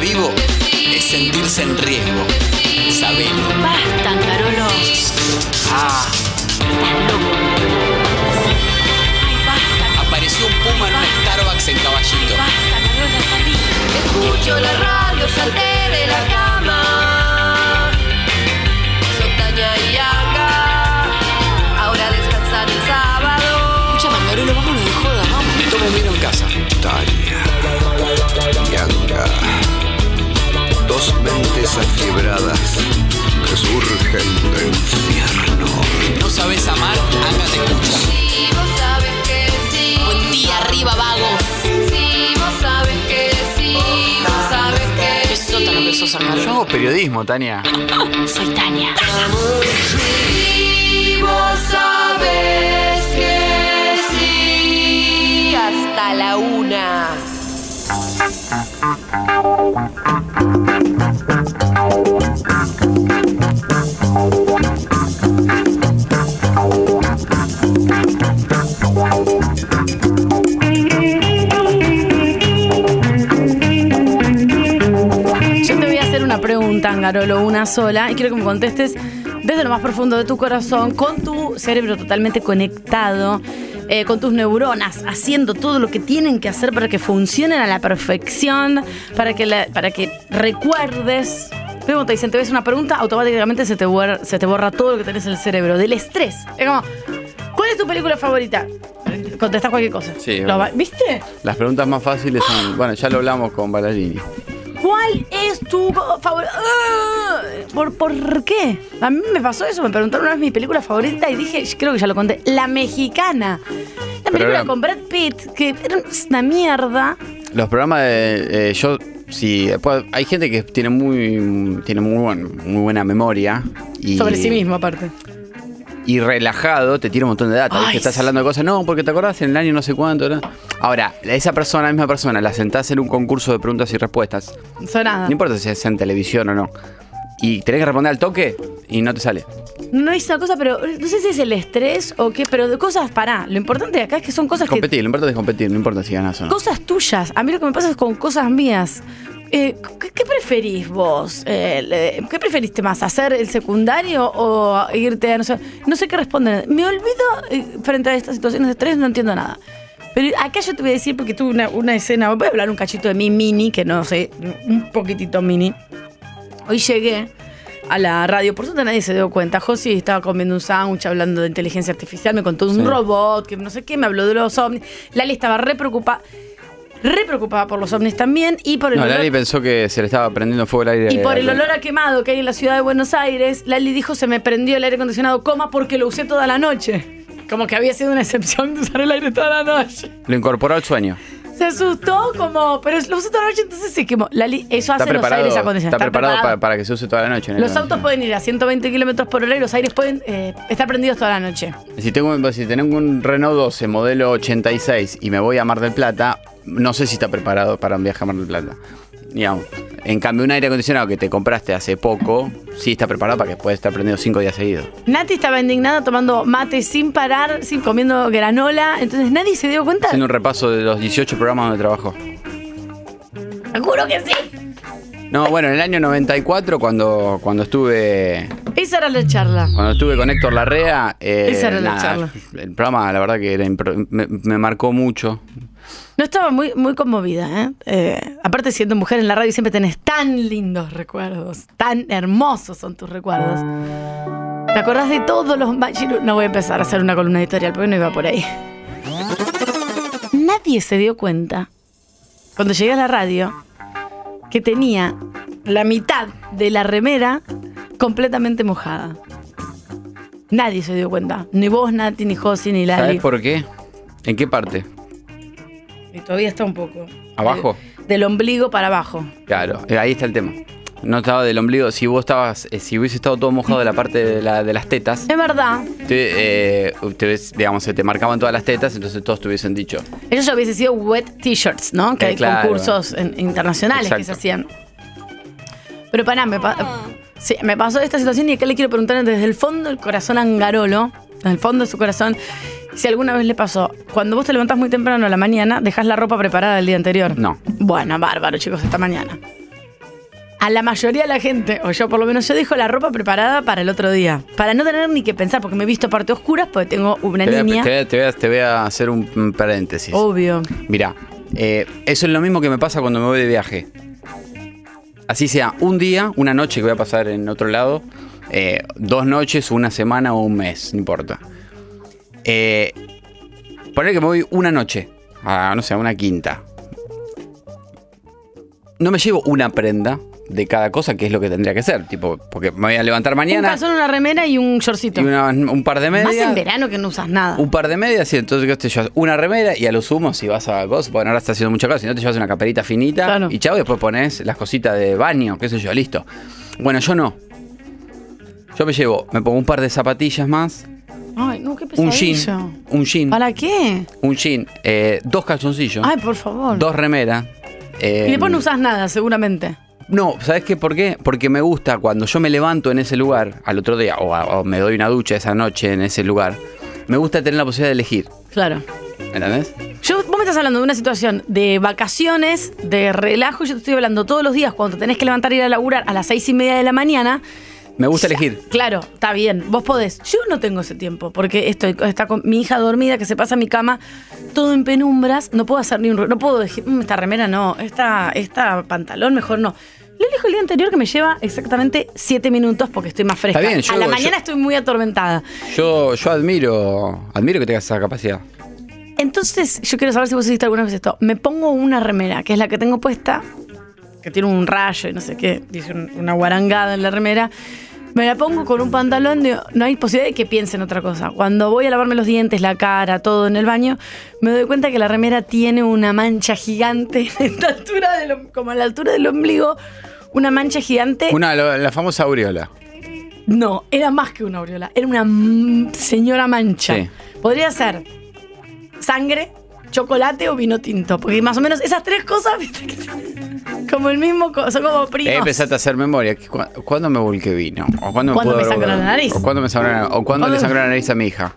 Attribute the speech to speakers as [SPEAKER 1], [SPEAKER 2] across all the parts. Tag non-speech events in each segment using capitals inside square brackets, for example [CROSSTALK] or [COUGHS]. [SPEAKER 1] vivo es sentirse en riesgo. Sabelo.
[SPEAKER 2] Basta, Carolo.
[SPEAKER 1] Ah,
[SPEAKER 2] Estás loco. Ay, basta.
[SPEAKER 1] apareció un puma en un Starbucks en Caballito.
[SPEAKER 2] Basta, Carola, salí.
[SPEAKER 3] Escucho la radio, salté de la cama. Sotaña y acá. Ahora descansan el sábado.
[SPEAKER 2] Escucha, Mangarolo, vámonos de joda, vamos.
[SPEAKER 1] Me tomo un vino en casa.
[SPEAKER 4] Tania, Yanga, dos mentes quebradas que surgen del infierno.
[SPEAKER 1] No sabes amar, acá te escucha.
[SPEAKER 3] Si vos sabes que sí.
[SPEAKER 2] Buen día, arriba, vagos.
[SPEAKER 3] Si vos sabes que sí. Vos sabes que
[SPEAKER 2] Qué sótano que sos,
[SPEAKER 5] Yo
[SPEAKER 2] Mangarolo.
[SPEAKER 5] hago periodismo, Tania.
[SPEAKER 2] Soy Tania.
[SPEAKER 3] sí. Vos sabes que sí. Hasta la una.
[SPEAKER 6] Yo te voy a hacer una pregunta, Angarolo, una sola, y quiero que me contestes desde lo más profundo de tu corazón, con tu cerebro totalmente conectado, eh, con tus neuronas, haciendo todo lo que tienen que hacer para que funcionen a la perfección, para que, la- para que recuerdes. ¿Ves cómo te dicen, te ves una pregunta, automáticamente se te, borra, se te borra todo lo que tenés en el cerebro, del estrés. Es como, ¿cuál es tu película favorita? Contestás cualquier cosa.
[SPEAKER 7] Sí,
[SPEAKER 6] Lo va-
[SPEAKER 7] bueno.
[SPEAKER 6] ¿Viste?
[SPEAKER 7] Las preguntas más fáciles son, bueno, ya lo hablamos con Ballarini.
[SPEAKER 6] ¿Cuál es tu favorito? ¿Por, ¿Por qué? A mí me pasó eso, me preguntaron una vez mi película favorita y dije, creo que ya lo conté, La Mexicana. La película
[SPEAKER 7] era-
[SPEAKER 6] con Brad Pitt, que era una mierda.
[SPEAKER 7] Los programas de eh, yo si después hay gente que tiene muy tiene muy buen- muy buena memoria y
[SPEAKER 6] Sobre sí mismo, aparte.
[SPEAKER 7] y relajado te tira un montón de data, ¿viste?
[SPEAKER 6] Ay,
[SPEAKER 7] estás
[SPEAKER 6] sí.
[SPEAKER 7] hablando de cosas, no, porque te acordás en el año no sé cuánto, ¿no? Ahora, esa persona, la misma persona, la sentás en un concurso de preguntas y respuestas.
[SPEAKER 6] No sé nada.
[SPEAKER 7] No importa si es en televisión o no. Y tenés que responder al toque y no te sale.
[SPEAKER 6] No hice una cosa, pero no sé si es el estrés o qué, pero de cosas, pará. Lo importante de acá es que son cosas que
[SPEAKER 7] Competir, lo importante es competir, no importa si ganás o no.
[SPEAKER 6] cosas tuyas. A mí lo que me pasa es con cosas mías. Eh, ¿qué, qué preferís vos? Eh, le- ¿Qué preferiste más? ¿Hacer el secundario o irte a no sé, no sé qué responder? Me olvido eh, frente a estas situaciones de estrés, no entiendo nada. Pero acá yo te voy a decir, porque tuve una, una escena, voy a hablar un cachito de mi mini, que no sé, un poquitito mini. Hoy llegué a la radio, por suerte nadie se dio cuenta. Josi estaba comiendo un sándwich hablando de inteligencia artificial, me contó de un
[SPEAKER 7] Sí.
[SPEAKER 6] robot, que no sé qué, me habló de los ovnis. Lali estaba re preocupada, re preocupada por los ovnis también y por el
[SPEAKER 7] No,
[SPEAKER 6] olor,
[SPEAKER 7] Lali pensó que se le estaba prendiendo fuego el aire.
[SPEAKER 6] y por el olor a quemado que hay en la ciudad de Buenos Aires. Lali dijo, se me prendió el aire acondicionado, coma, porque lo usé toda la noche. Como que había sido una excepción de usar el aire toda la noche.
[SPEAKER 7] Lo incorporó al sueño.
[SPEAKER 6] Se asustó como, pero lo usé toda la noche, entonces se quemó. Lali, eso
[SPEAKER 7] Está
[SPEAKER 6] hace los
[SPEAKER 7] preparado,
[SPEAKER 6] aires
[SPEAKER 7] está
[SPEAKER 6] acondicionados.
[SPEAKER 7] preparado Para, para que se use toda la noche. en el
[SPEAKER 6] Los
[SPEAKER 7] aire
[SPEAKER 6] autos pueden ir a 120 kilómetros por hora y los aires pueden eh, estar prendidos toda la noche.
[SPEAKER 7] Si tengo, si tengo un Renault 12 modelo 86 y me voy a Mar del Plata, no sé si está preparado para un viaje a Mar del Plata. Digamos. En cambio, un aire acondicionado que te compraste hace poco, sí está preparado para que puedas estar prendido cinco días seguidos.
[SPEAKER 6] Nati estaba indignada tomando mate sin parar, sin comiendo granola. Entonces nadie se dio cuenta.
[SPEAKER 7] Haciendo un repaso de los 18 programas donde trabajó.
[SPEAKER 6] Te Juro que sí.
[SPEAKER 7] No, bueno, en el año 94, cuando, cuando estuve
[SPEAKER 6] Esa era la charla.
[SPEAKER 7] Cuando estuve con Héctor Larrea, eh,
[SPEAKER 6] Esa era la charla.
[SPEAKER 7] el programa la verdad que era impro- me, me marcó mucho.
[SPEAKER 6] No estaba muy, muy conmovida, ¿eh? Eh, Aparte, siendo mujer en la radio, siempre tenés tan lindos recuerdos, tan hermosos son tus recuerdos. ¿Te acordás de todos los machiru- No voy a empezar a hacer una columna editorial porque no iba por ahí. Nadie se dio cuenta, cuando llegué a la radio, que tenía la mitad de la remera completamente mojada. Nadie se dio cuenta. Ni vos, Nati, ni Josi, ni Lali.
[SPEAKER 7] ¿Sabes por qué? ¿En qué parte?
[SPEAKER 6] Y todavía está un poco.
[SPEAKER 7] ¿Abajo?
[SPEAKER 6] del ombligo para abajo.
[SPEAKER 7] Claro, eh, ahí está el tema. No estaba del ombligo, si vos estabas, eh, si hubiese estado todo mojado de la parte de, la- de las tetas,
[SPEAKER 6] Es verdad.
[SPEAKER 7] te, eh, te ves- digamos, se te marcaban todas las tetas, entonces todos te hubiesen dicho.
[SPEAKER 6] Eso ya hubiese sido wet t-shirts, ¿no? Que
[SPEAKER 7] Eh,
[SPEAKER 6] hay
[SPEAKER 7] claro.
[SPEAKER 6] concursos en- internacionales que
[SPEAKER 7] Exacto.
[SPEAKER 6] se hacían. Pero para me, pa- sí, me pasó esta situación y acá le quiero preguntar desde el fondo del corazón a Angarolo, desde el fondo de su corazón, si alguna vez le pasó. Cuando vos te levantás muy temprano a la mañana, dejás la ropa preparada del día anterior.
[SPEAKER 7] No.
[SPEAKER 6] Bueno, bárbaro, chicos, esta mañana. a la mayoría de la gente, o yo por lo menos, yo dejo la ropa preparada para el otro día. Para no tener ni que pensar, porque me he visto parte oscuras, porque tengo una
[SPEAKER 7] Te voy, a,
[SPEAKER 6] niña.
[SPEAKER 7] te voy a- te voy a- te voy a hacer un un paréntesis.
[SPEAKER 6] Obvio.
[SPEAKER 7] Mirá, eh, eso es lo mismo que me pasa cuando me voy de viaje. Así sea, un día, una noche que voy a pasar en otro lado, eh, dos noches, una semana o un mes, no importa. Eh, poner que me voy una noche, a, no sé, a una quinta. No me llevo una prenda de cada cosa, que es lo que tendría que ser. Tipo, porque me voy a levantar
[SPEAKER 6] un
[SPEAKER 7] mañana
[SPEAKER 6] calzón, una remera y un shortcito.
[SPEAKER 7] y una- un par de medias.
[SPEAKER 6] Más en verano que no usas nada.
[SPEAKER 7] Un par de medias y entonces ¿qué te llevas una remera y a lo sumo si vas a cosas, bueno, ahora está haciendo mucha cosa, si no te llevas una caperita finita
[SPEAKER 6] Claro.
[SPEAKER 7] y chao, y después pones las cositas de baño, qué sé yo, listo. Bueno, yo no. Yo me llevo, me pongo un par de zapatillas más,
[SPEAKER 6] Ay, no, qué
[SPEAKER 7] un jean,
[SPEAKER 6] pesadillo.
[SPEAKER 7] un jean,
[SPEAKER 6] ¿Para qué?
[SPEAKER 7] un jean, eh, dos calzoncillos,
[SPEAKER 6] Ay, por favor.
[SPEAKER 7] dos remeras. eh,
[SPEAKER 6] y después no usas nada, seguramente.
[SPEAKER 7] no, ¿sabes qué? ¿Por qué? Porque me gusta cuando yo me levanto en ese lugar al otro día o, a- o me doy una ducha esa noche en ese lugar. Me gusta tener la posibilidad de elegir,
[SPEAKER 6] Claro.
[SPEAKER 7] ¿entendés?
[SPEAKER 6] Yo, vos me estás hablando de una situación de vacaciones, de relajo. Yo te estoy hablando todos los días cuando te tenés que levantar y ir a laburar a las seis y media de la mañana.
[SPEAKER 7] Me gusta elegir.
[SPEAKER 6] Claro, está bien, vos podés. Yo no tengo ese tiempo porque estoy está con mi hija dormida que se pasa a mi cama, todo en penumbras, no puedo hacer ni un ruido, no puedo decir, "Mm, esta remera no, esta, esta pantalón mejor no. Lo elijo el día anterior que me lleva exactamente siete minutos porque estoy más fresca.
[SPEAKER 7] Está bien, yo-
[SPEAKER 6] a la
[SPEAKER 7] yo-
[SPEAKER 6] mañana estoy muy atormentada.
[SPEAKER 7] Yo, yo admiro, admiro que tengas esa capacidad.
[SPEAKER 6] Entonces, yo quiero saber si vos hiciste alguna vez esto. Me pongo una remera, que es la que tengo puesta, que tiene un rayo y no sé qué, dice un- una guarangada en la remera. Me la pongo con un pantalón, digo, no hay posibilidad de que piense en otra cosa. Cuando voy a lavarme los dientes, la cara, todo en el baño, me doy cuenta que la remera tiene una mancha gigante, [LAUGHS] de esta altura del om- como a la altura del ombligo, una mancha gigante.
[SPEAKER 7] Una, la, la famosa aureola.
[SPEAKER 6] No, era más que una aureola, era una mm, señora mancha.
[SPEAKER 7] Sí.
[SPEAKER 6] Podría ser sangre, chocolate o vino tinto, porque más o menos esas tres cosas, [LAUGHS] viste, que tienen como el mismo, co- son como primos.
[SPEAKER 7] Eh, empezaste a hacer memoria. ¿Qué- cua- ¿Cuándo me volqué vino? ¿O cuándo me,
[SPEAKER 6] ¿Cuándo
[SPEAKER 7] pudo
[SPEAKER 6] me
[SPEAKER 7] haber
[SPEAKER 6] sangró
[SPEAKER 7] volcado?
[SPEAKER 6] la nariz?
[SPEAKER 7] ¿O cuándo, me sangró la- o cuándo le
[SPEAKER 6] ¿Cuándo-
[SPEAKER 7] sangró la nariz a mi hija?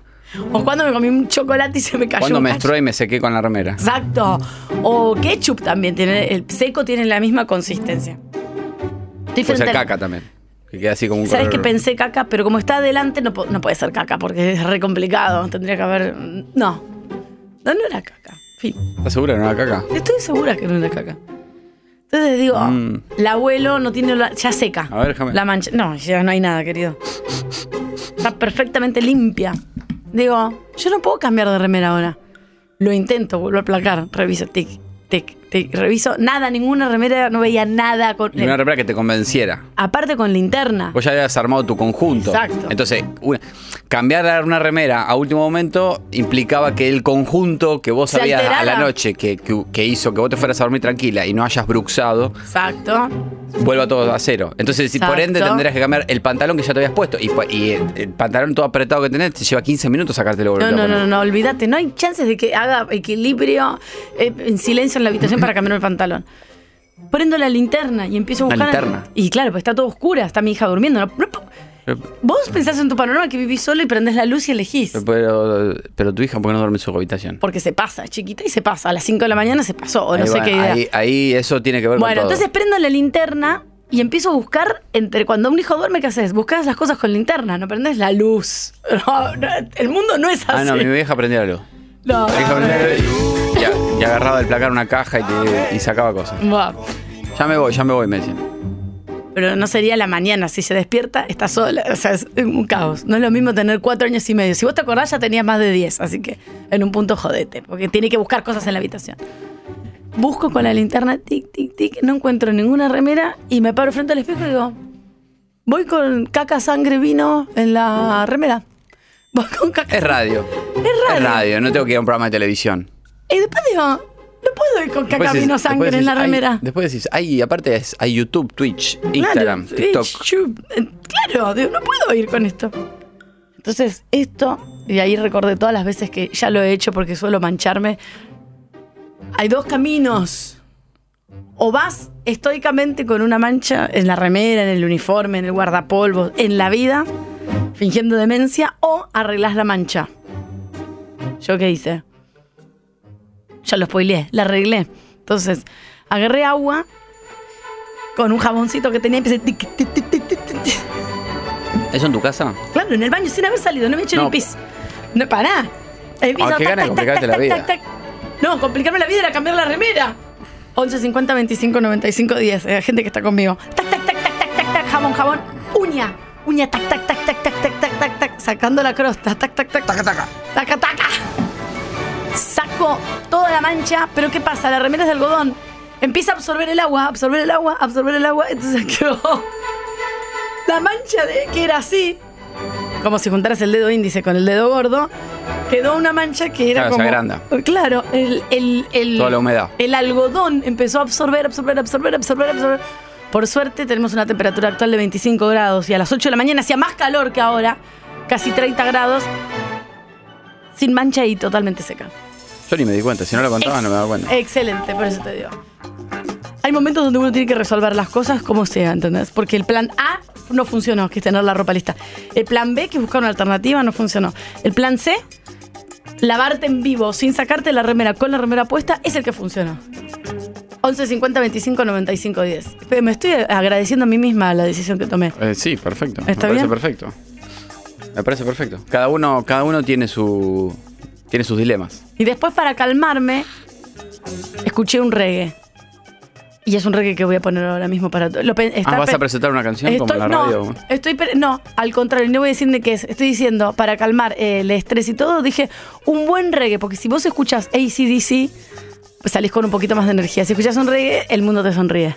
[SPEAKER 6] O cuando me comí un chocolate y se me cayó.
[SPEAKER 7] ¿Cuándo
[SPEAKER 6] un
[SPEAKER 7] menstrué y me sequé con la remera?
[SPEAKER 6] cacho. Exacto. O ketchup también tiene, el seco tiene la misma consistencia. Estoy
[SPEAKER 7] Puede
[SPEAKER 6] frente
[SPEAKER 7] ser
[SPEAKER 6] al-
[SPEAKER 7] caca también. Que queda así como un
[SPEAKER 6] Sabes
[SPEAKER 7] color-
[SPEAKER 6] que pensé caca, pero como está adelante no, po- no puede ser caca porque es re complicado. Tendría que haber. mm, No. No, no era caca. Fin.
[SPEAKER 7] ¿Estás segura que no era caca?
[SPEAKER 6] Estoy segura que no era caca. Entonces digo, ah,
[SPEAKER 7] Mm.
[SPEAKER 6] el abuelo no tiene la, ya seca.
[SPEAKER 7] A ver, déjame.
[SPEAKER 6] La mancha. No, ya no hay nada, querido. Está perfectamente limpia. Digo, yo no puedo cambiar de remera ahora. Lo intento, vuelvo a placar. Reviso, tic, tic, tic. Reviso. Nada, ninguna remera, no veía nada. Con,
[SPEAKER 7] Y una remera que te convenciera.
[SPEAKER 6] aparte con linterna.
[SPEAKER 7] Vos ya habías armado tu conjunto.
[SPEAKER 6] Exacto.
[SPEAKER 7] Entonces, una- cambiar una remera a último momento implicaba que el conjunto que vos
[SPEAKER 6] Se
[SPEAKER 7] sabías a la
[SPEAKER 6] alteraba.
[SPEAKER 7] noche que, que- que hizo que vos te fueras a dormir tranquila y no hayas bruxado,
[SPEAKER 6] Exacto.
[SPEAKER 7] vuelva todo a cero. Entonces, si por ende,
[SPEAKER 6] Exacto.
[SPEAKER 7] tendrías que cambiar el pantalón que ya te habías puesto. Y, pa- y el, el pantalón todo apretado que tenés te lleva 15 minutos sacártelo.
[SPEAKER 6] No,
[SPEAKER 7] volverlo a
[SPEAKER 6] no,
[SPEAKER 7] poner.
[SPEAKER 6] no, no, olvídate, no hay chances de que haga equilibrio eh, en silencio en la habitación para cambiar el pantalón. Prendo la linterna y empiezo a
[SPEAKER 7] ¿La
[SPEAKER 6] buscar.
[SPEAKER 7] linterna? Eh,
[SPEAKER 6] Y claro, pues está todo oscura, está mi hija durmiendo. no- no po- Vos pensás en tu panorama que vivís solo y prendés la luz y elegís.
[SPEAKER 7] Pero, pero tu hija, ¿por qué no duerme en su habitación?
[SPEAKER 6] Porque se pasa, es chiquita y se pasa. A las 5 de la mañana se pasó, o no
[SPEAKER 7] ahí,
[SPEAKER 6] sé
[SPEAKER 7] va,
[SPEAKER 6] qué idea.
[SPEAKER 7] ahí, ahí eso tiene que ver
[SPEAKER 6] Bueno,
[SPEAKER 7] con todo.
[SPEAKER 6] entonces prendo la linterna y empiezo a buscar entre cuando un hijo duerme, ¿qué haces? Buscás las cosas con linterna, no prendés la luz. [LAUGHS] No, no, el mundo no es
[SPEAKER 7] Ah,
[SPEAKER 6] así.
[SPEAKER 7] no, mi vieja aprendió algo.
[SPEAKER 6] No,
[SPEAKER 7] Mi vieja prendía la luz Y, a- y agarraba del placar una caja y, te- y sacaba cosas.
[SPEAKER 6] Va.
[SPEAKER 7] Ya me voy, ya me voy, me decían.
[SPEAKER 6] Pero no sería la mañana. Si se despierta, está sola. O sea, es un caos. No es lo mismo tener cuatro años y medio. Si vos te acordás, ya tenías más de diez. Así que en un punto jodete. Porque tiene que buscar cosas en la habitación. Busco con la linterna, tic, tic, tic. No encuentro ninguna remera. Y me paro frente al espejo y digo, voy con caca, sangre, vino en la remera. Voy con caca.
[SPEAKER 7] Es radio.
[SPEAKER 6] Es
[SPEAKER 7] Es
[SPEAKER 6] raro.
[SPEAKER 7] radio, no tengo que ir a un programa de televisión.
[SPEAKER 6] Y después digo, no puedo ir con caca,
[SPEAKER 7] Después decís-
[SPEAKER 6] vino,
[SPEAKER 7] después
[SPEAKER 6] sangre en
[SPEAKER 7] decís,
[SPEAKER 6] la
[SPEAKER 7] hay-
[SPEAKER 6] remera.
[SPEAKER 7] después decís, hay, aparte es- hay YouTube, Twitch, Instagram,
[SPEAKER 6] Claro,
[SPEAKER 7] TikTok.
[SPEAKER 6] Twitch, YouTube. Eh, Claro, digo, no puedo ir con esto. Entonces, esto, y ahí recordé todas las veces que ya lo he hecho porque suelo mancharme. Hay dos caminos. O vas estoicamente con una mancha en la remera, en el uniforme, en el guardapolvos, en la vida, fingiendo demencia, o arreglás la mancha. ¿Yo qué hice? Ya lo spoileé, la arreglé. Entonces, agarré agua, con un jaboncito que tenía y empecé. tic, tic, tic, tic, tic, tic, tic.
[SPEAKER 7] ¿Eso en tu casa?
[SPEAKER 6] Claro, en el baño sin haber salido, no me he hecho
[SPEAKER 7] No.
[SPEAKER 6] ni pis. No, pará. El piso,
[SPEAKER 7] Ah, qué
[SPEAKER 6] tac,
[SPEAKER 7] gana de
[SPEAKER 6] tac,
[SPEAKER 7] complicarte
[SPEAKER 6] tac,
[SPEAKER 7] la
[SPEAKER 6] tac,
[SPEAKER 7] vida.
[SPEAKER 6] tac, tac. No, complicarme la vida era cambiar la remera. 11 50 25 95 10. Eh, gente que está conmigo. Tac, tac, tac, tac, tac, tac, tac, jabón, jabón. Uña. Uña, tac, tac, tac, tac, tac, tac, tac, tac, tac. Sacando la crosta. Tac, tac, tac. Taca, taca. Taca, taca. Saco toda la mancha, pero ¿qué pasa? La remera es de algodón. Empieza a absorber el agua, absorber el agua, absorber el agua. Entonces [LAUGHS] quedó la mancha de que era así, como si juntaras el dedo índice con el dedo gordo, quedó una mancha que era
[SPEAKER 7] Claro, se
[SPEAKER 6] como.
[SPEAKER 7] agranda.
[SPEAKER 6] Claro, el, el, el-
[SPEAKER 7] Toda la humedad.
[SPEAKER 6] El algodón empezó a absorber, absorber, absorber, absorber, absorber. Por suerte tenemos una temperatura actual de 25 grados y a las 8 de la mañana hacía más calor que ahora, casi 30 grados, sin mancha y totalmente seca.
[SPEAKER 7] Yo ni me di cuenta, si no lo contaba no me daba cuenta.
[SPEAKER 6] Excelente, por eso te digo. Hay momentos donde uno tiene que resolver las cosas como sea, ¿entendés? Porque el plan A no funcionó, que es tener la ropa lista. El plan B, que es buscar una alternativa, no funcionó. El plan C, lavarte en vivo sin sacarte la remera con la remera puesta, es el que funcionó. 11 50 25 95 10. Pero me estoy agradeciendo a mí misma la decisión que tomé.
[SPEAKER 7] Eh, sí, perfecto.
[SPEAKER 6] ¿Está
[SPEAKER 7] me parece
[SPEAKER 6] bien?
[SPEAKER 7] perfecto. Me parece perfecto. Cada uno, cada uno tiene su. tiene sus dilemas.
[SPEAKER 6] Y después para calmarme, escuché un reggae. Y es un reggae que voy a poner ahora mismo para... to- Lo, pe-
[SPEAKER 7] Ah,
[SPEAKER 6] está
[SPEAKER 7] ¿vas
[SPEAKER 6] pe-
[SPEAKER 7] a presentar una canción como
[SPEAKER 6] Estoy,
[SPEAKER 7] la
[SPEAKER 6] no,
[SPEAKER 7] radio?
[SPEAKER 6] estoy pre- no, al contrario, no voy a decir de qué es. Estoy diciendo, para calmar eh, el estrés y todo, dije un buen reggae, porque si vos escuchás ACDC, pues salís con un poquito más de energía. Si escuchás un reggae, el mundo te sonríe.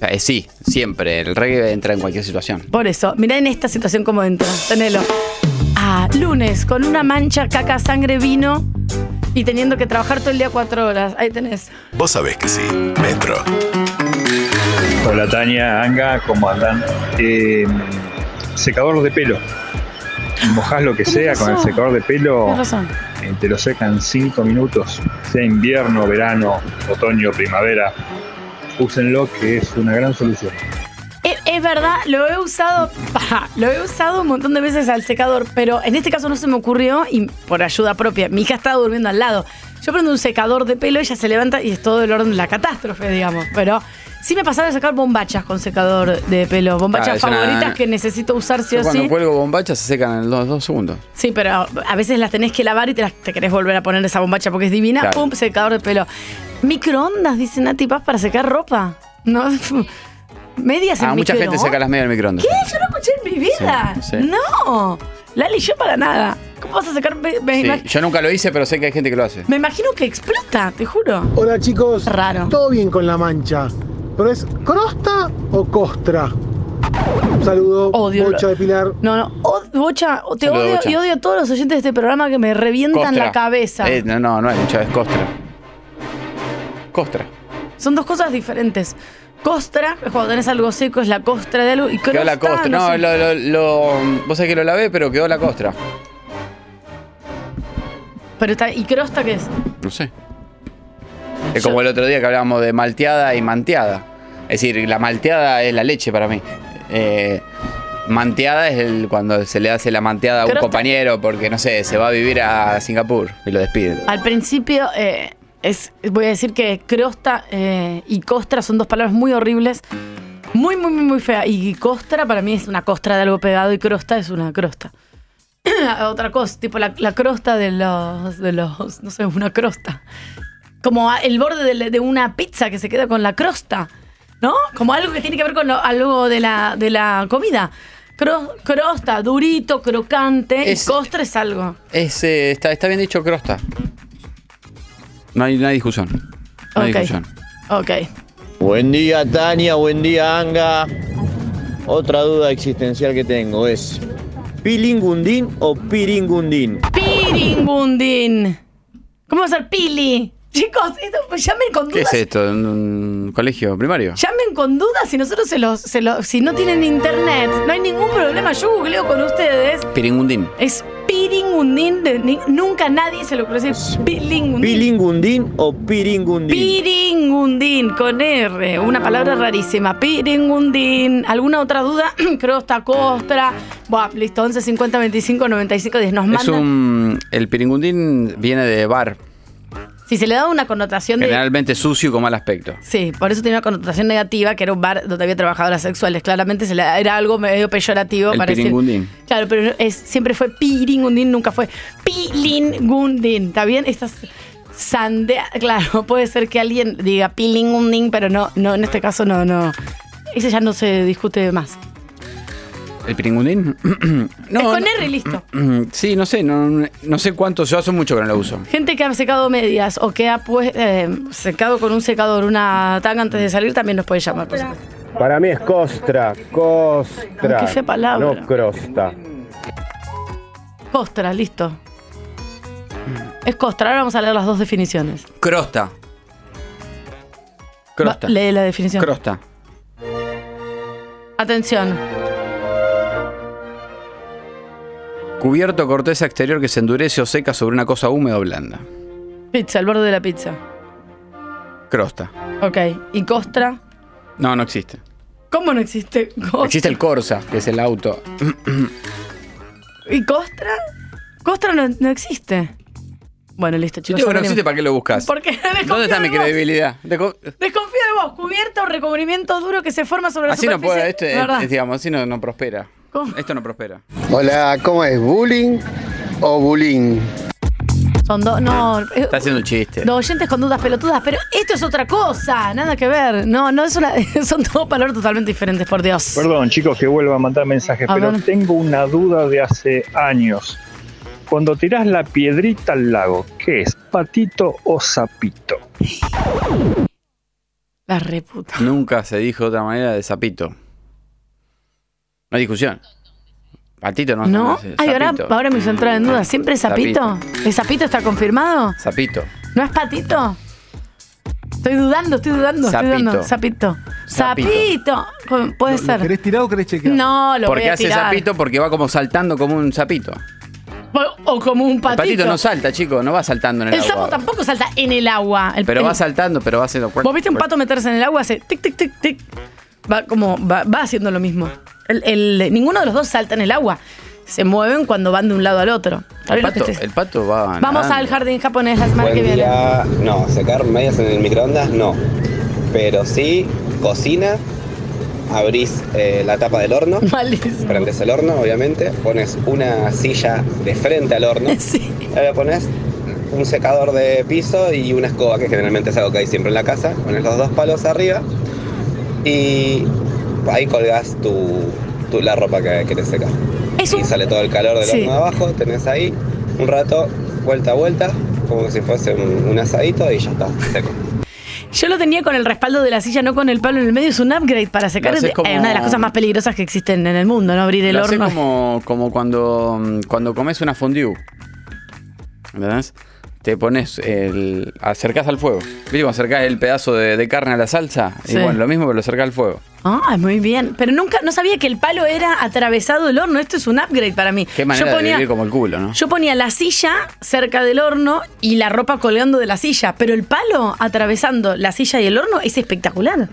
[SPEAKER 7] Eh, sí, siempre. El reggae entra en cualquier situación.
[SPEAKER 6] Por eso, mirá en esta situación cómo entra. Tenelo. Ah, lunes, con una mancha, caca, sangre, vino y teniendo que trabajar todo el día cuatro horas. Ahí tenés.
[SPEAKER 5] Vos sabés que sí. Metro.
[SPEAKER 8] Hola Tania, Anga, ¿cómo andan? Eh, secador de pelo. Mojás lo que
[SPEAKER 6] Tenés
[SPEAKER 8] sea con el
[SPEAKER 6] razón.
[SPEAKER 8] secador de pelo,
[SPEAKER 6] Tienes razón.
[SPEAKER 8] eh, te lo seca en 5 minutos, sea invierno, verano, otoño, primavera. Úsenlo que es una gran solución.
[SPEAKER 6] Es, es verdad, lo he usado, pa, lo he usado un montón de veces al secador, pero en este caso no se me ocurrió y por ayuda propia. Mi hija estaba durmiendo al lado. Yo prendo un secador de pelo, ella se levanta y es todo el orden de la catástrofe, digamos. Pero sí me pasaba de sacar bombachas con secador de pelo,
[SPEAKER 7] Ah,
[SPEAKER 6] bombachas
[SPEAKER 7] es una-
[SPEAKER 6] favoritas que necesito usar sí
[SPEAKER 7] Yo
[SPEAKER 6] o
[SPEAKER 7] cuando
[SPEAKER 6] sí.
[SPEAKER 7] cuelgo bombachas se secan en los dos segundos.
[SPEAKER 6] Sí, pero a veces las tenés que lavar y te, las, te querés volver a poner esa bombacha porque es divina.
[SPEAKER 7] Claro.
[SPEAKER 6] Pum, secador de pelo. Microondas, dicen Nati Paz, para secar ropa. No, [LAUGHS] medias en
[SPEAKER 7] Ah, mucha gente
[SPEAKER 6] microondas.
[SPEAKER 7] seca las medias en el microondas.
[SPEAKER 6] ¿Qué? Yo no escuché en mi vida.
[SPEAKER 7] Sí, sí.
[SPEAKER 6] No. Lali, yo para nada. ¿Cómo vas a sacar? Me, me
[SPEAKER 7] Sí,
[SPEAKER 6] imag-
[SPEAKER 7] yo nunca lo hice, pero sé que hay gente que lo hace.
[SPEAKER 6] me imagino que explota, te juro.
[SPEAKER 9] Hola chicos,
[SPEAKER 6] Raro.
[SPEAKER 9] todo bien con la mancha, pero es crosta o costra. Un saludo,
[SPEAKER 6] Odio la-
[SPEAKER 9] Bocha de Pilar.
[SPEAKER 6] No, [CLEARS THROAT] no. O- bocha, o te
[SPEAKER 7] Saludo,
[SPEAKER 6] odio
[SPEAKER 7] Bocha.
[SPEAKER 6] y odio a todos los oyentes de este programa que me revientan
[SPEAKER 7] Costra.
[SPEAKER 6] la cabeza.
[SPEAKER 7] Eh, no, no, no es mucha, es costra. Costra.
[SPEAKER 6] Son dos cosas diferentes. Costra, es cuando tenés algo seco, es la costra de algo. Y
[SPEAKER 7] Quedó
[SPEAKER 6] crosta,
[SPEAKER 7] la costra. No,
[SPEAKER 6] sé.
[SPEAKER 7] lo, lo, lo- vos sabés que lo lavé, pero quedó la costra.
[SPEAKER 6] Pero está, ¿y crosta qué es?
[SPEAKER 7] No sé. Es como el otro día que hablábamos de malteada y manteada. Es decir, la malteada es la leche para mí. Eh, manteada es el, cuando se le hace la manteada a un
[SPEAKER 6] Crosta.
[SPEAKER 7] compañero porque, no sé, se va a vivir a Singapur y lo despiden.
[SPEAKER 6] Al principio, eh, es, voy a decir que crosta eh, y costra son dos palabras muy horribles. Muy, muy, muy, muy feas. Y costra para mí es una costra de algo pegado y crosta es una crosta. Otra cosa, tipo la, la crosta de los, de los. No sé, una crosta. Como a- el borde de, la- de una pizza que se queda con la crosta. ¿No? Como algo que tiene que ver con lo- algo de la, de la comida. Cro- crosta, durito, crocante.
[SPEAKER 7] Es-
[SPEAKER 6] y costra es algo.
[SPEAKER 7] Es, eh, está, está bien dicho crosta. No hay, no hay discusión. No hay
[SPEAKER 6] Ok.
[SPEAKER 7] discusión.
[SPEAKER 6] Ok.
[SPEAKER 10] Buen día Tania, buen día Anga. Otra duda existencial que tengo es, ¿pilingundín o piringundín?
[SPEAKER 6] Piringundín. ¿Cómo va a ser Pili? Chicos, esto, pues llamen con
[SPEAKER 7] ¿Qué
[SPEAKER 6] dudas.
[SPEAKER 7] es esto? ¿Un, un colegio primario?
[SPEAKER 6] Llamen con dudas si nosotros se los, se los- Si no tienen internet, no hay ningún problema. Yo googleo con ustedes.
[SPEAKER 7] Piringundín.
[SPEAKER 6] Es Piringundín. de- ni- nunca nadie se lo conoce. Piringundín.
[SPEAKER 10] ¿Pilingundín o piringundín?
[SPEAKER 6] Piringundín con R. Una palabra rarísima. Piringundín. ¿Alguna otra duda? [CLEARS THROAT] Crosta, costra. Buah, listo. 11, 50, 25, 95, 10. Nos
[SPEAKER 7] Es
[SPEAKER 6] mandan.
[SPEAKER 7] un. El piringundín viene de bar.
[SPEAKER 6] Si se le daba una connotación de.
[SPEAKER 7] Generalmente sucio y con mal aspecto.
[SPEAKER 6] Sí, por eso tenía una connotación negativa, que era un bar donde había trabajadoras sexuales. Claramente se le- era algo medio peyorativo.
[SPEAKER 7] El
[SPEAKER 6] para decir-
[SPEAKER 7] piringundín.
[SPEAKER 6] Claro, pero es, siempre fue piringundín, nunca fue pilingundín. ¿Está bien? Estas sandea. Claro, [LAUGHS] puede ser que alguien diga pilingundín, pero no, no, en este caso no, no. Ese ya no se discute más.
[SPEAKER 7] ¿El piringundín?
[SPEAKER 6] es
[SPEAKER 7] no,
[SPEAKER 6] con R y listo.
[SPEAKER 7] no- [CLEARS THROAT] sí, no sé, no, no sé cuánto, yo hace mucho que no lo uso.
[SPEAKER 6] Gente que ha secado medias o que ha pues, eh, secado con un secador una tanga antes de salir también nos puede llamar. por supuesto.
[SPEAKER 10] Para mí es costra, costra.
[SPEAKER 6] Qué fea palabra.
[SPEAKER 10] No crosta.
[SPEAKER 6] Costra, listo.
[SPEAKER 7] Mm.
[SPEAKER 6] Es costra. Ahora vamos a leer las dos definiciones.
[SPEAKER 7] Crosta. Crosta.
[SPEAKER 6] Va, lee la definición.
[SPEAKER 7] Crosta.
[SPEAKER 6] Atención.
[SPEAKER 7] Cubierto corteza exterior que se endurece o seca sobre una cosa húmeda o blanda.
[SPEAKER 6] Pizza, el borde de la pizza.
[SPEAKER 7] Crosta.
[SPEAKER 6] Ok. ¿Y costra?
[SPEAKER 7] No, no existe.
[SPEAKER 6] ¿Cómo no existe costra?
[SPEAKER 7] Existe el Corsa, que es el auto. [CLEARS THROAT]
[SPEAKER 6] ¿Y costra? Costra no, no existe. Bueno, listo,
[SPEAKER 7] Si te
[SPEAKER 6] chicos.
[SPEAKER 7] digo que no
[SPEAKER 6] ya
[SPEAKER 7] existe,
[SPEAKER 6] venimos.
[SPEAKER 7] ¿para qué lo buscas?
[SPEAKER 6] Porque desconfío
[SPEAKER 7] ¿Dónde está mi
[SPEAKER 6] de vos.
[SPEAKER 7] credibilidad? Deco-
[SPEAKER 6] Desconfío de vos. Cubierta o recubrimiento duro que se forma sobre la
[SPEAKER 7] Así no
[SPEAKER 6] superficie.
[SPEAKER 7] puede, este,
[SPEAKER 6] La verdad.
[SPEAKER 7] eh, digamos, así no, no prospera.
[SPEAKER 6] ¿Cómo?
[SPEAKER 7] Esto no prospera.
[SPEAKER 11] Hola, ¿cómo es? ¿Bullying o bullying?
[SPEAKER 6] Son dos. No. eh,
[SPEAKER 7] Ah, Está haciendo un chiste.
[SPEAKER 6] Los oyentes con dudas pelotudas, pero esto es otra cosa, nada que ver. No, no es una, [LAUGHS] son dos palabras totalmente diferentes, por Dios.
[SPEAKER 8] Perdón, chicos, que vuelva a mandar mensajes,
[SPEAKER 6] A
[SPEAKER 8] pero
[SPEAKER 6] ver.
[SPEAKER 8] tengo una duda de hace años. Cuando tirás la piedrita al lago, ¿qué es? ¿Patito o sapito?
[SPEAKER 6] La reputa.
[SPEAKER 7] Nunca se dijo de otra manera de sapito. No hay discusión. Patito no.
[SPEAKER 6] ¿No?
[SPEAKER 7] se dice,
[SPEAKER 6] Ay, ahora,
[SPEAKER 7] sapito.
[SPEAKER 6] ahora me hizo entrar en duda. ¿Siempre es sapito? ¿El sapito está confirmado?
[SPEAKER 7] Sapito.
[SPEAKER 6] ¿No es patito? Estoy dudando, estoy dudando,
[SPEAKER 7] Sapito.
[SPEAKER 6] estoy dudando. Sapito.
[SPEAKER 7] Sapito.
[SPEAKER 6] Sapito. Con- Puede ser.
[SPEAKER 9] ¿Querés tirar o querés chequear?
[SPEAKER 6] No, lo voy
[SPEAKER 7] Porque
[SPEAKER 6] a
[SPEAKER 7] hace
[SPEAKER 6] tirar.
[SPEAKER 7] sapito porque va como saltando como un sapito.
[SPEAKER 6] O, o como un
[SPEAKER 7] El
[SPEAKER 6] patito.
[SPEAKER 7] patito no salta, chico, no va saltando en el,
[SPEAKER 6] el
[SPEAKER 7] agua.
[SPEAKER 6] sapo tampoco salta en el agua. El-
[SPEAKER 7] Pero
[SPEAKER 6] el-
[SPEAKER 7] va saltando, pero va haciendo
[SPEAKER 6] Vos viste un pato meterse en el agua, hace tic, tic, tic, tic. Va como, va, va haciendo lo mismo. El, el- ninguno de los dos salta en el agua. Se mueven cuando van de un lado al otro. Tal
[SPEAKER 7] El
[SPEAKER 6] vez lo que
[SPEAKER 7] pato,
[SPEAKER 6] estés-
[SPEAKER 7] el pato va.
[SPEAKER 6] Vamos
[SPEAKER 7] nadando.
[SPEAKER 6] al jardín japonés la semana que viene.
[SPEAKER 12] No, secar medias en el microondas no. Pero sí, cocina, abrís eh, la tapa del horno,
[SPEAKER 6] [LAUGHS] Malísimo.
[SPEAKER 12] prendes el horno, obviamente, pones una silla de frente al horno,
[SPEAKER 6] [LAUGHS] Sí.
[SPEAKER 12] ahora pones un secador de piso y una escoba, que generalmente es algo que hay siempre en la casa, pones los dos palos arriba y ahí colgás tu, tu- la ropa que quieres secar.
[SPEAKER 6] Es un-
[SPEAKER 12] Y sale todo el calor del
[SPEAKER 6] Sí.
[SPEAKER 12] horno abajo, tenés ahí un rato, vuelta a vuelta, como si fuese un, un asadito y ya está, seco.
[SPEAKER 6] Yo lo tenía con el respaldo de la silla, no con el palo en el medio. Es un upgrade para secar.
[SPEAKER 7] Lo haces
[SPEAKER 6] Es
[SPEAKER 7] como-
[SPEAKER 6] una de las cosas más peligrosas que existen en el mundo, ¿no? Abrir el
[SPEAKER 7] Lo hace
[SPEAKER 6] horno.
[SPEAKER 7] como, como cuando, mm, cuando comes una fondue. ¿Entendés? Te pones el. acercás al fuego. ¿Viste cuando acercás el pedazo de, de carne a la salsa?
[SPEAKER 6] Sí.
[SPEAKER 7] Y bueno, lo mismo, pero lo acercás al fuego.
[SPEAKER 6] Ah, muy bien. Pero nunca, no sabía que el palo era atravesado el horno. Esto es un upgrade para mí.
[SPEAKER 7] Qué manera
[SPEAKER 6] Yo
[SPEAKER 7] de
[SPEAKER 6] ponía-
[SPEAKER 7] vivir como el culo, ¿no?
[SPEAKER 6] Yo ponía la silla cerca del horno y la ropa colgando de la silla, pero el palo atravesando la silla y el horno es espectacular.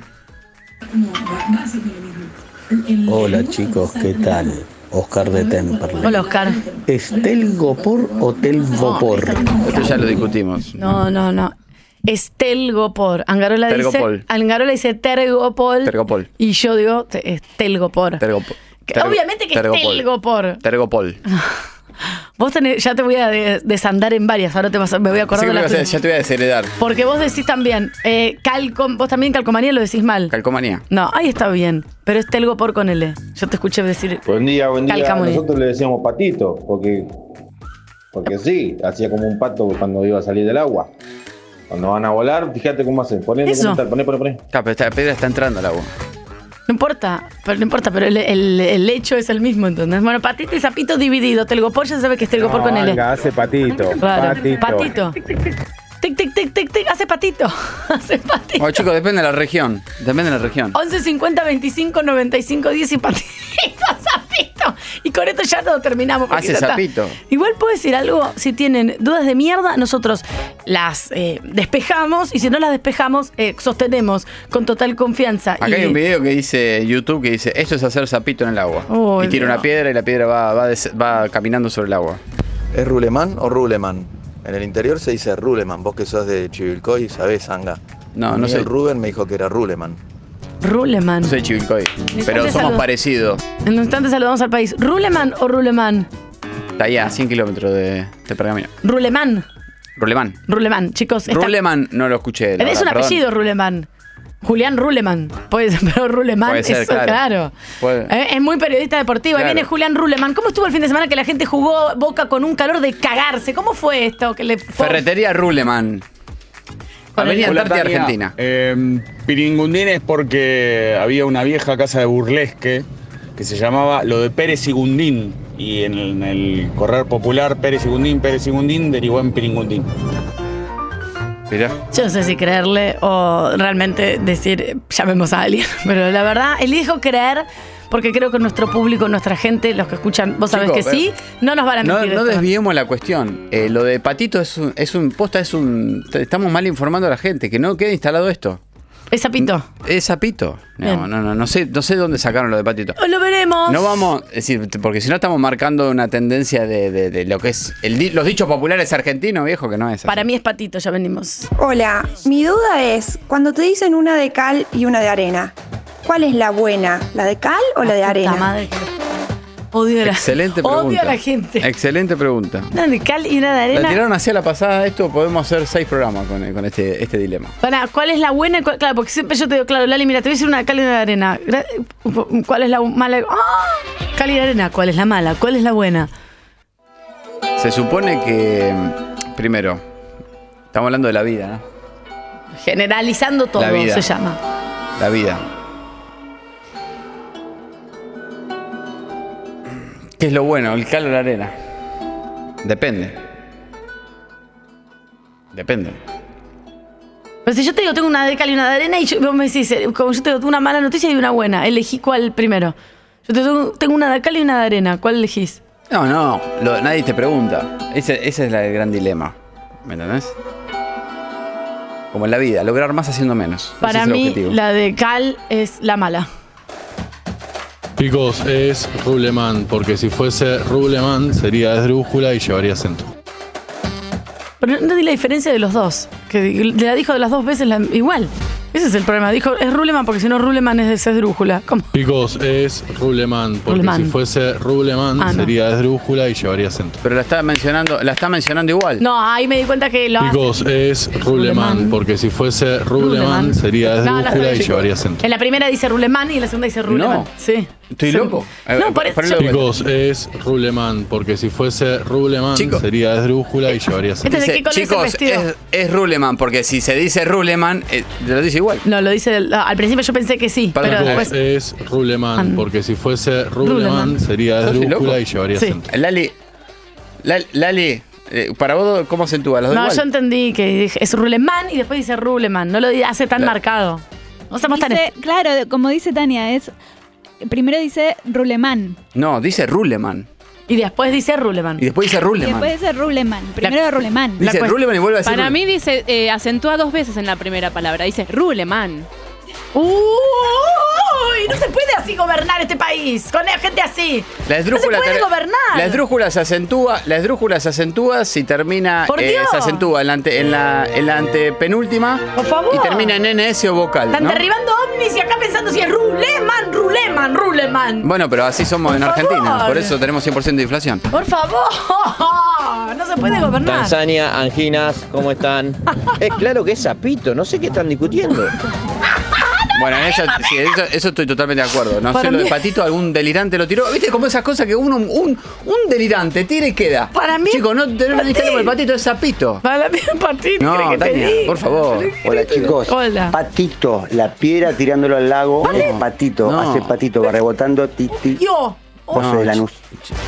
[SPEAKER 13] Hola chicos, ¿qué tal? Oscar de Temperley.
[SPEAKER 6] Hola, Oscar.
[SPEAKER 13] ¿Es Telgopor o Telvopor?
[SPEAKER 7] Esto ya lo discutimos.
[SPEAKER 6] No, no, no. Es telgopor. Angarola
[SPEAKER 7] Tergopol.
[SPEAKER 6] dice. Angarola dice tergopol.
[SPEAKER 7] Tergopol.
[SPEAKER 6] Y yo digo te- es telgopor.
[SPEAKER 7] Tergopo-
[SPEAKER 6] Que
[SPEAKER 7] tergo-
[SPEAKER 6] obviamente que es telgopor.
[SPEAKER 7] Tergopol.
[SPEAKER 6] Vos tenés- ya te voy a de- desandar en varias, ahora te vas a- me voy a
[SPEAKER 7] Así
[SPEAKER 6] acordar
[SPEAKER 7] que
[SPEAKER 6] de
[SPEAKER 7] me
[SPEAKER 6] la
[SPEAKER 7] vas a-
[SPEAKER 6] tuya.
[SPEAKER 7] ya te voy a desheredar.
[SPEAKER 6] Porque vos decís también, eh, calcom, vos también calcomanía lo decís mal.
[SPEAKER 7] Calcomanía.
[SPEAKER 6] No, ahí está bien. Pero es telgopor con L. Yo te escuché decir.
[SPEAKER 14] Buen día, buen día.
[SPEAKER 6] Calcamonía.
[SPEAKER 14] Nosotros le decíamos patito, porque, porque sí, hacía como un pato cuando iba a salir del agua. Cuando van a volar, fíjate cómo hacen. Poné,
[SPEAKER 6] Eso.
[SPEAKER 14] documental, poné, poné, poné.
[SPEAKER 7] Claro, pero esta piedra está entrando al agua.
[SPEAKER 6] No importa, pero no importa, pero el, el- el hecho es el mismo, entonces. Bueno, patito y sapito dividido. Telgopor ya sabe que es telgopor con L.
[SPEAKER 14] Venga, hace patito.
[SPEAKER 6] Claro.
[SPEAKER 14] Patito.
[SPEAKER 6] Patito. Tic, tic, tic, tic, tic. Hace patito. Hace patito.
[SPEAKER 7] Bueno, chicos, depende de la región. Depende de la región.
[SPEAKER 6] 11 50 25 95 10 [LAUGHS] y patito. sapito. Y con esto ya todo terminamos. porque
[SPEAKER 7] Hace
[SPEAKER 6] ya está.
[SPEAKER 7] sapito.
[SPEAKER 6] Igual puedo decir algo, si tienen dudas de mierda, nosotros las eh, despejamos y si no las despejamos, eh, sostenemos con total confianza.
[SPEAKER 7] Acá
[SPEAKER 6] Y-
[SPEAKER 7] hay un video que dice YouTube que dice esto es hacer sapito en el agua.
[SPEAKER 6] Oh,
[SPEAKER 7] y tira
[SPEAKER 6] no.
[SPEAKER 7] una piedra y la piedra va, va, des- va caminando sobre el agua.
[SPEAKER 15] ¿Es Ruleman o Ruleman? En el interior se dice Ruleman. Vos que sos de Chivilcoy, sabés, Anga.
[SPEAKER 7] No, no
[SPEAKER 15] Miguel
[SPEAKER 7] sé.
[SPEAKER 15] Rubén me dijo que era Ruleman.
[SPEAKER 6] Ruleman.
[SPEAKER 7] No soy Chivilcoy, pero
[SPEAKER 6] Te
[SPEAKER 7] somos
[SPEAKER 6] saludo.
[SPEAKER 7] parecidos.
[SPEAKER 6] En un instante saludamos al país. ¿Ruleman o Ruleman?
[SPEAKER 7] Está allá, a 100 kilómetros de, de Pergamino.
[SPEAKER 6] Ruleman.
[SPEAKER 7] Ruleman.
[SPEAKER 6] Ruleman, chicos. está-
[SPEAKER 7] Ruleman no lo escuché. Eh, la
[SPEAKER 6] Es un
[SPEAKER 7] verdad, perdón.
[SPEAKER 6] apellido, Ruleman. Julián Ruleman. Puede ser, pero Ruleman
[SPEAKER 7] Puede ser,
[SPEAKER 6] eso, claro.
[SPEAKER 7] claro. Puede-
[SPEAKER 6] Eh, Es muy periodista deportivo. Ahí
[SPEAKER 7] Claro.
[SPEAKER 6] viene Julián Ruleman. ¿Cómo estuvo el fin de semana que la gente jugó boca con un calor de cagarse? ¿Cómo fue esto? Que le fue-
[SPEAKER 7] Ferretería Ruleman. Avenida Antártida, Argentina.
[SPEAKER 16] Eh, Piringundín es porque había una vieja casa de burlesque que se llamaba lo de Pérez y Gundín. Y en el, en el correr popular Pérez y Gundín, Pérez y Gundín derivó en Piringundín.
[SPEAKER 7] Mirá.
[SPEAKER 6] Yo no sé si creerle o realmente decir, eh, llamemos a alguien. [LAUGHS] Pero la verdad, elijo creer porque creo que nuestro público, nuestra gente, los que escuchan, vos sabés
[SPEAKER 7] Chicos, eh,
[SPEAKER 6] que sí, no nos van a
[SPEAKER 7] No,
[SPEAKER 6] mentir.
[SPEAKER 7] no
[SPEAKER 6] esto.
[SPEAKER 7] desviemos la cuestión. Eh, lo de Patito es un, es un. Posta es un. te- Estamos mal informando a la gente. Que no quede instalado esto.
[SPEAKER 6] Es sapito.
[SPEAKER 7] Es sapito. No,
[SPEAKER 6] Bien.
[SPEAKER 7] no, no, no sé, no sé dónde sacaron lo de Patito.
[SPEAKER 6] Oh, Lo veremos.
[SPEAKER 7] No vamos, es decir, t- porque si no estamos marcando una tendencia de, de- de lo que es el di- los dichos populares argentinos, viejo, que no es. así.
[SPEAKER 6] Para mí es patito, ya venimos.
[SPEAKER 17] Hola, mi duda es, cuando te dicen una de cal y una de arena, ¿cuál es la buena? ¿La de cal o la, de arena?
[SPEAKER 6] Odio a la
[SPEAKER 7] Excelente
[SPEAKER 6] [LAUGHS] odio a
[SPEAKER 7] pregunta.
[SPEAKER 6] la gente.
[SPEAKER 7] Excelente pregunta.
[SPEAKER 6] Una de cal y una de
[SPEAKER 7] La
[SPEAKER 6] arena.
[SPEAKER 7] tiraron hacia la pasada esto, podemos hacer seis programas con, con este, este dilema.
[SPEAKER 6] Pará, ¿cuál es la buena? y cuál- claro, porque siempre yo te digo, claro, Lali, mira, te voy a decir una de cal y una de arena. Gra- ¿Cuál es la bu- mala? ¡Ah! Cal y arena, ¿cuál es la mala? ¿Cuál es la buena?
[SPEAKER 7] Se supone que, mm, primero, estamos hablando de la vida, ¿no?
[SPEAKER 6] Generalizando todo
[SPEAKER 7] La vida.
[SPEAKER 6] se llama.
[SPEAKER 7] La vida. ¿Qué es lo bueno, el calor o la arena? Depende. Depende.
[SPEAKER 6] Pero si yo te digo, tengo una de cal y una de arena, y yo- vos me decís, eh, como yo te digo, una mala noticia y una buena, elegí cuál primero. Yo te digo, tengo una de cal y una de arena, ¿cuál elegís?
[SPEAKER 7] No, no, lo- nadie te pregunta. Ese, ese es la- el gran dilema. ¿Me entendés? Como en la vida, lograr más haciendo menos. Ese
[SPEAKER 6] Para
[SPEAKER 7] es el
[SPEAKER 6] mí,
[SPEAKER 7] objetivo.
[SPEAKER 6] la de cal es la mala.
[SPEAKER 18] Chicos, es Rubleman, porque si fuese Rubleman sería esdrújula y llevaría acento.
[SPEAKER 6] Pero no di la diferencia de los dos. Que di- la dijo de las dos veces la- igual. Ese es el problema. Dijo, es Ruleman porque si no Ruleman es de Cesdrújula. ¿Cómo?
[SPEAKER 18] Chicos, es Rubleman, porque
[SPEAKER 6] Rubleman.
[SPEAKER 18] si fuese Rubleman
[SPEAKER 6] Ah, no.
[SPEAKER 18] sería esdrújula y llevaría acento.
[SPEAKER 7] Pero la está mencionando, la está mencionando igual.
[SPEAKER 6] No, ahí me di cuenta que lo hace.
[SPEAKER 18] Chicos, es Rubleman, porque si fuese Rubleman
[SPEAKER 6] Rubleman.
[SPEAKER 18] sería
[SPEAKER 6] No, no,
[SPEAKER 18] esdrújula y
[SPEAKER 6] chicos.
[SPEAKER 18] llevaría acento.
[SPEAKER 6] En la primera dice Ruleman y en la segunda dice Ruleman.
[SPEAKER 18] No.
[SPEAKER 6] Sí.
[SPEAKER 7] Estoy loco. Eh,
[SPEAKER 6] No, por eso- ponelo de vuelta.
[SPEAKER 18] Chicos, es Rubleman, porque si fuese Rubleman sería esdrújula y llevaría acento.
[SPEAKER 6] Este de qué color es el
[SPEAKER 7] Eh, Chicos,
[SPEAKER 6] vestido?
[SPEAKER 7] es, es Ruleman, porque si se dice Ruleman, eh, te lo dice igual.
[SPEAKER 6] No, lo dice. del- ah, al principio yo pensé que sí, pero
[SPEAKER 18] Chicos,
[SPEAKER 6] después.
[SPEAKER 18] es Rubleman, porque si fuese
[SPEAKER 6] Rubleman.
[SPEAKER 18] Rubleman sería
[SPEAKER 7] ¿Sos
[SPEAKER 18] esdrújula
[SPEAKER 7] loco?
[SPEAKER 18] y llevaría acento.
[SPEAKER 7] Lali, Lali, Lali, eh, para vos, ¿cómo acentúa? ¿Los dos
[SPEAKER 6] No,
[SPEAKER 7] igual?
[SPEAKER 6] yo entendí que dije, es Ruleman y después dice Ruleman. No lo di- hace tan
[SPEAKER 7] Claro.
[SPEAKER 6] marcado. No estamos tan.
[SPEAKER 19] Dice- claro, de- como dice Tania, es primero dice Ruleman
[SPEAKER 7] No, dice Ruleman.
[SPEAKER 6] Y después dice Ruleman.
[SPEAKER 7] Y después dice
[SPEAKER 19] y
[SPEAKER 7] Ruleman.
[SPEAKER 19] después dice Ruleman. Primero Ruleman.
[SPEAKER 7] Dice Ruleman y vuelve a decir
[SPEAKER 3] Para
[SPEAKER 7] Ruleman.
[SPEAKER 3] mí dice, eh, acentúa dos veces en la primera palabra. Dice Ruleman.
[SPEAKER 6] ¡Uy! No se puede así gobernar este país. Con gente así.
[SPEAKER 7] La esdrújula
[SPEAKER 6] No se puede
[SPEAKER 7] ter-
[SPEAKER 6] gobernar.
[SPEAKER 7] La esdrújula se acentúa, la esdrújula se acentúa si termina eh,
[SPEAKER 6] ¡Por Dios!
[SPEAKER 7] se acentúa en la, ante- en la, en la antepenúltima y termina en NS o vocal.
[SPEAKER 6] Están
[SPEAKER 7] ¿no?
[SPEAKER 6] derribando ovnis y acá pensando si es Ruleman, Ruleman, Ruleman.
[SPEAKER 7] Bueno, pero así somos en Argentina,
[SPEAKER 6] favor.
[SPEAKER 7] por eso tenemos 100% de inflación.
[SPEAKER 6] Por favor, [LAUGHS] no se puede gobernar.
[SPEAKER 10] Tanzania, anginas, ¿cómo están? es claro que es sapito, no sé qué están discutiendo.
[SPEAKER 7] Bueno, en eso, sí, eso, eso estoy totalmente de acuerdo. No
[SPEAKER 10] Para
[SPEAKER 7] sé, lo
[SPEAKER 10] mí-
[SPEAKER 7] de Patito, algún delirante lo tiró. ¿Viste? Como esas cosas que uno, un, un delirante tira y queda. Para mí. Chicos, no tenemos una historia por el Patito, es Zapito.
[SPEAKER 6] Para mí, Patito.
[SPEAKER 7] No,
[SPEAKER 6] ¿querés que te
[SPEAKER 7] Tania,
[SPEAKER 6] diga?
[SPEAKER 7] por favor.
[SPEAKER 20] Hola chicos,
[SPEAKER 6] Hola.
[SPEAKER 20] patito, la piedra tirándolo al lago, es patito, hace patito, va rebotando, ti, ti.
[SPEAKER 6] Yo.
[SPEAKER 20] Vos sos de Lanús.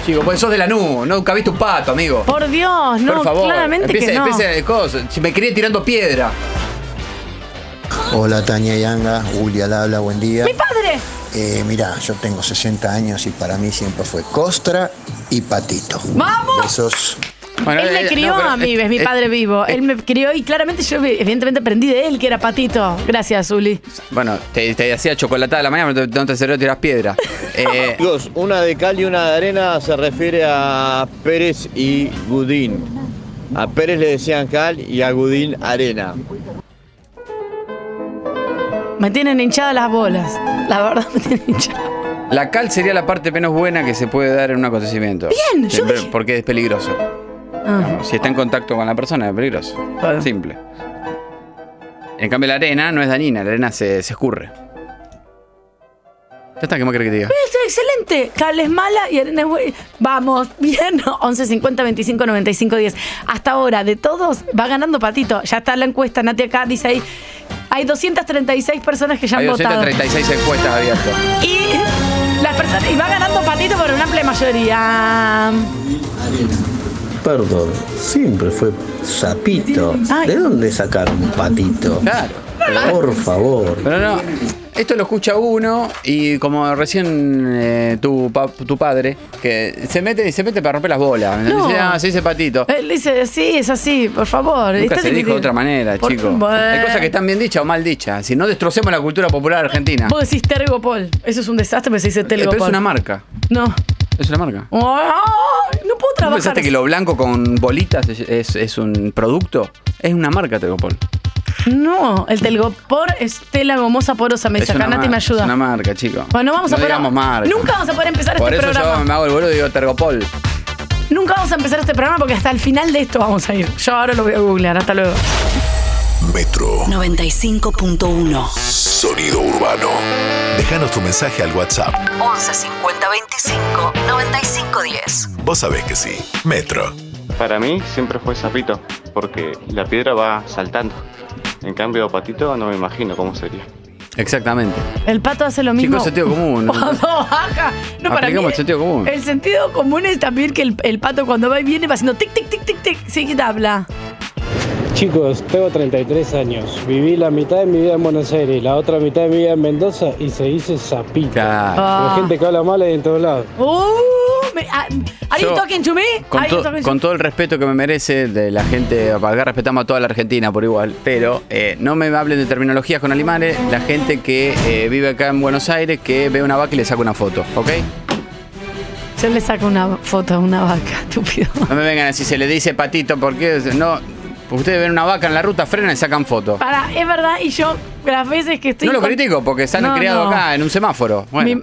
[SPEAKER 7] Chico, pues sos de la nu, nunca viste un pato, amigo.
[SPEAKER 6] Por Dios, Oh, no,
[SPEAKER 7] por favor.
[SPEAKER 6] claramente
[SPEAKER 7] empiece,
[SPEAKER 6] que no.
[SPEAKER 7] empiece el coso. Si me quería tirando piedra.
[SPEAKER 21] Hola Tania Yanga, Julia al habla, buen día.
[SPEAKER 6] ¡Mi padre!
[SPEAKER 21] Eh, mirá, yo tengo 60 años y para mí siempre fue costra y patito.
[SPEAKER 6] ¡Vamos!
[SPEAKER 21] Besos.
[SPEAKER 7] eh,
[SPEAKER 6] él me crió
[SPEAKER 21] no, pero
[SPEAKER 6] a mí,
[SPEAKER 21] es-
[SPEAKER 6] es mi
[SPEAKER 21] es-
[SPEAKER 6] padre vivo. él me crió y claramente yo, evidentemente, aprendí de él que era patito. Gracias, Uli.
[SPEAKER 7] Bueno, te, te hacía chocolatada a la mañana, pero no te- no te sirvió tirar
[SPEAKER 6] [LAUGHS]
[SPEAKER 7] piedra. Eh,
[SPEAKER 10] Chicos, una de cal y una de arena se refiere a Pérez y Gudín. A Pérez le decían cal y a Gudín arena.
[SPEAKER 6] Me tienen hinchadas las bolas. La verdad me tienen hinchadas.
[SPEAKER 7] La cal sería la parte menos buena que se puede dar en un acontecimiento.
[SPEAKER 6] Bien, yo
[SPEAKER 7] Siempre-
[SPEAKER 6] dije-
[SPEAKER 7] Porque es peligroso.
[SPEAKER 6] Ah.
[SPEAKER 7] Si está en contacto con la persona, es peligroso. Simple. En cambio, la arena no es dañina, la arena se, se escurre. Ya está, ¿qué más crees que te diga?
[SPEAKER 6] Esto es excelente. Cal es mala y arena es buena. Vamos, [LAUGHS] bien. 11 50 25 95 10. Hasta ahora, de todos, va ganando Patito. Ya está la encuesta. Nati acá dice ahí. Hay 236 personas que ya han
[SPEAKER 7] Hay
[SPEAKER 6] votado.
[SPEAKER 7] 236 encuestas abiertas.
[SPEAKER 6] Y las personas. Y va ganando Patito por una amplia mayoría.
[SPEAKER 13] Perdón, siempre fue sapito. ¿De dónde sacaron un patito? Por favor.
[SPEAKER 7] Pero no, esto lo escucha uno y como recién eh, tu, pa- tu padre, que se mete, se mete para romper las bolas.
[SPEAKER 6] No.
[SPEAKER 7] Dice, ah, se dice patito.
[SPEAKER 6] Él dice, sí, es así, por favor.
[SPEAKER 7] Nunca
[SPEAKER 6] Está
[SPEAKER 7] se dijo
[SPEAKER 6] difícil.
[SPEAKER 7] de otra manera,
[SPEAKER 6] Por-
[SPEAKER 7] chicos.
[SPEAKER 6] Bueno.
[SPEAKER 7] Hay cosas que están bien dichas o mal dichas. Si no destrocemos la cultura popular argentina.
[SPEAKER 6] Vos decís Tergopol. Eso es un desastre, pero se dice
[SPEAKER 7] Eh,
[SPEAKER 6] Tergopol.
[SPEAKER 7] Pero es una marca.
[SPEAKER 6] No.
[SPEAKER 7] Es una marca.
[SPEAKER 6] Ay, no puedo
[SPEAKER 7] ¿Tú
[SPEAKER 6] trabajar.
[SPEAKER 7] pensaste que lo blanco con bolitas es, es- es un producto? Es una marca Tegopol.
[SPEAKER 6] No, el telgopor es tela gomosa porosa. Me
[SPEAKER 7] Es
[SPEAKER 6] dice
[SPEAKER 7] una
[SPEAKER 6] acá, Nati
[SPEAKER 7] mar-
[SPEAKER 6] me
[SPEAKER 7] Es
[SPEAKER 6] ayuda.
[SPEAKER 7] una marca, chicos.
[SPEAKER 6] Bueno, vamos a
[SPEAKER 7] no
[SPEAKER 6] poner-
[SPEAKER 7] digamos marca.
[SPEAKER 6] Nunca vamos a poder empezar
[SPEAKER 7] Por
[SPEAKER 6] este
[SPEAKER 7] eso
[SPEAKER 6] programa.
[SPEAKER 7] yo me hago el boludo y digo Tergopol.
[SPEAKER 6] Nunca vamos a empezar este programa porque hasta el final de esto vamos a ir. Yo ahora lo voy a googlear. Hasta luego.
[SPEAKER 5] Metro
[SPEAKER 1] 95.1
[SPEAKER 5] Sonido Urbano. Déjanos tu mensaje al WhatsApp.
[SPEAKER 2] 11 50 25 95 10.
[SPEAKER 5] Vos sabés que sí. Metro.
[SPEAKER 4] Para mí siempre fue sapito, porque la piedra va saltando. En cambio, patito no me imagino cómo sería.
[SPEAKER 7] Exactamente.
[SPEAKER 6] El pato hace lo mismo.
[SPEAKER 7] Chicos, sentido
[SPEAKER 6] [LAUGHS]
[SPEAKER 7] común.
[SPEAKER 6] Cuando baja. No, para mí.
[SPEAKER 7] Aplicamos el sentido común.
[SPEAKER 6] El sentido común es también que el, el pato cuando va y viene va haciendo tic, tic, tic, tic, tic. Sí, que te habla.
[SPEAKER 22] Chicos, tengo 33 años. Viví la mitad de mi vida en Buenos Aires, la otra mitad de mi vida en Mendoza y se dice zapito.
[SPEAKER 6] Ah.
[SPEAKER 22] La gente que habla mal es en todos lados.
[SPEAKER 6] Uh, me- ah, ¿Are you
[SPEAKER 7] Yo-
[SPEAKER 6] talking to me?
[SPEAKER 7] Con,
[SPEAKER 6] Are you
[SPEAKER 7] to-
[SPEAKER 6] talking to-
[SPEAKER 7] con todo el respeto que me merece de la gente, acá respetamos a toda la Argentina por igual, pero eh, no me hablen de terminologías con animales, la gente que eh, vive acá en Buenos Aires, que ve una vaca y le saca una foto, ¿ok?
[SPEAKER 6] Yo le saco una foto a una vaca, [LAUGHS] estúpido.
[SPEAKER 7] No me vengan así, se le dice patito, porque no, pues ustedes ven una vaca en la ruta, frenan y sacan foto.
[SPEAKER 6] Para, es verdad, y yo las veces que estoy.
[SPEAKER 7] No lo
[SPEAKER 6] con-
[SPEAKER 7] critico porque se han
[SPEAKER 6] No,
[SPEAKER 7] criado
[SPEAKER 6] no.
[SPEAKER 7] acá en un semáforo.
[SPEAKER 6] [LAUGHS]
[SPEAKER 7] Bueno,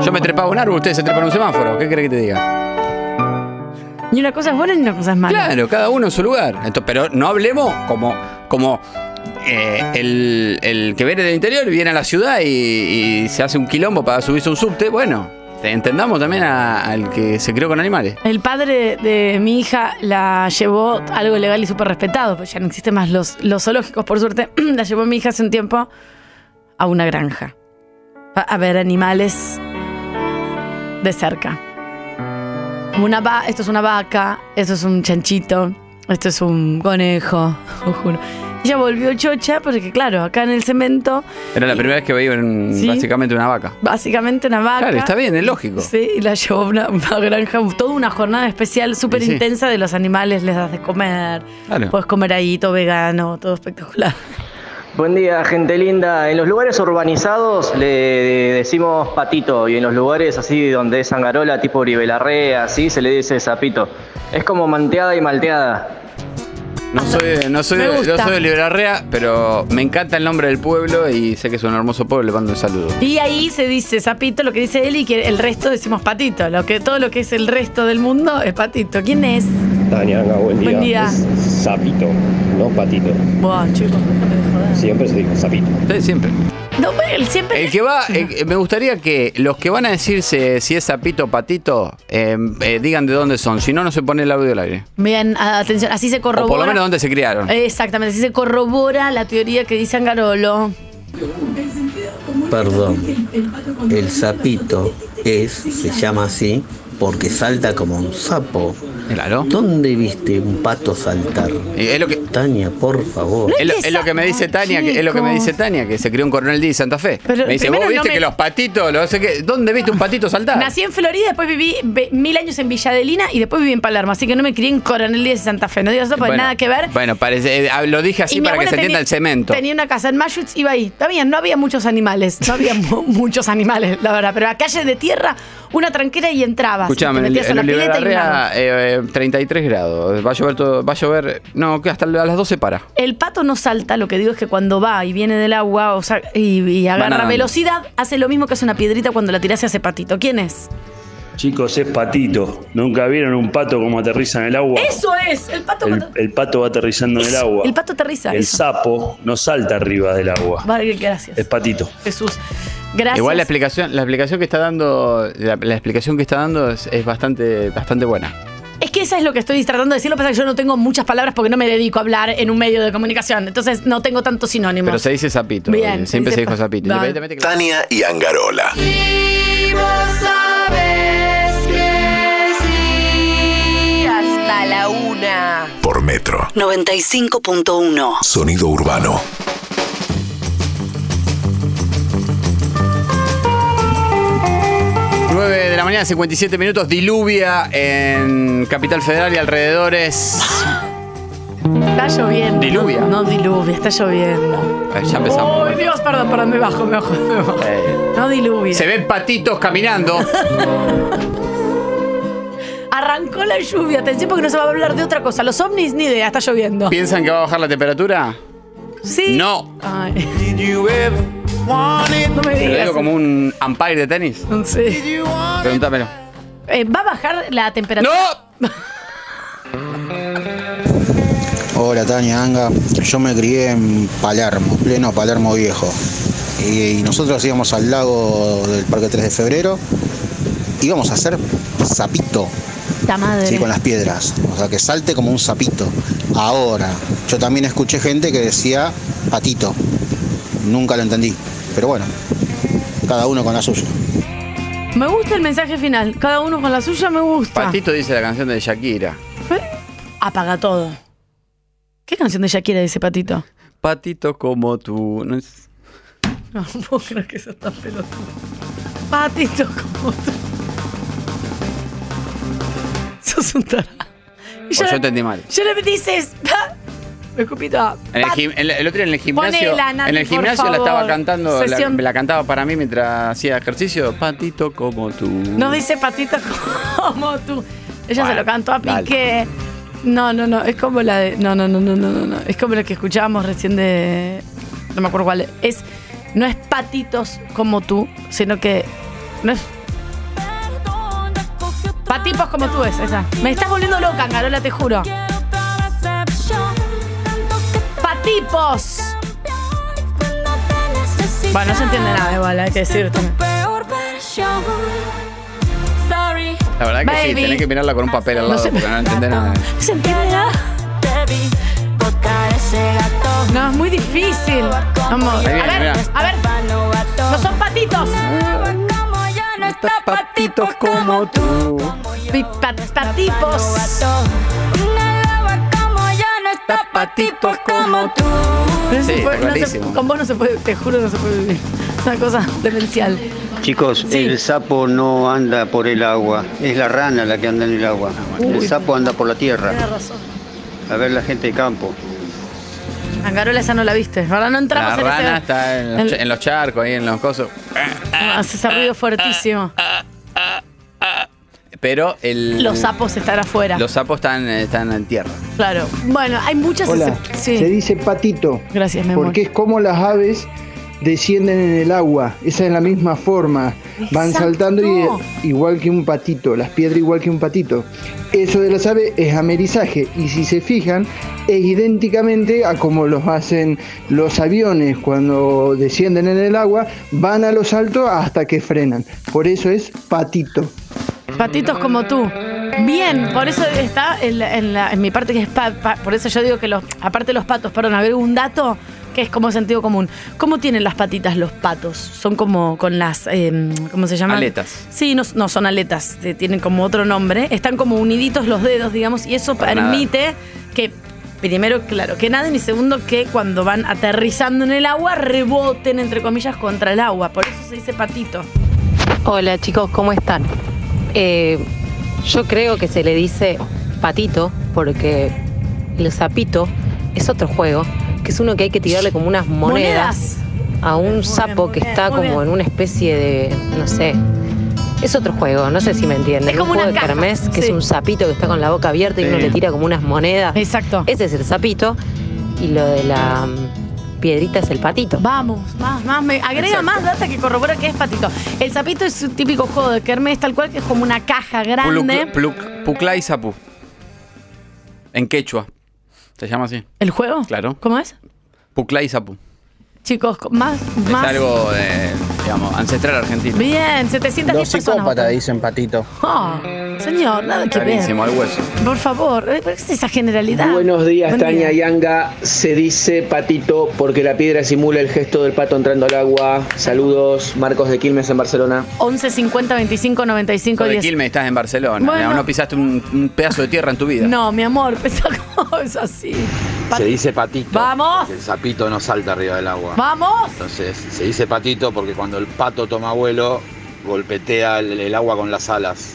[SPEAKER 7] yo me trepaba a un árbol, ustedes se trepan a un semáforo. ¿Qué crees que te diga?
[SPEAKER 6] Ni una cosa es buena ni una cosa es mala.
[SPEAKER 7] Claro, cada uno en su lugar. Entonces, pero no hablemos como, como eh, el, el que viene del interior y viene a la ciudad y, y se hace un quilombo para subirse a un subte. Bueno, te- entendamos también a- al que se crió con animales.
[SPEAKER 6] El padre de, de mi hija la llevó algo legal y súper respetado, pues ya no existen más los, los zoológicos, por suerte. [CLEARS THROAT] la llevó mi hija hace un tiempo a una granja. A, a ver animales de cerca. Una va- esto es una vaca, esto es un chanchito, esto es un conejo, [LAUGHS] os juro. Ella volvió chocha porque, claro, acá en el cemento,
[SPEAKER 7] Era la primera vez que veía un-
[SPEAKER 6] Sí.
[SPEAKER 7] básicamente una vaca.
[SPEAKER 6] básicamente una vaca.
[SPEAKER 7] Claro, está bien, es lógico.
[SPEAKER 6] Sí, y la llevó a una, [LAUGHS] una granja, toda una jornada especial súper
[SPEAKER 7] Y sí.
[SPEAKER 6] intensa de los animales, les das de comer.
[SPEAKER 7] Claro.
[SPEAKER 6] Puedes comer ahí, todo vegano, todo espectacular.
[SPEAKER 23] Buen día, gente linda. En los lugares urbanizados le decimos patito y en los lugares así donde es angarola, tipo Uribelarrea, así se le dice sapito. Es como manteada y malteada.
[SPEAKER 7] No soy, no soy,
[SPEAKER 23] Me
[SPEAKER 7] no
[SPEAKER 23] gusta.
[SPEAKER 7] soy de Librarrea, pero me encanta el nombre del pueblo y sé que es un hermoso pueblo. Le mando un saludo.
[SPEAKER 6] Y ahí se dice sapito lo que dice él y que el resto decimos patito. Lo que, todo lo que es el resto del mundo es patito. ¿Quién es?
[SPEAKER 24] Tania, Anga, buen día.
[SPEAKER 6] Buen día.
[SPEAKER 24] Es sapito, no patito.
[SPEAKER 6] Buah, chicos, déjame de joder.
[SPEAKER 24] Siempre se dijo sapito.
[SPEAKER 7] Sí, siempre.
[SPEAKER 6] No, pero él siempre.
[SPEAKER 7] El que va, eh, me gustaría que los que van a decirse si es sapito o patito, eh, eh, digan de dónde son. Si no, no se pone el audio al aire.
[SPEAKER 6] Vean, a- atención, así se
[SPEAKER 7] O
[SPEAKER 6] corrobora.
[SPEAKER 7] por lo menos dónde se criaron.
[SPEAKER 6] Eh, Exactamente, así se corrobora la teoría que dice Angarolo.
[SPEAKER 13] Perdón. El sapito es, se llama así, porque salta como un sapo.
[SPEAKER 7] Claro.
[SPEAKER 13] ¿Dónde viste un pato saltar?
[SPEAKER 7] Y es lo que,
[SPEAKER 25] Tania, por favor.
[SPEAKER 7] Es lo, es lo que me dice Tania, que, es lo que me dice Tania, que se crió un coronel D de Santa Fe.
[SPEAKER 6] Pero
[SPEAKER 7] me dice, vos
[SPEAKER 6] primero no
[SPEAKER 7] viste
[SPEAKER 6] me-
[SPEAKER 7] que los patitos, los, sé qué- ¿dónde viste un patito saltar?
[SPEAKER 6] Nací en Florida, después viví ve- mil años en Villadelina y después viví en Palermo. Así que no me crié en Coronel Díaz de Santa Fe. No digo eso porque
[SPEAKER 7] Bueno,
[SPEAKER 6] pues, nada que ver.
[SPEAKER 7] Bueno, parece, eh, ah, lo dije así
[SPEAKER 6] Y mi
[SPEAKER 7] para que
[SPEAKER 6] abuela
[SPEAKER 7] se entienda
[SPEAKER 6] tenía-
[SPEAKER 7] el cemento.
[SPEAKER 6] Tenía una casa en Mayutz, iba ahí. Está bien, no había muchos animales. No había mu- [LAUGHS] muchos animales, la verdad. Pero a calle de tierra, una tranquera y entrabas.
[SPEAKER 7] Escuchame,
[SPEAKER 6] Te
[SPEAKER 7] el,
[SPEAKER 6] metías a
[SPEAKER 7] el
[SPEAKER 6] una
[SPEAKER 7] Oliver
[SPEAKER 6] pileta y nada.
[SPEAKER 7] Arrea, eh, eh, 33 grados. Va a llover todo, va a llover. No, que hasta a las 12 para.
[SPEAKER 6] El pato no salta, lo que digo es que cuando va y viene del agua o sea, y, y agarra
[SPEAKER 26] nadando.
[SPEAKER 6] velocidad, hace lo mismo que hace una piedrita cuando la tirás y hace patito. ¿Quién es?
[SPEAKER 26] Chicos, es patito. ¿Nunca vieron un pato como aterriza en el agua?
[SPEAKER 6] Eso es, el pato
[SPEAKER 26] El,
[SPEAKER 6] cuando-
[SPEAKER 26] el pato va aterrizando en el agua.
[SPEAKER 6] El pato aterriza.
[SPEAKER 26] El
[SPEAKER 6] eso.
[SPEAKER 26] sapo no salta arriba del agua.
[SPEAKER 6] Vale, gracias.
[SPEAKER 26] Es patito.
[SPEAKER 6] Jesús. Gracias.
[SPEAKER 7] Igual la explicación, la explicación que está dando, la, la explicación que está dando es, es bastante, bastante buena.
[SPEAKER 6] Es que esa es lo que estoy tratando de decir. Lo que pasa es que yo no tengo muchas palabras porque no me dedico a hablar en un medio de comunicación. Entonces no tengo tantos sinónimos.
[SPEAKER 7] Pero se dice sapito.
[SPEAKER 6] Bien,
[SPEAKER 7] eh, siempre
[SPEAKER 6] se
[SPEAKER 7] se,
[SPEAKER 6] dice
[SPEAKER 7] dijo
[SPEAKER 6] pa-
[SPEAKER 7] sapito.
[SPEAKER 6] Va.
[SPEAKER 7] Independientemente que-
[SPEAKER 14] Tania y Angarola.
[SPEAKER 27] Y vos sabés que sí.
[SPEAKER 28] Hasta la una.
[SPEAKER 14] Por metro.
[SPEAKER 28] 95.1.
[SPEAKER 14] Sonido urbano.
[SPEAKER 7] Nueve 9 de la mañana, 57 minutos, diluvia en Capital Federal y alrededores.
[SPEAKER 6] Está lloviendo.
[SPEAKER 7] Diluvia.
[SPEAKER 6] No diluvia, está lloviendo.
[SPEAKER 7] Eh, ya empezamos.
[SPEAKER 6] Ay, Dios, perdón, perdón, me bajo, me bajo, me bajo.
[SPEAKER 7] Eh,
[SPEAKER 6] No diluvia.
[SPEAKER 7] se ven patitos
[SPEAKER 6] [LAUGHS]
[SPEAKER 7] caminando.
[SPEAKER 6] Arrancó la lluvia, atención porque no se va a hablar de otra cosa. Los ovnis ni idea, está lloviendo.
[SPEAKER 7] ¿Piensan que va a bajar la temperatura?
[SPEAKER 6] Sí.
[SPEAKER 7] No.
[SPEAKER 6] Ay. No me
[SPEAKER 7] Te lo
[SPEAKER 6] digas.
[SPEAKER 7] digo como un umpire de tenis.
[SPEAKER 6] Sí.
[SPEAKER 7] Pregúntamelo.
[SPEAKER 6] Eh, ¿Va a bajar la temperatura? ¡No!
[SPEAKER 9] Hola Tania Anga, yo me crié en Palermo, pleno Palermo Viejo. Y, nosotros íbamos al lago del Parque 3 de Febrero, íbamos a hacer sapito,
[SPEAKER 6] La madre.
[SPEAKER 9] ¿sí? con las piedras, o sea que salte como un sapito. Ahora, yo también escuché gente que decía patito, nunca lo entendí, pero bueno, cada uno con la suya.
[SPEAKER 6] Me gusta el mensaje final. Cada uno con la suya me gusta.
[SPEAKER 7] Patito dice la canción de Shakira.
[SPEAKER 6] Apaga todo. ¿Qué canción de Shakira dice Patito?
[SPEAKER 7] Patito como tú. No es-
[SPEAKER 6] [LAUGHS] No, no puedo creer que eso está pelotudo. Patito, como tú. Sos un tarado.
[SPEAKER 7] O yo entendí mal.
[SPEAKER 6] Yo le dices. [LAUGHS] pa- Me escupito.
[SPEAKER 7] En el, gim- en la- el otro día en el gimnasio,
[SPEAKER 6] Ponela, Nati,
[SPEAKER 7] en el
[SPEAKER 6] por
[SPEAKER 7] gimnasio la estaba
[SPEAKER 6] favor.
[SPEAKER 7] cantando, la,
[SPEAKER 6] Sesión.
[SPEAKER 7] la cantaba para mí mientras hacía ejercicio. Patito como tú.
[SPEAKER 6] No dice patito como tú. Ella se
[SPEAKER 7] Bueno,
[SPEAKER 6] lo cantó a
[SPEAKER 7] dale.
[SPEAKER 6] Piqué. No, no, no. Es como la de. No, no, no, no, no, no, no. Es como la que escuchábamos recién de. No me acuerdo cuál. es. Es. No es patitos como tú, sino que. No es. Patipos como tú es, esa. Me estás volviendo loca, Carola, te juro. Patipos. Bueno, no se entiende nada igual, hay que decir también.
[SPEAKER 7] La verdad que sí,
[SPEAKER 6] Baby.
[SPEAKER 7] tenés que mirarla con un papel al
[SPEAKER 6] No
[SPEAKER 7] lado
[SPEAKER 6] se-
[SPEAKER 7] porque no entendés nada.
[SPEAKER 6] No se entiende nada. No, es muy difícil. Vamos. A
[SPEAKER 7] Ahí viene,
[SPEAKER 6] ver,
[SPEAKER 7] mirá.
[SPEAKER 6] a ver. No son patitos.
[SPEAKER 7] Patitos como tú.
[SPEAKER 6] Pi- pa- Patipos.
[SPEAKER 7] Patitos como tú.
[SPEAKER 6] No
[SPEAKER 7] Sí,
[SPEAKER 6] se
[SPEAKER 7] está
[SPEAKER 6] puede- no se-
[SPEAKER 7] clarísimo.
[SPEAKER 6] con vos no se puede, te juro, no se puede vivir. Es una cosa demencial.
[SPEAKER 24] Chicos, el sapo no anda por el agua, es la rana la que anda en el agua.
[SPEAKER 6] bueno.
[SPEAKER 24] El sapo anda por la
[SPEAKER 6] Tienes
[SPEAKER 24] tierra.
[SPEAKER 6] razón.
[SPEAKER 24] A ver la gente de campo.
[SPEAKER 6] A Carola esa no la viste, ¿verdad? No entramos
[SPEAKER 7] La
[SPEAKER 6] en ese.
[SPEAKER 7] rana está en los,
[SPEAKER 6] en-
[SPEAKER 7] en los charcos, ahí en los cosos.
[SPEAKER 6] Hace ese ruido fuertísimo.
[SPEAKER 7] Pero el.
[SPEAKER 6] Los sapos están afuera.
[SPEAKER 7] Los sapos están, están en tierra.
[SPEAKER 6] Claro. Bueno, hay muchas
[SPEAKER 21] Hola,
[SPEAKER 6] excep-
[SPEAKER 21] se
[SPEAKER 6] Sí.
[SPEAKER 21] dice patito.
[SPEAKER 6] Gracias, mi amor.
[SPEAKER 21] Porque es como las aves descienden en el agua. Esa es la misma forma. Van
[SPEAKER 6] Exacto.
[SPEAKER 21] saltando y, igual que un patito. Las piedras igual que un patito. Eso de las aves es amerizaje. Y si se fijan, es idénticamente a como los hacen los aviones cuando descienden en el agua. Van a los saltos hasta que frenan. Por eso es patito.
[SPEAKER 6] Patitos como tú. Bien, por eso está en, la- en la- en mi parte que es pa- pa- por eso yo digo que los aparte de los patos, perdón, agrego un dato que es como sentido común. ¿Cómo tienen las patitas los patos? Son como con las em, ¿cómo se llaman?
[SPEAKER 7] Aletas.
[SPEAKER 6] Sí, no, no son aletas, eh, tienen como otro nombre. Están como uniditos los dedos, digamos, y eso
[SPEAKER 7] Para
[SPEAKER 6] permite que primero, claro, que naden y segundo, que cuando van aterrizando en el agua reboten, entre comillas, contra el agua. Por eso se dice patito.
[SPEAKER 14] Hola chicos, ¿cómo están? Eh, yo creo que se le dice patito porque el sapito es otro juego, que es uno que hay que tirarle como unas monedas, a un sapo que está
[SPEAKER 6] muy
[SPEAKER 14] como
[SPEAKER 6] bien.
[SPEAKER 14] en una especie de, no sé, es otro juego, no sé si me entienden.
[SPEAKER 6] Es como
[SPEAKER 14] un
[SPEAKER 6] una
[SPEAKER 14] juego de
[SPEAKER 6] caja,
[SPEAKER 14] kermés que
[SPEAKER 6] sí.
[SPEAKER 14] es un sapito que está con la boca abierta y
[SPEAKER 6] Sí.
[SPEAKER 14] uno le tira como unas monedas.
[SPEAKER 6] Exacto.
[SPEAKER 14] Ese es el sapito y lo de la mm, piedrita es el patito.
[SPEAKER 6] Vamos. Más, más, me agrega
[SPEAKER 14] Exacto.
[SPEAKER 6] más data que corrobora que es patito. El sapito es un típico juego de Kermés, tal cual, que es como una caja grande.
[SPEAKER 7] Pluk, pluk, pucla y sapú. En quechua. Se llama así.
[SPEAKER 6] ¿El juego?
[SPEAKER 7] Claro.
[SPEAKER 6] ¿Cómo es?
[SPEAKER 7] Pucla y sapú.
[SPEAKER 6] Chicos, co- más, más.
[SPEAKER 7] Es algo, de, digamos, ancestral argentino.
[SPEAKER 6] Bien, 710
[SPEAKER 7] Los
[SPEAKER 6] personas.
[SPEAKER 7] psicópatas
[SPEAKER 9] dicen patito.
[SPEAKER 6] Ah, señor, nada que ver.
[SPEAKER 7] Clarísimo, al hueso.
[SPEAKER 6] Por favor, eh, ¿por qué es esa generalidad?
[SPEAKER 15] Buenos días,
[SPEAKER 6] Buen
[SPEAKER 15] Tania
[SPEAKER 6] día.
[SPEAKER 15] Yanga. Se dice patito porque la piedra simula el gesto del pato entrando al agua. Saludos, Marcos de Quilmes en Barcelona.
[SPEAKER 6] 11 50 25 95
[SPEAKER 7] Lo de
[SPEAKER 6] 10.
[SPEAKER 7] Quilmes estás en Barcelona.
[SPEAKER 6] Bueno.
[SPEAKER 7] No, no pisaste un, un pedazo de tierra en tu vida.
[SPEAKER 6] No, mi amor, [LAUGHS] pensá cómo es así.
[SPEAKER 16] Se dice patito.
[SPEAKER 6] Vamos.
[SPEAKER 16] porque El sapito no salta arriba del agua.
[SPEAKER 6] ¡Vamos!
[SPEAKER 16] Entonces, se dice patito porque cuando el pato toma vuelo, golpetea el, el agua con las alas.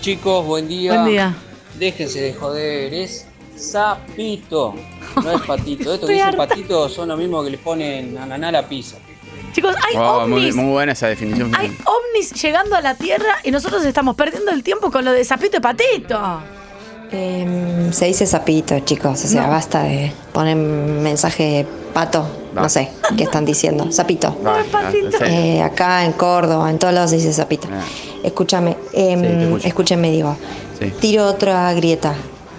[SPEAKER 17] Chicos, buen día.
[SPEAKER 6] Buen día.
[SPEAKER 17] Déjense de joder, es sapito, no es
[SPEAKER 6] [LAUGHS]
[SPEAKER 17] patito. Esto
[SPEAKER 6] Estoy
[SPEAKER 17] que dicen
[SPEAKER 6] harta.
[SPEAKER 17] patito son lo mismo que le ponen ananá a la pizza.
[SPEAKER 6] Chicos, hay
[SPEAKER 7] Oh, muy,
[SPEAKER 6] ovnis.
[SPEAKER 7] muy buena esa definición.
[SPEAKER 6] Hay ovnis llegando a la Tierra y nosotros estamos perdiendo el tiempo con lo de sapito y patito.
[SPEAKER 29] Em, se dice sapito, chicos. O sea, basta de poner mensaje pato. No, sé qué están diciendo. Sapito.
[SPEAKER 6] Ah,
[SPEAKER 29] Eh, acá en Córdoba, en todos lados se dice sapito. Escúchame, em,
[SPEAKER 30] Ah. Sí, te escucho.
[SPEAKER 29] escúchenme, digo.
[SPEAKER 30] Sí.
[SPEAKER 29] Tiro otra grieta.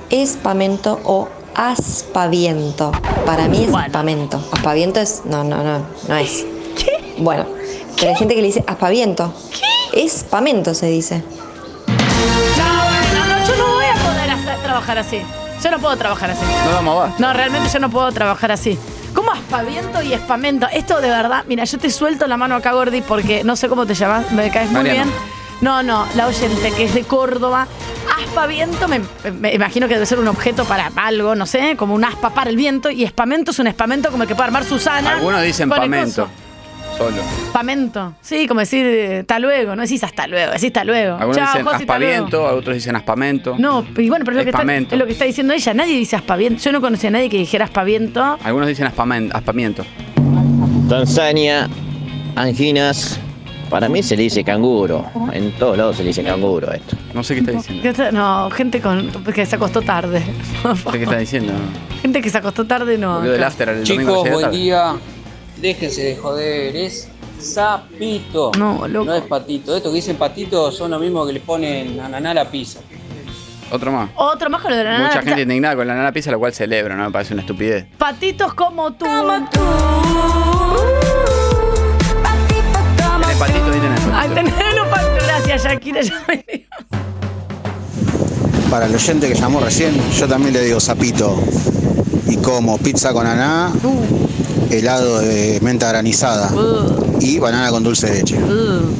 [SPEAKER 29] ¿Espamento o aspaviento? Para mí es espamento. Aspaviento es. No, no, no, no es. Bueno, pero hay gente que le dice aspaviento. Espamento se dice.
[SPEAKER 6] No, no, yo no voy a poder hacer- trabajar así. Yo no puedo trabajar así.
[SPEAKER 7] No vamos basta.
[SPEAKER 6] No, realmente yo no puedo trabajar así. ¿Cómo aspaviento y espamento? Esto de verdad, mira, yo te suelto la mano acá, Gordi, porque no sé cómo te llamas, me caes muy
[SPEAKER 7] Mariano.
[SPEAKER 6] bien. No, no, la oyente que es de Córdoba. Aspaviento, me, me imagino que debe ser un objeto para algo, no sé, como un aspa para el viento. Y espamento es un espamento como el que puede armar Susana.
[SPEAKER 7] Algunos dicen
[SPEAKER 6] con el
[SPEAKER 7] pamento.
[SPEAKER 6] coso.
[SPEAKER 7] Solo.
[SPEAKER 6] Pamento. Sí, como decir, eh, hasta luego. No decís hasta luego, decís hasta luego.
[SPEAKER 7] Algunos
[SPEAKER 6] Chao,
[SPEAKER 7] dicen
[SPEAKER 6] José, hasta luego.
[SPEAKER 7] aspaviento, otros dicen aspamento.
[SPEAKER 6] No, y bueno, pero es lo, que está,
[SPEAKER 7] Espamento.
[SPEAKER 6] es lo que está diciendo ella. Nadie dice aspaviento. Yo no conocía a nadie que dijera aspaviento.
[SPEAKER 7] Algunos dicen aspamen- aspamiento.
[SPEAKER 10] Tanzania, anginas. Para mí se le dice canguro. En todos lados se le dice canguro a esto.
[SPEAKER 7] No sé qué está diciendo.
[SPEAKER 6] Que está- No, gente con, que se acostó tarde. [LAUGHS]
[SPEAKER 7] No sé qué está diciendo.
[SPEAKER 6] gente que se acostó tarde no.
[SPEAKER 7] Volvió del after el domingo,
[SPEAKER 17] Chicos,
[SPEAKER 7] llega
[SPEAKER 17] buen
[SPEAKER 7] tarde.
[SPEAKER 17] día. Déjense de joder, es sapito,
[SPEAKER 6] no,
[SPEAKER 17] es patito. Esto que dicen patito son lo mismo que le ponen ananá a la pizza.
[SPEAKER 7] Otro más.
[SPEAKER 6] Otro más con lo de la nana.
[SPEAKER 7] Mucha gente
[SPEAKER 6] O sea,
[SPEAKER 7] indignada con la nana pizza, lo cual celebro, ¿no? Me parece una estupidez.
[SPEAKER 6] Patitos como tú.
[SPEAKER 7] Tenés patito, ahí tenés.
[SPEAKER 6] Ay, tenés los patitos. Gracias, Shakira. ya me-
[SPEAKER 9] Para el oyente que llamó recién, yo también le digo sapito. Y como pizza con aná, helado de menta granizada y banana con dulce de leche.
[SPEAKER 7] Bueno,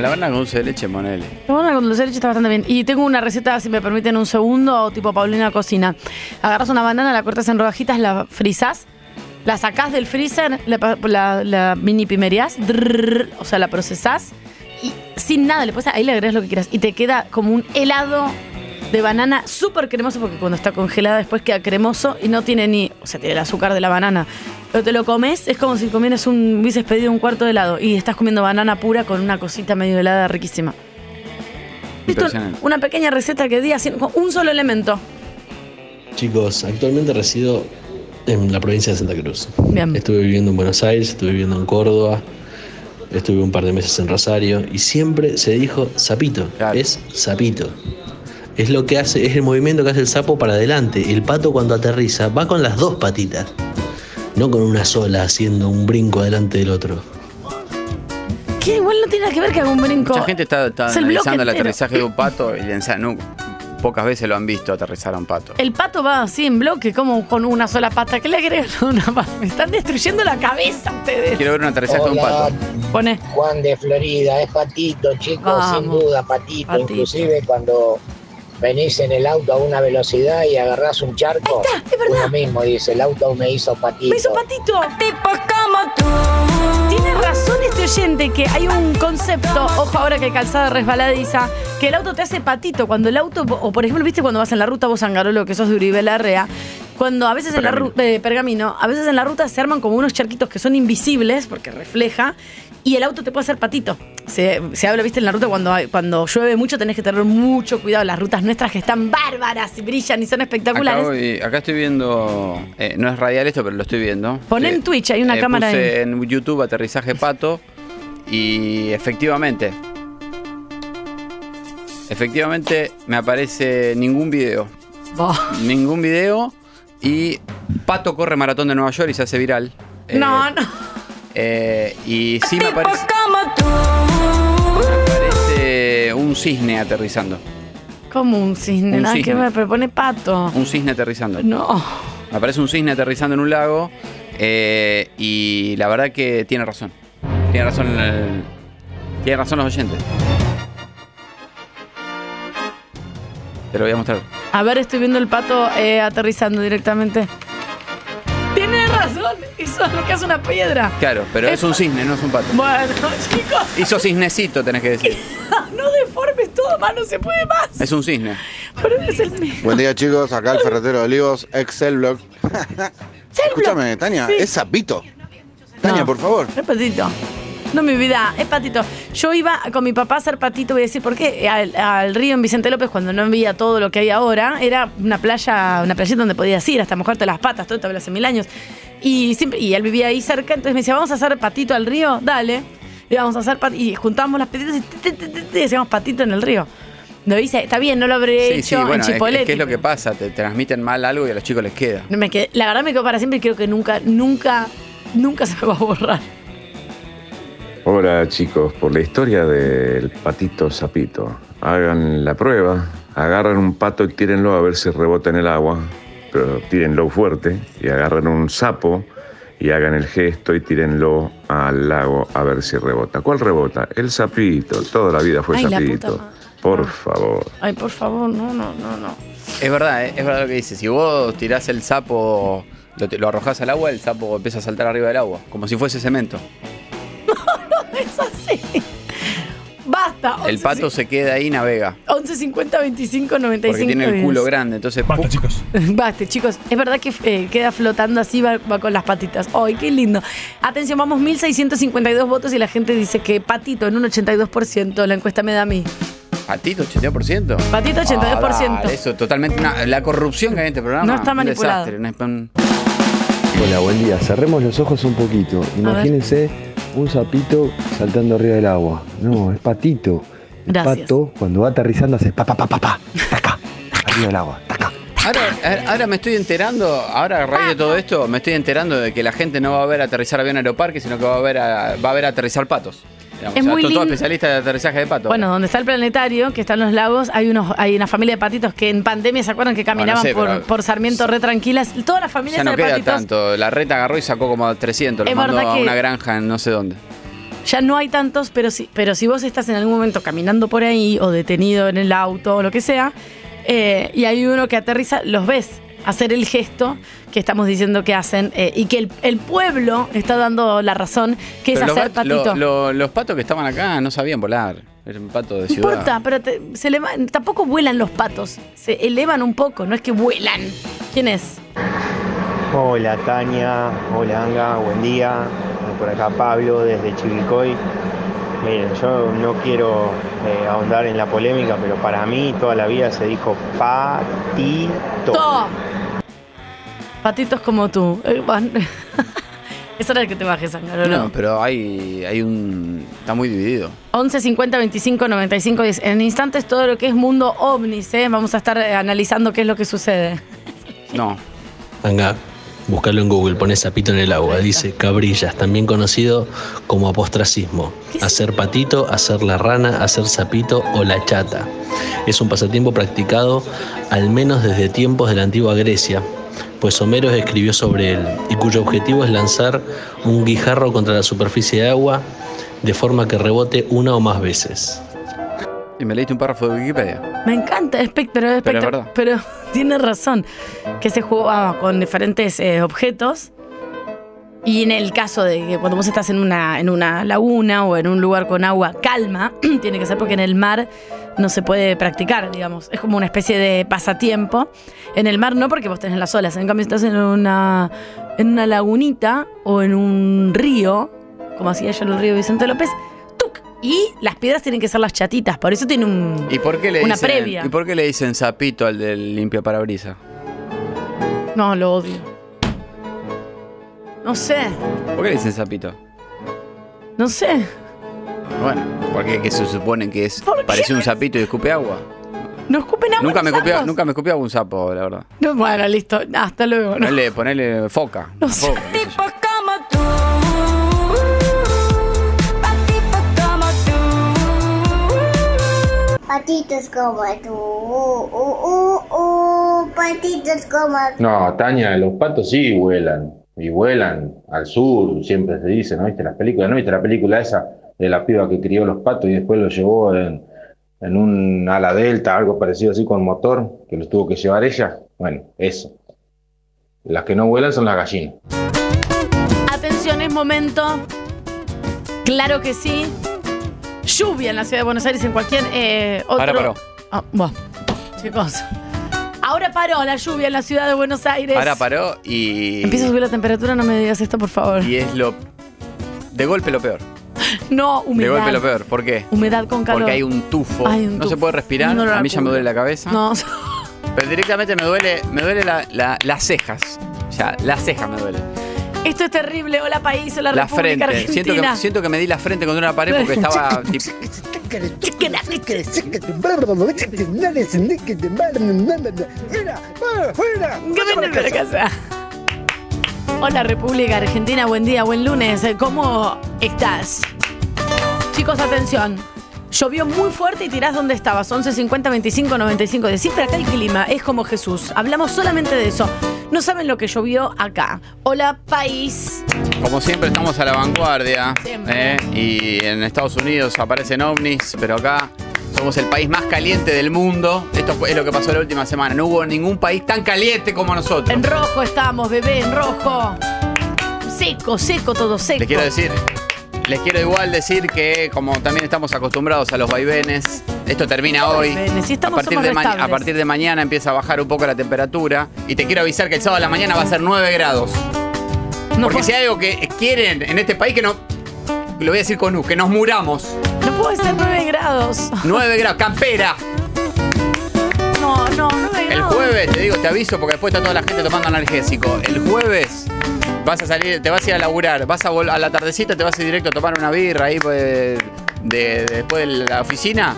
[SPEAKER 7] la banana con dulce de leche, monele.
[SPEAKER 6] La banana con dulce de leche está bastante bien. Y tengo una receta, si me permiten un segundo, tipo Paulina Cocina. Agarras una banana, la cortas en rodajitas, la frizás, la sacás del freezer, la, pa- la- la mini pimerías, drrrr, o sea, la procesás y sin nada, le pones ahí le agregas lo que quieras. Y te queda como un helado de banana súper cremoso, porque cuando está congelada después queda cremoso y no tiene ni, o sea, tiene el azúcar de la banana. Pero te lo comes, es como si comieras un, hubieses pedido un cuarto de helado y estás comiendo banana pura con una cosita medio helada riquísima.
[SPEAKER 26] Impresionante.
[SPEAKER 6] Una pequeña receta que di haciendo con un solo elemento.
[SPEAKER 26] Chicos, actualmente resido en la provincia de Santa Cruz.
[SPEAKER 6] Bien.
[SPEAKER 26] Estuve viviendo en Buenos Aires, estuve viviendo en Córdoba, estuve un par de meses en Rosario y siempre se dijo sapito. Es sapito. Es lo que hace, es el movimiento que hace el sapo para adelante. El pato cuando aterriza va con las dos patitas, no con una sola haciendo un brinco adelante del otro.
[SPEAKER 6] Que igual no tiene nada que ver que haga un brinco.
[SPEAKER 7] Mucha gente está, está
[SPEAKER 6] Es el bloque
[SPEAKER 7] analizando el
[SPEAKER 6] entero.
[SPEAKER 7] aterrizaje de un pato y piensa, no, pocas veces lo han visto aterrizar a un pato.
[SPEAKER 6] El pato va así en bloque, como con una sola pata. ¿Qué le agregan [LAUGHS] a una pata? Me están destruyendo la cabeza ustedes.
[SPEAKER 7] Quiero ver un aterrizaje de un
[SPEAKER 31] Hola.
[SPEAKER 7] pato.
[SPEAKER 6] Pone.
[SPEAKER 31] Juan de Florida, es patito, chicos,
[SPEAKER 6] Vamos.
[SPEAKER 31] sin duda, patito.
[SPEAKER 6] Patito.
[SPEAKER 31] Inclusive cuando
[SPEAKER 1] venís en el auto a una velocidad y agarrás un charco. Uno mismo dice, el auto me hizo patito.
[SPEAKER 6] Me hizo patito. como tú. Tiene razón este oyente que hay un concepto, ojo ahora que calzada resbaladiza, que el auto te hace patito. Cuando el auto, o por ejemplo, viste cuando vas en la ruta vos, Angarolo, que sos de Uribe Larrea, cuando a veces en la ruta, pergamino, a veces en la ruta se arman como unos charquitos que son invisibles porque refleja y el auto te puede hacer patito. Se, se habla, viste, en la ruta cuando, hay- cuando llueve mucho tenés que tener mucho cuidado. Las rutas nuestras que están bárbaras y brillan y son espectaculares.
[SPEAKER 7] Acabo y- acá estoy viendo, eh, no es radial esto, pero lo estoy viendo.
[SPEAKER 6] Poné
[SPEAKER 7] Eh,
[SPEAKER 6] en Twitch, hay una
[SPEAKER 7] eh,
[SPEAKER 6] cámara
[SPEAKER 7] puse
[SPEAKER 6] de...
[SPEAKER 7] en YouTube aterrizaje pato y efectivamente, efectivamente me aparece ningún video, ningún video y pato corre maratón de Nueva York y se hace viral. Eh,
[SPEAKER 6] no, no.
[SPEAKER 7] eh, y sí me aparece, aparece un cisne aterrizando,
[SPEAKER 6] Como un cisne,
[SPEAKER 7] Un
[SPEAKER 6] nada que
[SPEAKER 7] cisne.
[SPEAKER 6] ver, pero pone pato.
[SPEAKER 7] un cisne aterrizando.
[SPEAKER 6] No.
[SPEAKER 7] Aparece un cisne aterrizando en un lago eh, y la verdad que tiene razón. Tiene razón el- tiene razón los oyentes. Te lo voy a mostrar.
[SPEAKER 6] A ver, estoy viendo el pato eh, aterrizando directamente. Tiene razón, hizo lo que hace una piedra.
[SPEAKER 7] Claro, pero es un cisne, no es un pato.
[SPEAKER 6] Bueno, [LAUGHS] chicos,
[SPEAKER 7] Hizo cisnecito, tenés que decir.
[SPEAKER 6] no deformes todo, más no se puede más.
[SPEAKER 7] Es un cisne.
[SPEAKER 6] Pero es el mismo.
[SPEAKER 4] Buen día chicos, acá el ferretero de Olivos, Excel Blog.
[SPEAKER 6] [LAUGHS]
[SPEAKER 4] Escúchame, Tania,
[SPEAKER 6] sí.
[SPEAKER 4] es sapito. Tania, por favor.
[SPEAKER 6] Es patito. No, mi vida, es patito. Yo iba con mi papá a ser patito, voy a decir por qué. Al, al río en Vicente López, cuando no había todo lo que hay ahora, era una playa, una playita donde podías ir, hasta mojarte las patas, todo te hablo hace mil años. Y, siempre, y él vivía ahí cerca, entonces me decía, vamos a hacer patito al río, dale. Y vamos a hacer patito. Y juntábamos las patitas y te- te- te- te decíamos patito en el río. Lo hice, está bien, no lo habré
[SPEAKER 7] Sí, sí,
[SPEAKER 6] hecho
[SPEAKER 7] bueno,
[SPEAKER 6] en
[SPEAKER 7] es, es
[SPEAKER 6] Chipolete.
[SPEAKER 7] que es lo que pasa. Te transmiten mal algo y a los chicos les queda.
[SPEAKER 6] No me quedé- la verdad me quedó para siempre y creo que nunca, nunca, nunca se me va a borrar.
[SPEAKER 18] Hola chicos, por la historia del patito sapito, hagan la prueba, agarran un pato y tírenlo a ver si rebota en el agua, pero tírenlo fuerte y agarran un sapo y hagan el gesto y tírenlo al lago a ver si rebota. ¿Cuál rebota? El sapito, toda la vida fue
[SPEAKER 6] Ay, la
[SPEAKER 18] sapito.
[SPEAKER 6] puta
[SPEAKER 18] Por favor.
[SPEAKER 6] Ay, por favor, no, no, no, no.
[SPEAKER 7] Es verdad, ¿eh? es verdad lo que dices. Si vos tirás el sapo, lo, te- lo arrojás al agua, el sapo empieza a saltar arriba del agua, como si fuese cemento.
[SPEAKER 6] No [LAUGHS] es así. Basta.
[SPEAKER 7] El pato se queda ahí y navega.
[SPEAKER 6] 11 50 25 95.
[SPEAKER 7] Porque tiene el culo
[SPEAKER 6] 10.
[SPEAKER 7] grande, entonces. Basta, chicos.
[SPEAKER 6] [LAUGHS] Basta, chicos. Es verdad que eh, queda flotando así, va, va con las patitas. ¡Ay, qué lindo! Atención, vamos 1652 votos y la gente dice que patito en un 82%. La encuesta me da a mí.
[SPEAKER 7] Patito, 82%.
[SPEAKER 6] Patito, 82%.
[SPEAKER 7] Ah, dale, eso, totalmente. una- la corrupción que hay en este programa.
[SPEAKER 6] No está
[SPEAKER 7] un
[SPEAKER 6] manipulado.
[SPEAKER 7] desastre, un- un-
[SPEAKER 19] Hola, buen día. Cerremos los ojos un poquito. Imagínense un sapito saltando arriba del agua. No, es patito. El
[SPEAKER 6] Gracias.
[SPEAKER 19] pato, cuando va aterrizando, hace pa, pa, pa, pa, pa, taca, arriba del agua. taca.
[SPEAKER 7] Ahora, ahora- ahora me estoy enterando, ahora a raíz de todo esto, me estoy enterando de que la gente no va a ver aterrizar avión aeroparque, sino que va a ver a, va a ver aterrizar patos. Digamos,
[SPEAKER 6] Es muy
[SPEAKER 7] todo- todo
[SPEAKER 6] lindo.
[SPEAKER 7] especialista de aterrizaje de patos.
[SPEAKER 6] Bueno, donde está el planetario, que están los lagos, hay unos, hay una familia de patitos que en pandemia se acuerdan que caminaban
[SPEAKER 7] sé,
[SPEAKER 6] por,
[SPEAKER 7] pero-
[SPEAKER 6] por Sarmiento re tranquilas. Todas las familias
[SPEAKER 7] ya no
[SPEAKER 6] de
[SPEAKER 7] queda
[SPEAKER 6] patitos.
[SPEAKER 7] tanto. La reta agarró y sacó como 300. Lo
[SPEAKER 6] Es
[SPEAKER 7] mandó
[SPEAKER 6] verdad
[SPEAKER 7] a
[SPEAKER 6] que-
[SPEAKER 7] una granja en no sé dónde.
[SPEAKER 6] Ya no hay tantos, pero si, pero si vos estás en algún momento caminando por ahí o detenido en el auto o lo que sea, eh, y hay uno que aterriza, los ves hacer el gesto que estamos diciendo que hacen eh, y que el, el pueblo está dando la razón, que es
[SPEAKER 7] Pero los,
[SPEAKER 6] hacer
[SPEAKER 7] gat-
[SPEAKER 6] patito.
[SPEAKER 7] lo- lo- los patos que estaban acá no sabían volar. Era un pato de
[SPEAKER 6] No
[SPEAKER 7] ciudad.
[SPEAKER 6] importa, pero te- se eleva- tampoco vuelan los patos, se elevan un poco, no es que vuelan. ¿Quién es?
[SPEAKER 19] Hola Tania, hola Anga, buen día. Por acá Pablo desde Chivilcoy. Miren, yo no quiero eh, ahondar en la polémica, pero para mí toda la vida se dijo patito.
[SPEAKER 6] Todo. Patitos como tú. Eh, van- Es hora de que te bajes, Angarolo.
[SPEAKER 7] No, pero hay, hay un. Está muy dividido.
[SPEAKER 6] 11 50 25 95 10. En instantes todo lo que es mundo ovnis, ¿eh? vamos a estar eh, analizando qué es lo que sucede.
[SPEAKER 7] No.
[SPEAKER 26] Anga, buscalo en Google, pones sapito en el agua, dice cabrillas, también conocido como apostracismo. Hacer patito, hacer la rana, hacer sapito o la chata. Es un pasatiempo practicado al menos desde tiempos de la antigua Grecia, pues Homero escribió sobre él y cuyo objetivo es lanzar un guijarro contra la superficie de agua de forma que rebote una o más veces.
[SPEAKER 7] Y y me leíste un párrafo de Wikipedia.
[SPEAKER 6] Me encanta, espect- pero, es
[SPEAKER 7] Pero es
[SPEAKER 6] espectac-
[SPEAKER 7] verdad.
[SPEAKER 6] pero [LAUGHS] tiene razón, que se jugaba con diferentes eh, objetos. Y en el caso de que cuando vos estás en una, en una laguna o en un lugar con agua calma, [CLEARS THROAT] tiene que ser porque en el mar no se puede practicar, digamos. Es como una especie de pasatiempo. En el mar no porque vos tenés las olas. En cambio, si estás en una, en una lagunita o en un río, como hacía yo en el río Vicente López, ¡tuc! y las piedras tienen que ser las chatitas. Por eso tiene un,
[SPEAKER 7] ¿Y por qué le
[SPEAKER 6] una
[SPEAKER 7] dicen,
[SPEAKER 6] previa.
[SPEAKER 7] ¿Y por qué le dicen sapito al del limpia parabrisas?
[SPEAKER 6] No, lo odio. No sé,
[SPEAKER 7] ¿Por qué le dicen sapito?
[SPEAKER 6] no sé.
[SPEAKER 7] Bueno, porque que se supone que es parece un sapito y escupe agua.
[SPEAKER 6] No escupen agua.
[SPEAKER 7] Nunca me,
[SPEAKER 6] los
[SPEAKER 7] copiaba,
[SPEAKER 6] sapos.
[SPEAKER 7] nunca me copiaba un sapo, la verdad.
[SPEAKER 6] No, bueno, listo. Hasta luego. ¿no?
[SPEAKER 7] Ponele, ponele foca. foca.
[SPEAKER 13] Patitos como tú, uh, uh, uh, uh, patitos como
[SPEAKER 20] No, Tania, los patos sí vuelan. Y vuelan al sur, siempre se dice, ¿no viste las películas? ¿No viste la película esa de la piba que crió los patos y después los llevó en, en un ala delta, algo parecido así con motor, que los tuvo que llevar ella? Bueno, eso. Las que no vuelan son las gallinas.
[SPEAKER 6] Atención, es momento. Claro que sí. Lluvia en la ciudad de Buenos Aires, en cualquier eh, otro.
[SPEAKER 7] Ahora paró.
[SPEAKER 6] Ah, bueno, chicos. Ahora paró la lluvia en la ciudad de Buenos Aires.
[SPEAKER 7] Ahora paró y.
[SPEAKER 6] Empieza a subir la temperatura, no me digas esto, por favor.
[SPEAKER 7] Y es lo. De golpe lo peor.
[SPEAKER 6] No, humedad.
[SPEAKER 7] De golpe lo peor. ¿Por qué?
[SPEAKER 6] Humedad con calor.
[SPEAKER 7] Porque hay un tufo.
[SPEAKER 6] Hay un
[SPEAKER 7] no se
[SPEAKER 6] tufo.
[SPEAKER 7] puede respirar.
[SPEAKER 6] Un olor
[SPEAKER 7] a
[SPEAKER 6] a
[SPEAKER 7] mí ya me
[SPEAKER 6] culo.
[SPEAKER 7] duele la cabeza.
[SPEAKER 6] No.
[SPEAKER 7] Pero directamente me duele, me duele la- la- las cejas. Ya, las cejas me duelen.
[SPEAKER 6] Esto es terrible. Hola, país. Hola,
[SPEAKER 7] La frente.
[SPEAKER 6] República
[SPEAKER 7] Siento
[SPEAKER 6] Argentina.
[SPEAKER 7] que, siento que me di la frente contra una pared porque
[SPEAKER 6] [LAUGHS]
[SPEAKER 7] estaba. tipo,
[SPEAKER 6] Vengan para casa. Hola República Argentina, buen día, buen lunes. ¿Cómo estás? Chicos, atención. Llovió muy fuerte y tirás donde estabas. 11, 50, 25, 95. De siempre acá el clima es como Jesús. Hablamos solamente de eso. No saben lo que llovió acá. Hola, país.
[SPEAKER 7] Como siempre estamos a la vanguardia.
[SPEAKER 6] Siempre.
[SPEAKER 7] ¿eh? Y en Estados Unidos aparecen ovnis, pero acá somos el país más caliente del mundo. Esto fue- es lo que pasó la última semana. No hubo ningún país tan caliente como nosotros.
[SPEAKER 6] En rojo estamos, bebé, en rojo. Seco, seco, todo seco.
[SPEAKER 7] Les quiero decir, les quiero igual decir que como también estamos acostumbrados a los vaivenes, esto termina hoy.
[SPEAKER 6] vaivenes? Si
[SPEAKER 7] a,
[SPEAKER 6] estamos-
[SPEAKER 7] partir
[SPEAKER 6] somos
[SPEAKER 7] de ma-
[SPEAKER 6] restables.
[SPEAKER 7] a partir de mañana empieza a bajar un poco la temperatura y te quiero avisar que el sábado a la mañana va a ser 9 grados. Porque si hay algo que quieren en este país que no lo voy a decir con U, que nos
[SPEAKER 6] [LAUGHS]
[SPEAKER 7] muramos.
[SPEAKER 6] No puede ser 9 grados.
[SPEAKER 7] 9 grados, campera.
[SPEAKER 6] No, no, 9 grados.
[SPEAKER 7] El jueves, te digo, te aviso porque después está toda la gente tomando analgésico. El jueves vas a salir, te vas a ir a laburar, vas a vol- a la tardecita, te vas a ir directo a tomar una birra ahí pues, de- después de la oficina.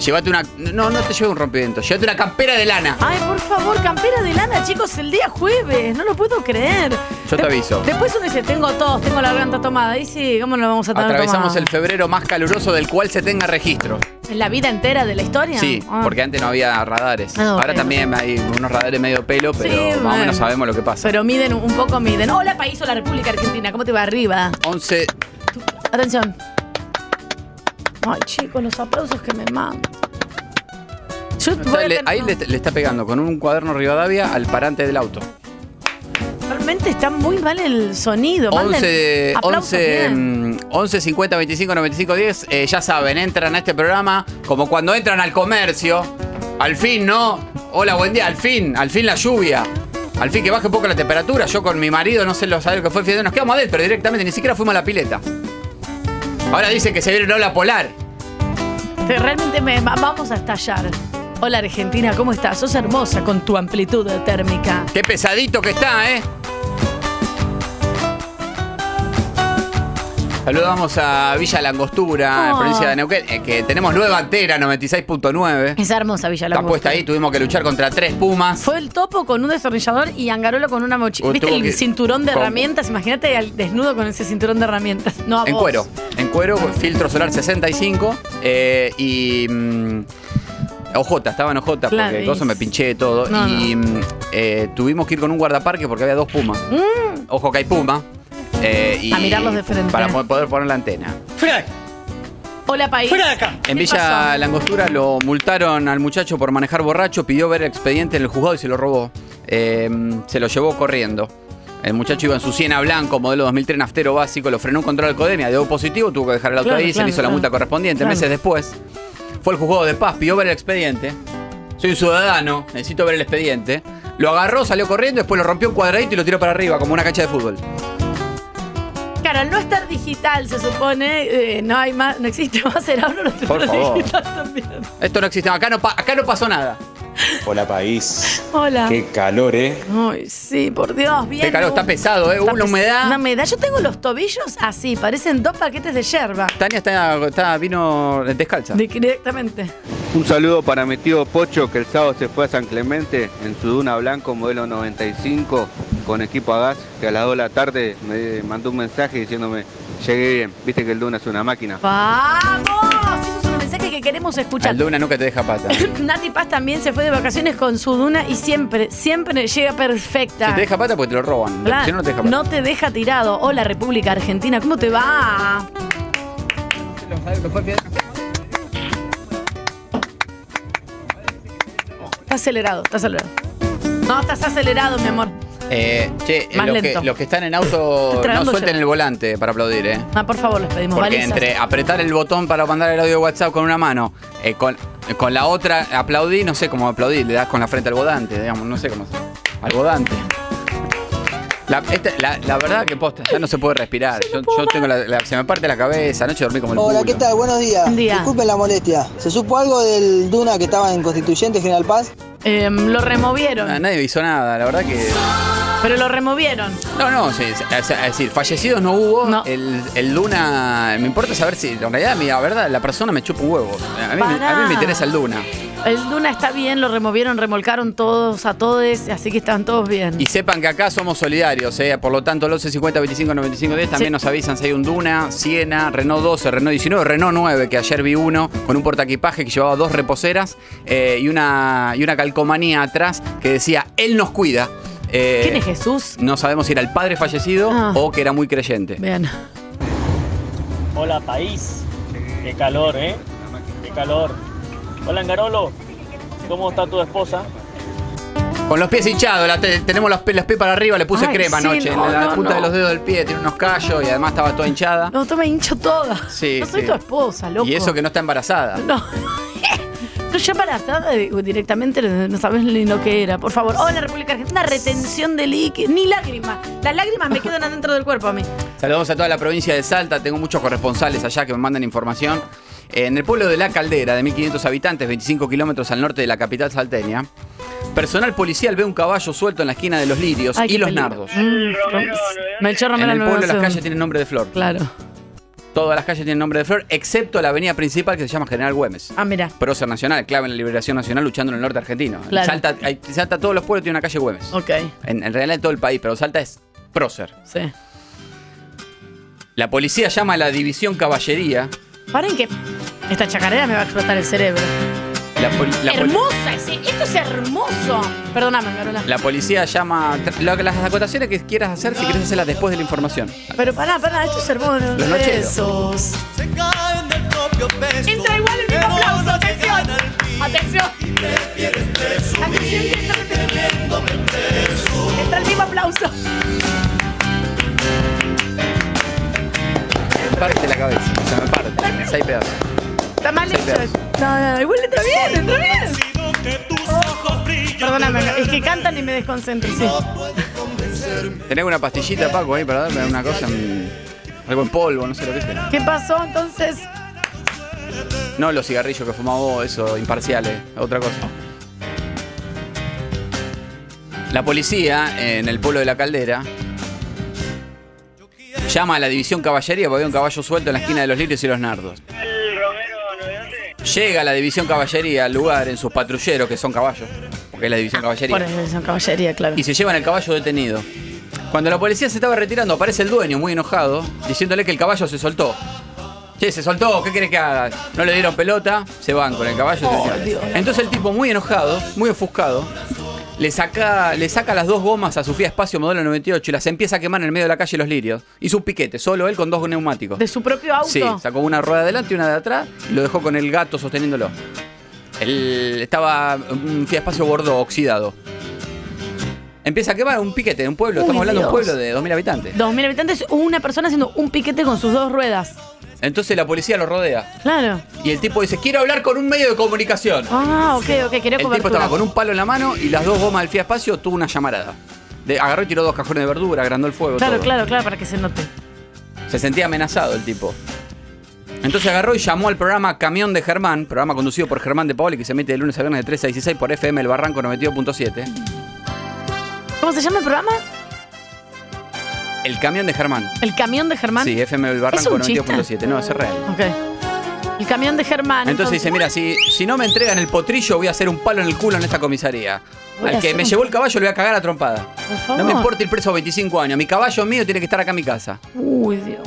[SPEAKER 7] Llévate una. No, no te lleves un rompimiento, llévate una campera de lana.
[SPEAKER 6] Ay, por favor, campera de lana, chicos, el día jueves, no lo puedo creer.
[SPEAKER 7] Yo te aviso.
[SPEAKER 6] Después uno dice, tengo tos, tengo la garganta tomada. Y sí, ¿cómo no la vamos a tener
[SPEAKER 7] Atravesamos
[SPEAKER 6] tomada?
[SPEAKER 7] el febrero más caluroso del cual se tenga registro.
[SPEAKER 6] ¿En la vida entera de la historia?
[SPEAKER 7] Sí,
[SPEAKER 6] Ah.
[SPEAKER 7] porque antes no había radares.
[SPEAKER 6] Ah,
[SPEAKER 7] Ahora
[SPEAKER 6] bueno.
[SPEAKER 7] también hay unos radares medio pelo, pero
[SPEAKER 6] Sí,
[SPEAKER 7] más o
[SPEAKER 6] bueno.
[SPEAKER 7] menos sabemos lo que pasa.
[SPEAKER 6] Pero miden, un poco miden. Hola, país, hola, República Argentina, ¿cómo te va arriba?
[SPEAKER 7] 11.
[SPEAKER 6] Atención. Ay, chicos, los aplausos que me mandan. Yo
[SPEAKER 7] Está-
[SPEAKER 6] voy a
[SPEAKER 7] le-
[SPEAKER 6] tener-
[SPEAKER 7] ahí le, le está pegando con un cuaderno Rivadavia al parante del auto.
[SPEAKER 6] Realmente está muy mal el sonido. Manden
[SPEAKER 7] 11,
[SPEAKER 6] aplausos
[SPEAKER 7] 11,
[SPEAKER 6] bien.
[SPEAKER 7] mm, 11 50 25 95 10. eh, ya saben, entran a este programa como cuando entran al comercio. Al fin, ¿no? Hola, buen día. Al fin, al fin la lluvia. Al fin que baje un poco la temperatura. Yo con mi marido, no sé lo sabe lo que fue el fin de Nos quedamos adentro directamente, ni siquiera fuimos a la pileta. Ahora dicen que se viene una ola polar.
[SPEAKER 6] Te- Realmente me va- vamos a estallar. Hola Argentina, ¿cómo estás? Sos hermosa con tu amplitud térmica.
[SPEAKER 7] Qué pesadito que está, ¿eh? Saludamos a Villa Langostura,
[SPEAKER 6] Oh.
[SPEAKER 7] provincia de Neuquén, eh, que tenemos nueva antena, 96.9.
[SPEAKER 6] Es hermosa Villa
[SPEAKER 7] Está
[SPEAKER 6] Langostura.
[SPEAKER 7] puesta ahí, tuvimos que luchar contra tres pumas.
[SPEAKER 6] Fue el topo con un destornillador y Angarola con una mochila.
[SPEAKER 7] Uh,
[SPEAKER 6] ¿Viste
[SPEAKER 7] tuvo
[SPEAKER 6] el
[SPEAKER 7] que-
[SPEAKER 6] cinturón de
[SPEAKER 7] con-
[SPEAKER 6] herramientas? Imagínate al desnudo con ese cinturón de herramientas. No, a
[SPEAKER 7] En
[SPEAKER 6] vos.
[SPEAKER 7] cuero, en cuero, filtro solar 65 eh, y... mm, Ojota, estaba en Ojota
[SPEAKER 6] Claro,
[SPEAKER 7] porque
[SPEAKER 6] y-
[SPEAKER 7] cosa me pinché todo
[SPEAKER 6] No,
[SPEAKER 7] y mm, eh, tuvimos que ir con un guardaparque porque había dos pumas.
[SPEAKER 6] Mm,
[SPEAKER 7] Ojo que hay puma. eh, y
[SPEAKER 6] A mirarlos de frente.
[SPEAKER 7] Para po- poder poner la antena.
[SPEAKER 6] Hola, país. Fuera de acá.
[SPEAKER 7] En Villa Langostura lo multaron al muchacho por manejar borracho, pidió ver el expediente en el juzgado y se lo robó. Eh, se lo llevó corriendo. El muchacho iba en su Siena blanco, modelo 2003 naftero básico, lo frenó un control de codemia, dio positivo, tuvo que dejar el auto
[SPEAKER 6] Claro,
[SPEAKER 7] ahí, se
[SPEAKER 6] claro,
[SPEAKER 7] le hizo la
[SPEAKER 6] claro.
[SPEAKER 7] multa correspondiente.
[SPEAKER 6] Claro.
[SPEAKER 7] Meses después, fue al juzgado de paz, pidió ver el expediente. Soy un ciudadano, necesito ver el expediente. Lo agarró, salió corriendo, después lo rompió un cuadradito y lo tiró para arriba, como una cancha de fútbol.
[SPEAKER 6] Claro, al no estar digital, se supone, eh, no hay más, no existe más cerebro. no te
[SPEAKER 7] Por
[SPEAKER 6] perdés.
[SPEAKER 7] favor. Esto no existe, acá no, pa- acá no pasó nada.
[SPEAKER 3] Hola país.
[SPEAKER 6] Hola.
[SPEAKER 3] Qué calor, eh.
[SPEAKER 6] Ay, sí, por Dios, bien.
[SPEAKER 7] Qué calor, está pesado, ¿eh? Una humedad.
[SPEAKER 6] Una humedad. Yo tengo los tobillos así, parecen dos paquetes de yerba.
[SPEAKER 7] Tania está, está- vino descalza.
[SPEAKER 6] De- directamente.
[SPEAKER 8] Un saludo para mi tío Pocho que el sábado se fue a San Clemente en su Duna Blanco modelo 95 con equipo a gas que a las 2 de la tarde me mandó un mensaje diciéndome llegué bien, viste que el Duna es una máquina.
[SPEAKER 6] Ah. ¡Vamos! Eso es un mensaje que queremos escuchar.
[SPEAKER 7] Al de una nunca te deja pata. Si
[SPEAKER 6] [COUGHS] Nati Paz también se fue de vacaciones con su duna y siempre, siempre llega perfecta.
[SPEAKER 7] te deja pata porque te lo roban.
[SPEAKER 6] Claro,
[SPEAKER 7] Si no, no te deja pata.
[SPEAKER 6] te deja tirado. Hola, República Argentina, ¿cómo te va? Está acelerado, está acelerado. No, estás acelerado, mi amor.
[SPEAKER 7] Eh, che, eh,
[SPEAKER 6] Más
[SPEAKER 7] los que,
[SPEAKER 6] lento.
[SPEAKER 7] los que están en auto no
[SPEAKER 6] Tragando
[SPEAKER 7] suelten
[SPEAKER 6] yerba.
[SPEAKER 7] el volante para aplaudir, ¿eh?
[SPEAKER 6] Ah, por favor, les pedimos
[SPEAKER 7] Porque
[SPEAKER 6] balizas.
[SPEAKER 7] entre apretar el botón para mandar el audio de WhatsApp con una mano, eh, con, eh, con la otra aplaudí, no sé cómo aplaudir, le das con la frente al volante, digamos, no sé cómo. se- Al volante. La, esta- la- la verdad que posta, ya no se puede respirar. Yo, yo tengo la, la- se me parte la cabeza, anoche dormí como el
[SPEAKER 21] Hola,
[SPEAKER 7] culo.
[SPEAKER 21] ¿qué tal? Buenos días. Disculpen la molestia. ¿Se supo algo del Duna que estaba en Constituyente, General Paz?
[SPEAKER 6] lo removieron.
[SPEAKER 7] Ah, nadie hizo nada, la verdad que.
[SPEAKER 6] Pero lo removieron.
[SPEAKER 7] No, no, sí, sí, o sea, es decir, fallecidos no hubo. El, el Luna, me importa saber si, en realidad, mira, la verdad, la persona me chupa un huevo. A mí, me- a mí
[SPEAKER 6] Pará.
[SPEAKER 7] me interesa el Luna.
[SPEAKER 6] El Duna está bien, lo removieron, remolcaron todos a todos, así que están todos bien.
[SPEAKER 7] Y sepan que acá somos solidarios, ¿eh? por lo tanto, el 11 50 25 95 10 también
[SPEAKER 6] Sí.
[SPEAKER 7] nos avisan si hay un Duna, Siena, Renault 12, Renault 19, Renault 9, que ayer vi uno con un portaequipaje que llevaba dos reposeras eh, y, una, y una calcomanía atrás que decía, Él nos cuida. Eh,
[SPEAKER 6] ¿Quién es Jesús?
[SPEAKER 7] No sabemos si era el padre fallecido
[SPEAKER 6] Ah.
[SPEAKER 7] o que era muy creyente.
[SPEAKER 6] Bien.
[SPEAKER 22] Hola país, qué calor, ¿eh? Qué calor. Hola Angarolo, ¿cómo está tu esposa?
[SPEAKER 7] Con los pies hinchados, la te- tenemos los, pe- los pies para arriba, le puse
[SPEAKER 6] Ay,
[SPEAKER 7] crema
[SPEAKER 6] sí,
[SPEAKER 7] anoche.
[SPEAKER 6] no,
[SPEAKER 7] en la
[SPEAKER 6] no,
[SPEAKER 7] punta
[SPEAKER 6] no.
[SPEAKER 7] de los dedos del pie tiene unos callos y además estaba toda hinchada.
[SPEAKER 6] No, toma hincho toda.
[SPEAKER 7] Sí,
[SPEAKER 6] no soy
[SPEAKER 7] sí.
[SPEAKER 6] tu esposa, loco.
[SPEAKER 7] Y eso que no está embarazada.
[SPEAKER 6] No. No, yo embarazada eh, directamente no sabes ni lo que era. Por favor, hola República Argentina, retención de líquido, ni lágrimas. Las lágrimas me quedan adentro del cuerpo a mí.
[SPEAKER 7] Saludos a toda la provincia de Salta, tengo muchos corresponsales allá que me mandan información. En el pueblo de La Caldera, de 1500 habitantes, 25 kilómetros al norte de la capital salteña, personal policial ve un caballo suelto en la esquina de los lirios
[SPEAKER 6] Ay,
[SPEAKER 7] y
[SPEAKER 6] qué
[SPEAKER 7] los
[SPEAKER 6] peligro.
[SPEAKER 7] nardos.
[SPEAKER 6] Mm, rom- Melchor
[SPEAKER 7] En
[SPEAKER 6] Romero
[SPEAKER 7] el pueblo las
[SPEAKER 6] 911.
[SPEAKER 7] calles tienen nombre de flor.
[SPEAKER 6] Claro.
[SPEAKER 7] Todas las calles tienen nombre de flor, excepto la avenida principal que se llama General Güemes.
[SPEAKER 6] Ah, mira.
[SPEAKER 7] Prócer nacional, clave en la liberación nacional luchando en el norte argentino.
[SPEAKER 6] Claro.
[SPEAKER 7] Salta, hay- Salta todos los pueblos tiene una calle Güemes.
[SPEAKER 6] Ok.
[SPEAKER 7] En, en realidad en todo el país, pero Salta es prócer.
[SPEAKER 6] Sí.
[SPEAKER 7] La policía llama a la división caballería.
[SPEAKER 6] Paren que esta chacarera me va a explotar el cerebro.
[SPEAKER 7] La pol- la pol-
[SPEAKER 6] hermosa, ese- esto es hermoso. Perdóname, Carola.
[SPEAKER 7] La policía llama. tra- lo- las acotaciones que quieras hacer, si quieres hacerlas después de la información.
[SPEAKER 6] Pero pará, pará, esto es hermoso.
[SPEAKER 7] Los nocheros.
[SPEAKER 6] Besos. Entra igual el mismo aplauso, atención. Atención. Atención, que entra el- Entra el mismo aplauso.
[SPEAKER 7] Se me parte la cabeza. Se me parte. Seis pedazos.
[SPEAKER 6] Está mal hecho. No, no, no, igual entra bien, entra bien. Perdóname, es que cantan y me desconcentro. sí.
[SPEAKER 7] ¿Tenés una pastillita, Paco, ahí para darme una cosa? en- algo en polvo, no sé lo que es.
[SPEAKER 6] ¿Qué pasó entonces?
[SPEAKER 7] No los cigarrillos que fumaba vos, eso, imparciales. Otra cosa. La policía en el pueblo de la caldera. Llama a la división caballería porque había un caballo suelto en la esquina de los lirios y los nardos. Llega la división caballería al lugar en sus patrulleros, que son caballos, porque es la división caballería.
[SPEAKER 6] Por eso son caballería, claro.
[SPEAKER 7] Y se llevan el caballo detenido. Cuando la policía se estaba retirando, aparece el dueño muy enojado, diciéndole que el caballo se soltó. Che, se soltó, ¿qué querés que haga? No le dieron pelota, se van con el caballo.
[SPEAKER 6] Oh,
[SPEAKER 7] se-
[SPEAKER 6] Dios.
[SPEAKER 7] Entonces el tipo muy enojado, muy ofuscado, le saca, le saca las dos gomas a su Fiat Espacio modelo 98 y las empieza a quemar en el medio de la calle Los Lirios. Hizo un piquete, solo él con dos neumáticos.
[SPEAKER 6] ¿De su propio auto?
[SPEAKER 7] Sí, sacó una rueda de adelante y una de atrás y lo dejó con el gato sosteniéndolo. Él estaba un Fiat Espacio bordo oxidado. Empieza a quemar un piquete en un pueblo,
[SPEAKER 6] Uy,
[SPEAKER 7] estamos hablando
[SPEAKER 6] Dios.
[SPEAKER 7] de un pueblo de 2.000 habitantes.
[SPEAKER 6] 2.000 habitantes, una persona haciendo un piquete con sus dos ruedas.
[SPEAKER 7] Entonces la policía lo rodea.
[SPEAKER 6] Claro.
[SPEAKER 7] Y el tipo dice, quiero hablar con un medio de comunicación.
[SPEAKER 6] Ah, ok, ok, quería
[SPEAKER 7] el tipo
[SPEAKER 6] cobertura.
[SPEAKER 7] estaba con un palo en la mano y las dos gomas del Fiat Espacio tuvo una llamarada. De- agarró y tiró dos cajones de verdura, agrandó el fuego.
[SPEAKER 6] Claro,
[SPEAKER 7] todo.
[SPEAKER 6] claro, claro, para que se note.
[SPEAKER 7] Se sentía amenazado el tipo. Entonces agarró y llamó al programa Camión de Germán, programa conducido por Germán de Paoli que se mete de lunes a viernes de 3 a 16 por FM El Barranco 92.7.
[SPEAKER 6] ¿Cómo se llama el programa?
[SPEAKER 7] El Camión de Germán.
[SPEAKER 6] El camión de Germán.
[SPEAKER 7] Sí, FM El Barranco
[SPEAKER 6] un chiste?
[SPEAKER 7] 92.7. No, eso es real.
[SPEAKER 6] Ok. El camión de Germán.
[SPEAKER 7] Entonces dice, mira, si, si no me entregan el potrillo voy a hacer un palo en el culo en esta comisaría.
[SPEAKER 6] Voy a
[SPEAKER 7] Al que
[SPEAKER 6] hacer
[SPEAKER 7] me
[SPEAKER 6] un- Oh.
[SPEAKER 7] llevó el caballo le voy a cagar a trompada.
[SPEAKER 6] Por favor.
[SPEAKER 7] No me importa el preso de 25 años. Mi caballo mío tiene que estar acá en mi casa.
[SPEAKER 6] Uy, Dios.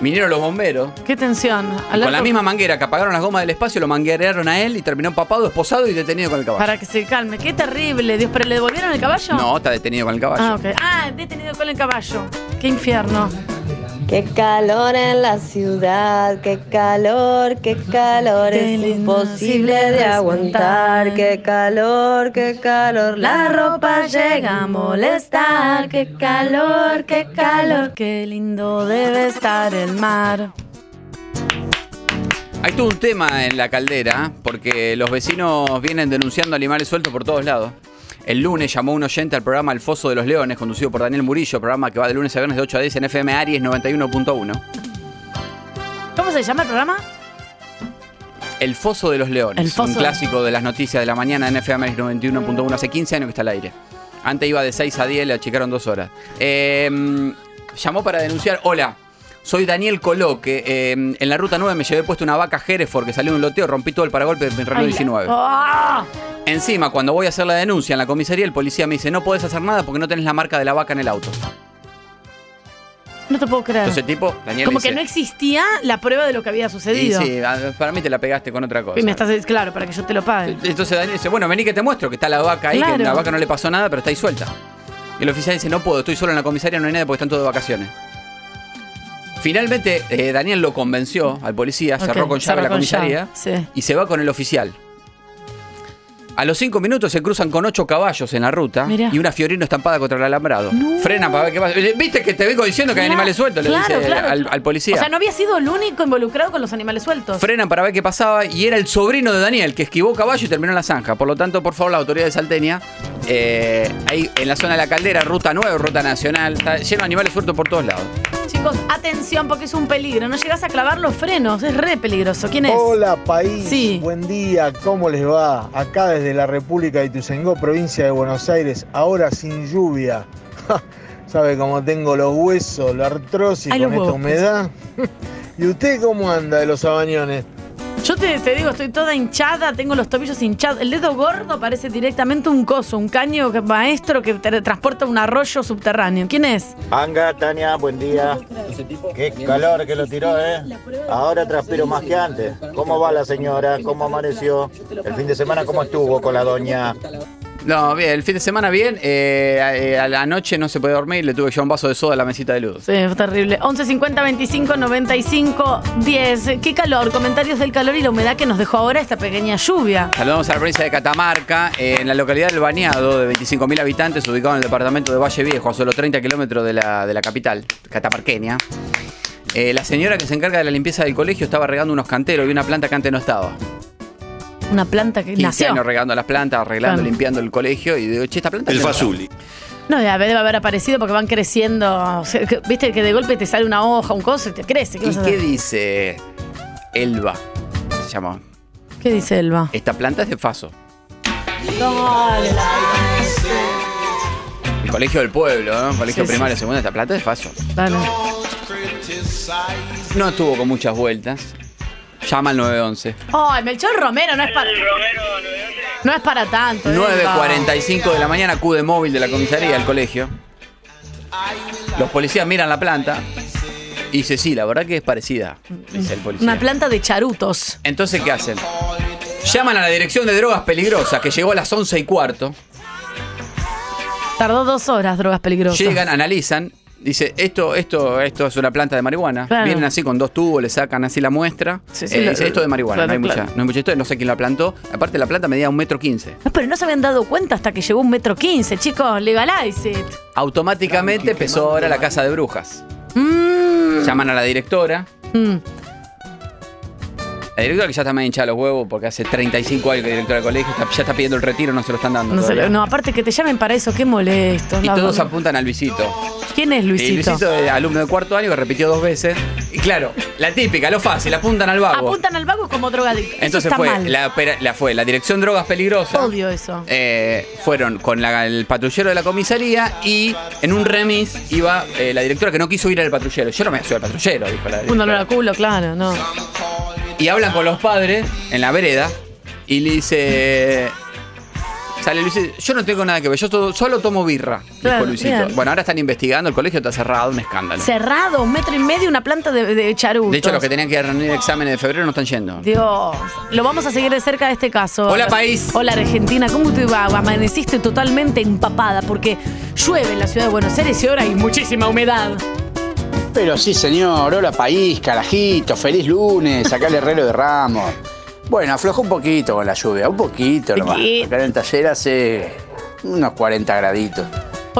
[SPEAKER 7] Vinieron los bomberos.
[SPEAKER 6] Qué tensión.
[SPEAKER 7] y
[SPEAKER 6] Hablar
[SPEAKER 7] con la
[SPEAKER 6] con-
[SPEAKER 7] misma manguera que apagaron las gomas del espacio, lo manguerearon a él y terminó empapado, esposado y detenido con el caballo.
[SPEAKER 6] Para que se calme. Qué terrible, Dios. ¿Pero le devolvieron el caballo?
[SPEAKER 7] No, está detenido con el caballo.
[SPEAKER 6] Ah, ok. Ah, detenido con el caballo. Qué infierno.
[SPEAKER 2] Qué calor en la ciudad, qué calor, qué calor, es imposible de aguantar, qué calor, qué calor, la ropa llega a molestar, qué calor, qué calor,
[SPEAKER 6] qué lindo debe estar el mar.
[SPEAKER 7] Hay todo un tema en la caldera, porque los vecinos vienen denunciando animales sueltos por todos lados. El lunes llamó un oyente al programa El Foso de los Leones, conducido por Daniel Murillo, programa que va de lunes a viernes de 8 a 10 en FM Aries 91.1.
[SPEAKER 6] ¿Cómo se llama el programa?
[SPEAKER 7] El Foso de los Leones,
[SPEAKER 6] El Foso.
[SPEAKER 7] un clásico de las noticias de la mañana en FM Aries 91.1, hace 15 años que está al aire. Antes iba de 6 a 10, le achicaron dos horas. Eh, llamó para denunciar, hola. Soy Daniel Coloque. eh, en la ruta 9 me llevé puesto una vaca Hereford que salió de un loteo, rompí todo el paragolpe de mi Renault
[SPEAKER 6] Ay, la-
[SPEAKER 7] 19.
[SPEAKER 6] ¡Ah!
[SPEAKER 7] Encima, cuando voy a hacer la denuncia en la comisaría, el policía me dice, no podés hacer nada porque no tenés la marca de la vaca en el auto.
[SPEAKER 6] No te puedo creer.
[SPEAKER 7] Entonces el tipo, Daniel
[SPEAKER 6] Como
[SPEAKER 7] dice,
[SPEAKER 6] que no existía la prueba de lo que había
[SPEAKER 7] "Y
[SPEAKER 6] sucedido.
[SPEAKER 7] sí, a- para mí te la pegaste con otra cosa.
[SPEAKER 6] y me estás claro, para que yo te lo pague.
[SPEAKER 7] Entonces Daniel dice, bueno, vení que te muestro que está la vaca ahí,
[SPEAKER 6] Claro.
[SPEAKER 7] que la vaca no le pasó nada, pero está ahí suelta. Y el oficial dice, no puedo, estoy solo en la comisaría, no hay nadie porque están todos de vacaciones. Finalmente, eh, Daniel lo convenció al policía, cerró
[SPEAKER 6] Ok,
[SPEAKER 7] con llave la
[SPEAKER 6] con llave,
[SPEAKER 7] comisaría.
[SPEAKER 6] Sí.
[SPEAKER 7] y se va con el oficial. A los cinco minutos se cruzan con ocho caballos en la ruta
[SPEAKER 6] Mirá.
[SPEAKER 7] y una fiorino estampada contra el alambrado. Frena para ver qué pasa. Le- Viste que te vengo diciendo que hay
[SPEAKER 6] Claro,
[SPEAKER 7] animales sueltos, le
[SPEAKER 6] claro,
[SPEAKER 7] dice
[SPEAKER 6] claro.
[SPEAKER 7] al, al policía.
[SPEAKER 6] O sea, no había sido el único involucrado con los animales sueltos.
[SPEAKER 7] Frenan para ver qué pasaba y era el sobrino de Daniel que esquivó caballo y terminó en la zanja. Por lo tanto, por favor, la autoridad de Salteña, eh, ahí en la zona de la caldera, ruta 9, ruta nacional, está lleno de animales sueltos por todos lados.
[SPEAKER 6] Chicos, atención porque es un peligro. No llegas a clavar los frenos, es re peligroso. ¿Quién es?
[SPEAKER 5] Hola país, buen día, ¿cómo les va? Acá desde la República de Ituzaingó, provincia de Buenos Aires, ahora sin lluvia. Ja, ¿Sabe cómo tengo los huesos, la artrosis
[SPEAKER 6] Ay,
[SPEAKER 5] con
[SPEAKER 6] los
[SPEAKER 5] esta
[SPEAKER 6] huevos.
[SPEAKER 5] humedad? [LAUGHS] ¿Y usted cómo anda de los abañones?
[SPEAKER 6] Yo te, te digo, estoy toda hinchada, tengo los tobillos hinchados. El dedo gordo parece directamente un coso, un caño que- maestro que tra- transporta un arroyo subterráneo. ¿Quién es?
[SPEAKER 11] Anga, Tania, buen día. Qué calor que lo tiró, ¿eh? Ahora transpiro más que antes. ¿Cómo va la señora? ¿Cómo amaneció? El fin de semana, ¿cómo estuvo con la doña?
[SPEAKER 7] No, bien, el fin de semana bien. eh, a, eh, a la noche no se puede dormir, le tuve que llevar un vaso de soda a la mesita de luz.
[SPEAKER 6] Sí, fue Eh, terrible. 11 50 25 95 10. Qué calor, comentarios del calor y la humedad que nos dejó ahora esta pequeña lluvia.
[SPEAKER 7] Saludamos a la provincia de Catamarca, eh, en la localidad del Bañado, de 25.000 habitantes, ubicado en el departamento de Valle Viejo, a solo 30 kilómetros de la, de la capital catamarqueña. Eh, la señora que se encarga de la limpieza del colegio estaba regando unos canteros y una planta que antes no estaba.
[SPEAKER 6] Una planta que
[SPEAKER 7] 15
[SPEAKER 6] nació.
[SPEAKER 7] años regando las plantas, arreglando,
[SPEAKER 6] Claro.
[SPEAKER 7] limpiando el colegio y digo, che, esta planta. El Fazuli.
[SPEAKER 6] No, debe haber- debe haber aparecido porque van creciendo. O sea, que- Viste que de golpe te sale una hoja, un coso y te crece. ¿Qué,
[SPEAKER 7] ¿Y
[SPEAKER 6] vas a
[SPEAKER 7] qué
[SPEAKER 6] hacer?
[SPEAKER 7] dice Elba? Se llama.
[SPEAKER 6] ¿Qué dice Elba?
[SPEAKER 7] Esta planta es de Faso.
[SPEAKER 6] Dale.
[SPEAKER 7] El colegio del pueblo, ¿no? Colegio
[SPEAKER 6] Sí, sí,
[SPEAKER 7] primario,
[SPEAKER 6] sí.
[SPEAKER 7] segundo, esta planta es de Faso.
[SPEAKER 6] Dale.
[SPEAKER 7] No estuvo con muchas vueltas. Llama al 911.
[SPEAKER 6] Ay, Melchor Romero no es para. No es para tanto. Elba.
[SPEAKER 7] 9.45 de la mañana acude móvil de la comisaría al colegio. Los policías miran la planta y dice, sí, la verdad que es parecida, dice el policía.
[SPEAKER 6] Una planta de charutos.
[SPEAKER 7] Entonces, ¿qué hacen? Llaman a la dirección de drogas peligrosas que llegó a las 11 y cuarto
[SPEAKER 6] Tardó dos horas, drogas peligrosas.
[SPEAKER 7] Llegan, analizan, dice esto, esto, esto es una planta de marihuana.
[SPEAKER 6] Claro.
[SPEAKER 7] Vienen así con dos tubos, le sacan así la muestra.
[SPEAKER 6] Sí, sí,
[SPEAKER 7] Eh,
[SPEAKER 6] lo-
[SPEAKER 7] dice esto de marihuana,
[SPEAKER 6] claro,
[SPEAKER 7] no, hay
[SPEAKER 6] claro.
[SPEAKER 7] mucha, no hay mucha historia, no sé quién la plantó. Aparte la planta medía un metro quince.
[SPEAKER 6] No, pero no se habían dado cuenta hasta que llegó un metro quince, chicos. Legalize it.
[SPEAKER 7] Automáticamente empezó ahora la casa de brujas.
[SPEAKER 6] Mm.
[SPEAKER 7] Llaman a la directora.
[SPEAKER 6] Mm.
[SPEAKER 7] La directora que ya está medio hinchada los huevos porque hace 35 años que es directora de colegio, está- ya está pidiendo el retiro, no se lo están dando.
[SPEAKER 6] No, se
[SPEAKER 7] todavía.
[SPEAKER 6] lo- no, aparte que te llamen para eso, qué molesto.
[SPEAKER 7] y
[SPEAKER 6] la
[SPEAKER 7] todos
[SPEAKER 6] verdad.
[SPEAKER 7] apuntan a Luisito.
[SPEAKER 6] ¿Quién es
[SPEAKER 7] Y
[SPEAKER 6] Luisito?
[SPEAKER 7] Luisito es alumno de cuarto año que repitió dos veces. Y claro, la típica, lo fácil, apuntan al vago.
[SPEAKER 6] Apuntan al vago como drogadicto. Eso
[SPEAKER 7] Entonces
[SPEAKER 6] está
[SPEAKER 7] fue
[SPEAKER 6] mal.
[SPEAKER 7] la, opera- la fue la dirección drogas peligrosas.
[SPEAKER 6] Odio eso.
[SPEAKER 7] Eh, fueron con la- el patrullero de la comisaría y en un remis iba eh, la directora que no quiso ir al patrullero. Yo no me voy al patrullero, dijo la
[SPEAKER 6] Un
[SPEAKER 7] directora.
[SPEAKER 6] dolor al culo, claro, no.
[SPEAKER 7] Y hablan con los padres en la vereda y le dice. Sale Luisito, yo no tengo nada que ver, yo to- solo tomo birra,
[SPEAKER 6] Claro,
[SPEAKER 7] dijo Luisito.
[SPEAKER 6] bien.
[SPEAKER 7] Bueno, ahora están investigando, el colegio está cerrado, un escándalo.
[SPEAKER 6] Cerrado, un metro y medio, una planta de, de charutos.
[SPEAKER 7] De hecho, los que tenían que rendir exámenes de febrero no están yendo.
[SPEAKER 6] Dios, lo vamos a seguir de cerca de este caso.
[SPEAKER 7] Hola, país.
[SPEAKER 6] Hola Argentina, ¿cómo te va? Amaneciste totalmente empapada porque llueve en la ciudad de Buenos Aires y ahora hay muchísima humedad.
[SPEAKER 12] Pero sí, señor. Hola, país, carajito. Feliz lunes. Acá el herrero de Ramos. Bueno, aflojó un poquito con la lluvia. Un poquito nomás. Acá en el taller hace unos 40 graditos.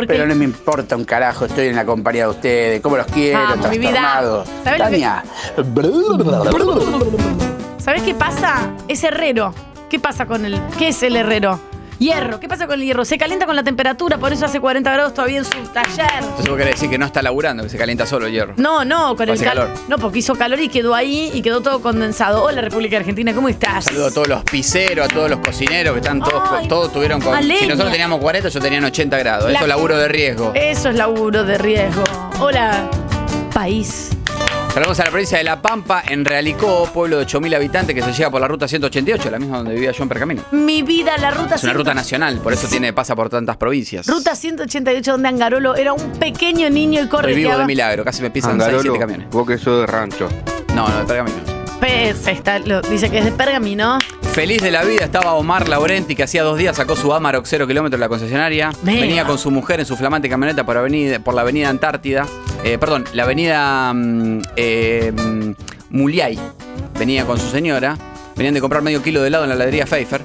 [SPEAKER 12] Pero no me importa un carajo. Estoy en la compañía de ustedes. ¿Cómo los quiero?
[SPEAKER 6] Vamos, mi vida.
[SPEAKER 12] trastornado.
[SPEAKER 6] ¿Sabés lo que-
[SPEAKER 12] Tania.
[SPEAKER 6] ¿Sabes qué pasa? Es herrero. ¿Qué pasa con él? ¿Qué es el herrero? Hierro. ¿Qué pasa con el hierro? Se calienta con la temperatura, por eso hace 40 grados todavía en su taller.
[SPEAKER 7] Entonces vos querés decir que no está laburando, que se calienta solo el hierro.
[SPEAKER 6] No, no, con el
[SPEAKER 7] Hace
[SPEAKER 6] calor.
[SPEAKER 7] calor.
[SPEAKER 6] No, porque hizo calor y quedó ahí y quedó todo condensado. Hola República Argentina, ¿cómo estás?
[SPEAKER 7] Saludo a todos los piceros, a todos los cocineros que están todos,
[SPEAKER 6] Ay,
[SPEAKER 7] todos tuvieron con.
[SPEAKER 6] a
[SPEAKER 7] Si
[SPEAKER 6] leña.
[SPEAKER 7] nosotros teníamos 40, yo tenían 80 grados.
[SPEAKER 6] La- Eh.
[SPEAKER 7] Eso es laburo de riesgo.
[SPEAKER 6] Eso es laburo de riesgo. Hola, país.
[SPEAKER 7] Saludos a la provincia de La Pampa, en Realicó, pueblo de 8.000 habitantes que se llega por la ruta 188, la misma donde vivía John Pergamino.
[SPEAKER 6] Mi vida, la ruta
[SPEAKER 7] Es una
[SPEAKER 6] 100
[SPEAKER 7] ruta nacional, por eso tiene pasa por tantas provincias.
[SPEAKER 6] Ruta 188, donde Angarolo era un pequeño niño y
[SPEAKER 7] Estoy vivo
[SPEAKER 6] correteaba.
[SPEAKER 7] de milagro, casi me pisan
[SPEAKER 8] Angarolo,
[SPEAKER 7] 6, 7 camiones.
[SPEAKER 8] Ah, Vos que sos de rancho.
[SPEAKER 7] No, no, de Pergamino.
[SPEAKER 6] Pues, está- lo- dice que es de Pergamino.
[SPEAKER 7] Feliz de la vida estaba Omar Laurenti, que hacía dos días sacó su Amarok 0 kilómetros de la concesionaria.
[SPEAKER 6] Mega.
[SPEAKER 7] Venía con su mujer en su flamante camioneta por, avenida- por la avenida Antártida. Eh, perdón, la avenida mm, eh, mm, Muliay. Venía con su señora. Venían de comprar medio kilo de helado en la heladería Pfeiffer.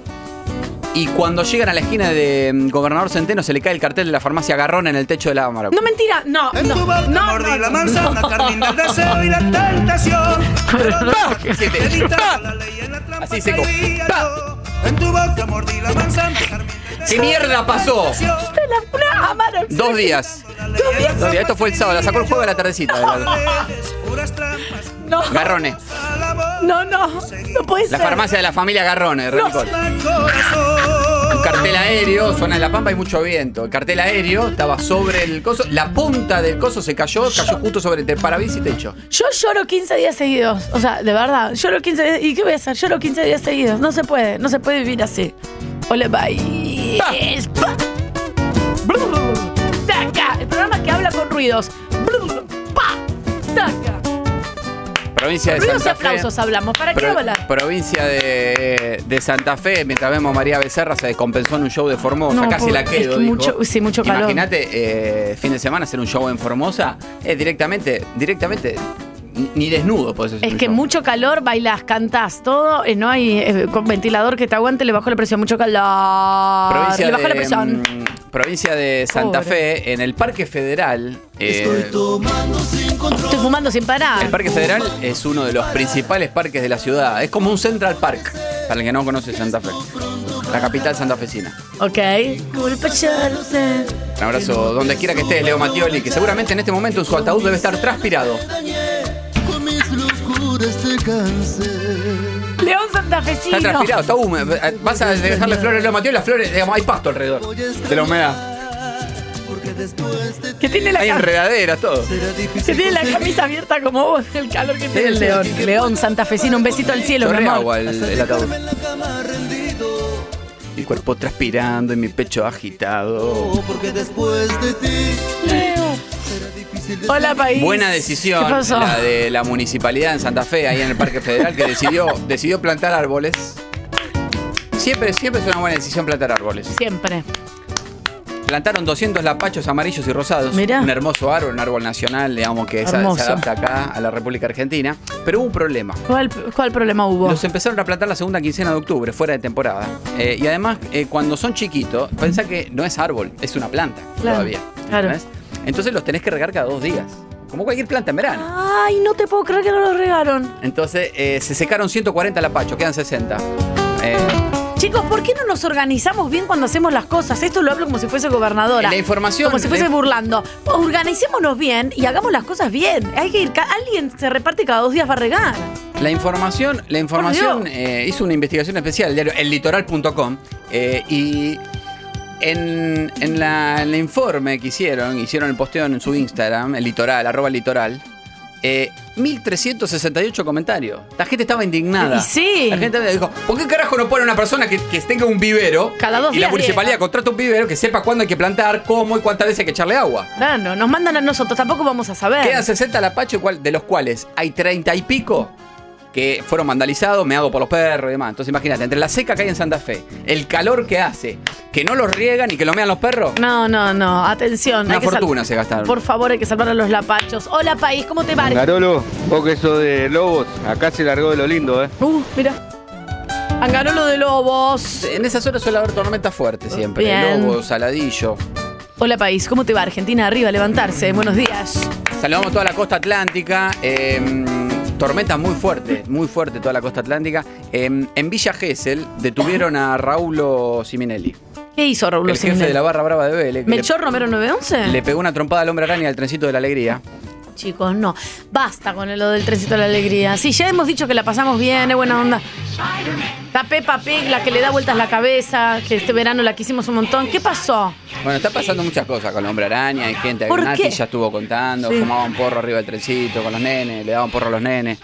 [SPEAKER 7] Y cuando llegan a la esquina de mm, Gobernador Centeno, se le cae el cartel de la farmacia Garrón en el techo del Amarok.
[SPEAKER 6] No, mentira, no. no, no, no, no, no. [LAUGHS]
[SPEAKER 7] ¡Pah! Siete. ¡Pah! Así seco. ¡Pah! ¿Qué mierda pasó? Dos días. Dos días. Esto fue el sábado, la sacó el juego de la tardecita. de la-
[SPEAKER 6] No,
[SPEAKER 7] Garrones.
[SPEAKER 6] no, no, no puede
[SPEAKER 7] La
[SPEAKER 6] ser.
[SPEAKER 7] farmacia de la familia Garrones,
[SPEAKER 6] No.
[SPEAKER 7] Renicol. Un cartel aéreo, suena en la pampa y mucho viento. El cartel aéreo estaba sobre el coso. La punta del coso se cayó, cayó justo sobre el parabis y techo.
[SPEAKER 6] Yo lloro 15 días seguidos. O sea, de verdad, lloro 15 días. ¿Y qué voy a hacer? Lloro 15 días seguidos. No se puede, no se puede vivir así. Hola, bye.
[SPEAKER 7] Ah.
[SPEAKER 6] Pa. Brr. Taca. El programa que habla con ruidos. Brr. Pa. Taca.
[SPEAKER 7] Provincia de
[SPEAKER 6] Ruidos y
[SPEAKER 7] Santa Fe.
[SPEAKER 6] aplausos hablamos. ¿Para qué
[SPEAKER 7] Pro-
[SPEAKER 6] hablar?
[SPEAKER 7] provincia de, de Santa Fe, mientras vemos a María Becerra, se descompensó en un show de Formosa,
[SPEAKER 6] No,
[SPEAKER 7] casi
[SPEAKER 6] pobre-
[SPEAKER 7] la quedo.
[SPEAKER 6] es que
[SPEAKER 7] dijo.
[SPEAKER 6] mucho- sí, mucho calor.
[SPEAKER 7] Imagínate, eh, fin de semana hacer un show en Formosa, es directamente, directamente, ni- ni desnudo podés hacer
[SPEAKER 6] Es
[SPEAKER 7] un
[SPEAKER 6] que
[SPEAKER 7] show.
[SPEAKER 6] mucho calor, bailas, cantás, todo. eh, no hay eh, con ventilador que te aguante, le bajó la presión. Mucho calor.
[SPEAKER 7] Provincia
[SPEAKER 6] le bajó la
[SPEAKER 7] de,
[SPEAKER 6] presión.
[SPEAKER 7] mm, provincia de Santa
[SPEAKER 6] Pobre.
[SPEAKER 7] Fe, en el Parque Federal. eh,
[SPEAKER 6] Estoy fumando sin parar.
[SPEAKER 7] mm, el Parque Federal es uno de los principales parques de la ciudad. Es como un Central Park, para el que no conoce Santa Fe. La capital santafesina.
[SPEAKER 6] Ok. Culpa ya lo sé.
[SPEAKER 7] Un abrazo donde quiera que estés, Leo Mattioli, que seguramente en este momento en su ataúd debe estar transpirado.
[SPEAKER 6] León Santafesino.
[SPEAKER 7] Está transpirado, está húmedo. Eh, Vas a dejarle flores a Leo Mattioli, las flores, digamos, hay pasto alrededor de la humedad.
[SPEAKER 6] Que tiene la
[SPEAKER 7] Hay
[SPEAKER 6] ca-
[SPEAKER 7] enredaderas, todo.
[SPEAKER 6] Que tiene la camisa abierta como vos, el calor que tiene el león. León santafesino, un besito al cielo, mi
[SPEAKER 7] Chorrea
[SPEAKER 6] amor.
[SPEAKER 7] agua el, el ataúd. El cuerpo transpirando y mi pecho agitado.
[SPEAKER 6] Hola, país.
[SPEAKER 7] Buena decisión
[SPEAKER 6] ¿Qué pasó?
[SPEAKER 7] la de la municipalidad en Santa Fe, ahí en el Parque Federal, que
[SPEAKER 6] [LAUGHS]
[SPEAKER 7] decidió, decidió plantar árboles. Siempre, siempre es una buena decisión plantar árboles.
[SPEAKER 6] Siempre.
[SPEAKER 7] Plantaron 200 lapachos amarillos y rosados.
[SPEAKER 6] Mirá.
[SPEAKER 7] Un hermoso árbol, un árbol nacional, digamos, que se,
[SPEAKER 6] Hermoso.
[SPEAKER 7] se adapta acá a la República Argentina. Pero hubo un problema.
[SPEAKER 6] ¿Cuál, cuál problema hubo?
[SPEAKER 7] Los empezaron a plantar la segunda quincena de octubre, fuera de temporada. Eh, y además, eh, cuando son chiquitos, pensá que no es árbol, es una planta
[SPEAKER 6] Claro,
[SPEAKER 7] todavía.
[SPEAKER 6] claro.
[SPEAKER 7] ¿entendés? Entonces los tenés que regar cada dos días. Como cualquier planta en verano.
[SPEAKER 6] Ay, no te puedo creer que no los regaron.
[SPEAKER 7] Entonces eh, se secaron 140 lapachos, quedan 60. Eh,
[SPEAKER 6] Chicos, ¿por qué no nos organizamos bien cuando hacemos las cosas? Esto lo hablo como si fuese gobernadora.
[SPEAKER 7] La información-
[SPEAKER 6] Como si fuese
[SPEAKER 7] la-
[SPEAKER 6] burlando. Organicémonos bien y hagamos las cosas bien. Hay que ir. ca- Alguien se reparte cada dos días va a regar.
[SPEAKER 7] la información, la información eh, hizo una investigación especial, el diario ellitoral.com, eh, y en, en la- en el informe que hicieron, hicieron el posteo en su Instagram, el litoral, arroba el litoral, eh, 1368 comentarios. La gente estaba indignada.
[SPEAKER 6] Y sí.
[SPEAKER 7] La gente dijo, ¿por qué carajo no pone una persona que, que tenga un vivero?
[SPEAKER 6] Cada dos
[SPEAKER 7] Y la
[SPEAKER 6] días
[SPEAKER 7] municipalidad contrata un vivero que sepa cuándo hay que plantar, cómo y cuántas veces hay que echarle agua.
[SPEAKER 6] Claro, nos mandan a nosotros, tampoco vamos a saber.
[SPEAKER 7] Quedan 60 lapachos, cual- de los cuales hay 30 y pico que fueron vandalizados, meado por los perros y demás. Entonces imagínate, entre la seca que hay en Santa Fe, el calor que hace, que no los riegan y que lo mean los perros,
[SPEAKER 6] No, no, no. Atención.
[SPEAKER 7] una
[SPEAKER 6] hay que sal-
[SPEAKER 7] fortuna se gastaron.
[SPEAKER 6] Por favor, hay que salvar a los lapachos. Hola, país, ¿cómo te va?
[SPEAKER 8] Garolo, vos que sos de Lobos, acá se largó de lo lindo, ¿eh?
[SPEAKER 6] Uh, mira. Angarolo de Lobos.
[SPEAKER 7] En esa zona suele haber tormentas fuertes siempre.
[SPEAKER 6] Bien.
[SPEAKER 7] Lobo, saladillo.
[SPEAKER 6] Hola, país, ¿cómo te va? Argentina arriba, levantarse. Buenos días.
[SPEAKER 7] Saludamos toda la costa atlántica. eh, tormentas muy fuertes, muy fuerte toda la costa atlántica. Eh, en Villa Gesell detuvieron a Raulo Siminelli,
[SPEAKER 6] ¿Qué hizo Raúl
[SPEAKER 7] el jefe
[SPEAKER 6] Simonelli?
[SPEAKER 7] de la barra brava de Vélez. que le-
[SPEAKER 6] ¿Melchor Romero 911?
[SPEAKER 7] Le pegó una trompada al hombre araña del trencito de la alegría.
[SPEAKER 6] Chicos, no. Basta con lo del trencito de la alegría. Sí, ya hemos dicho que la pasamos bien, es buena onda. Está Peppa Pig, la que le da vueltas la cabeza, que este verano la quisimos un montón. ¿Qué pasó?
[SPEAKER 7] Bueno, está pasando muchas cosas con el hombre araña, hay gente,
[SPEAKER 6] ¿Por
[SPEAKER 7] Nati
[SPEAKER 6] qué?
[SPEAKER 7] ya estuvo contando,
[SPEAKER 6] Sí.
[SPEAKER 7] fumaban porro arriba del trencito con los nenes, le daban porro a los nenes.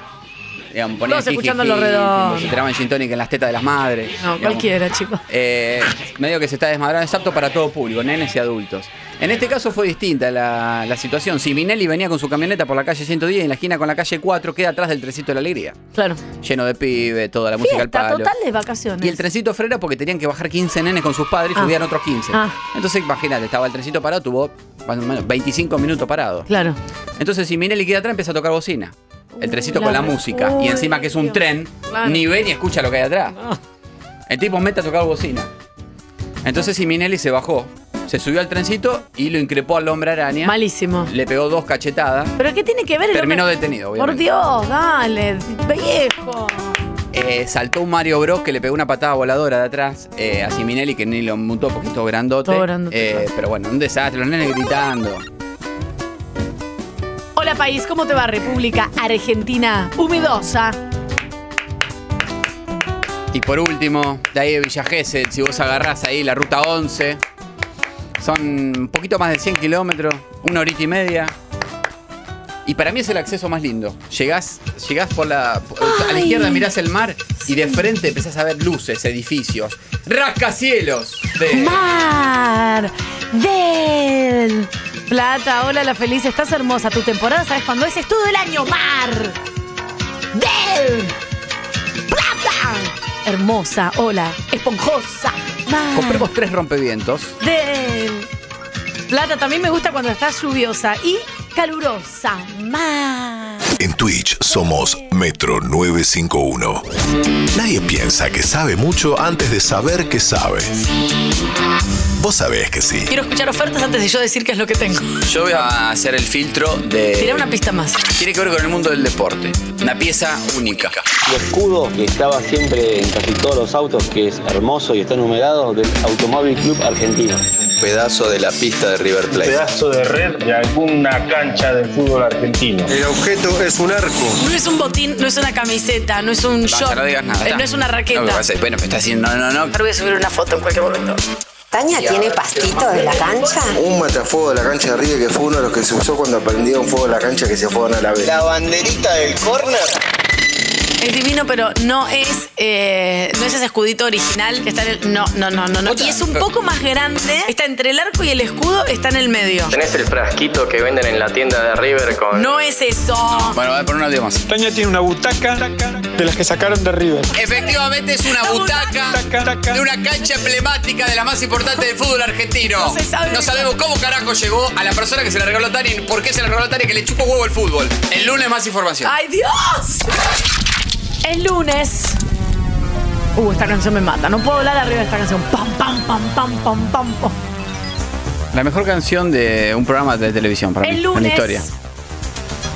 [SPEAKER 7] Digamos, ponían
[SPEAKER 6] Todos escuchando
[SPEAKER 7] jijiji,
[SPEAKER 6] Lo Redondo.
[SPEAKER 7] Se tiraban gin tonic en las tetas de las madres.
[SPEAKER 6] No,
[SPEAKER 7] digamos.
[SPEAKER 6] cualquiera, chicos.
[SPEAKER 7] Eh, medio que se está desmadrando, es apto para todo público, nenes y adultos. En este caso fue distinta la, la situación. Si Minelli venía con su camioneta por la calle 110 en la esquina con la calle 4, queda atrás del trencito de la alegría.
[SPEAKER 6] Claro.
[SPEAKER 7] Lleno de pibe, toda la música al
[SPEAKER 6] Fiesta
[SPEAKER 7] palo.
[SPEAKER 6] total de vacaciones.
[SPEAKER 7] Y el trencito frena porque tenían que bajar 15 nenes con sus padres y
[SPEAKER 6] Ah.
[SPEAKER 7] subían otros 15.
[SPEAKER 6] Ah.
[SPEAKER 7] Entonces, imagínate, estaba el trencito parado, tuvo más o menos 25 minutos parado.
[SPEAKER 6] Claro.
[SPEAKER 7] Entonces, si Minelli queda atrás, empieza a tocar bocina. El trencito
[SPEAKER 6] la
[SPEAKER 7] con la
[SPEAKER 6] re-
[SPEAKER 7] música.
[SPEAKER 6] Uy,
[SPEAKER 7] y encima que es un tren,
[SPEAKER 6] Claro. Ah.
[SPEAKER 7] ni ve ni escucha lo que hay atrás. El tipo mete a tocar bocina. Entonces, si Minelli se bajó, se subió al trencito y lo increpó al hombre araña.
[SPEAKER 6] Malísimo.
[SPEAKER 7] Le pegó dos cachetadas.
[SPEAKER 6] ¿Pero qué tiene que ver el
[SPEAKER 7] Terminó
[SPEAKER 6] hombre-
[SPEAKER 7] detenido,
[SPEAKER 6] Por
[SPEAKER 7] obviamente.
[SPEAKER 6] Dios, dale, viejo.
[SPEAKER 7] Eh, saltó un Mario Bros que le pegó una patada voladora de atrás eh, a Siminelli, que ni lo mutó porque es todo grandote.
[SPEAKER 6] Todo grandote,
[SPEAKER 7] Eh, pero bueno, un desastre, los nenes gritando.
[SPEAKER 6] Hola, país, ¿cómo te va? República Argentina, humidosa.
[SPEAKER 7] Y por último, de ahí de Villa Gesell, si vos agarrás ahí la ruta 11, son un poquito más de 100 kilómetros, una horita y media. Y para mí es el acceso más lindo. Llegás, llegás por la. por- a la
[SPEAKER 6] Ay.
[SPEAKER 7] izquierda mirás el mar y de frente empezás a ver luces, edificios, rascacielos. De,
[SPEAKER 6] Mar del Plata, hola la feliz, estás hermosa. Tu temporada, ¿sabes cuándo es? Es todo el año. Mar del Plata. Hermosa, hola, esponjosa. Mar
[SPEAKER 7] Compremos tres rompevientos.
[SPEAKER 6] del Plata, también me gusta cuando estás lluviosa y calurosa. Mar.
[SPEAKER 14] En Twitch somos Metro 951. Nadie piensa que sabe mucho antes de saber que sabe. Vos sabés que sí.
[SPEAKER 6] Quiero escuchar ofertas antes de yo decir qué es lo que tengo.
[SPEAKER 7] Yo voy a hacer el filtro de.
[SPEAKER 6] Tira una pista más.
[SPEAKER 7] Tiene que ver con el mundo del deporte. Una pieza única.
[SPEAKER 15] El escudo que estaba siempre en casi todos los autos, que es hermoso y está numerado, del Automóvil Club Argentino. Un pedazo de la pista de River
[SPEAKER 19] Pedazo de red de alguna cancha de fútbol argentino. El objeto es un arco.
[SPEAKER 6] No es un botín, no es una camiseta, no es un
[SPEAKER 7] Basta,
[SPEAKER 6] short,
[SPEAKER 7] no digas nada.
[SPEAKER 6] eh,
[SPEAKER 7] está.
[SPEAKER 6] no es una raqueta.
[SPEAKER 7] No, me parece- bueno, me está diciendo, no, no, no.
[SPEAKER 6] Ahora voy a subir una foto en cualquier momento.
[SPEAKER 16] ¿Tania tiene pastito de la cancha?
[SPEAKER 23] Un matafuego de la cancha de River que fue uno de los que se usó cuando prendía un fuego en la cancha que se fueron a la vez.
[SPEAKER 16] banderita del córner?
[SPEAKER 6] Es divino, pero no es, eh, no es ese escudito original que está en el. No, no, no, no. no. Y es un poco más grande. Está entre el arco y el escudo, está en el medio.
[SPEAKER 1] ¿Tenés el frasquito que venden en la tienda de River con.?
[SPEAKER 6] No es eso.
[SPEAKER 7] Bueno, voy a poner un audio más.
[SPEAKER 9] Tania tiene una butaca de las que sacaron de River.
[SPEAKER 10] Efectivamente es una butaca de una cancha emblemática de la más importante del fútbol argentino.
[SPEAKER 6] No se sabe.
[SPEAKER 10] No sabemos cómo carajo llegó a la persona que se la regaló a Tani, por qué se la regaló a Tani, que le chupa huevo el fútbol. El lunes más información.
[SPEAKER 6] ¡Ay, Dios! El lunes. Uh, esta canción me mata. No puedo hablar arriba de esta canción. Pam, pam, pam, pam, pam, pam. pam.
[SPEAKER 7] La mejor canción de un programa de televisión para
[SPEAKER 6] El
[SPEAKER 7] mí, en
[SPEAKER 6] lunes.
[SPEAKER 7] la historia.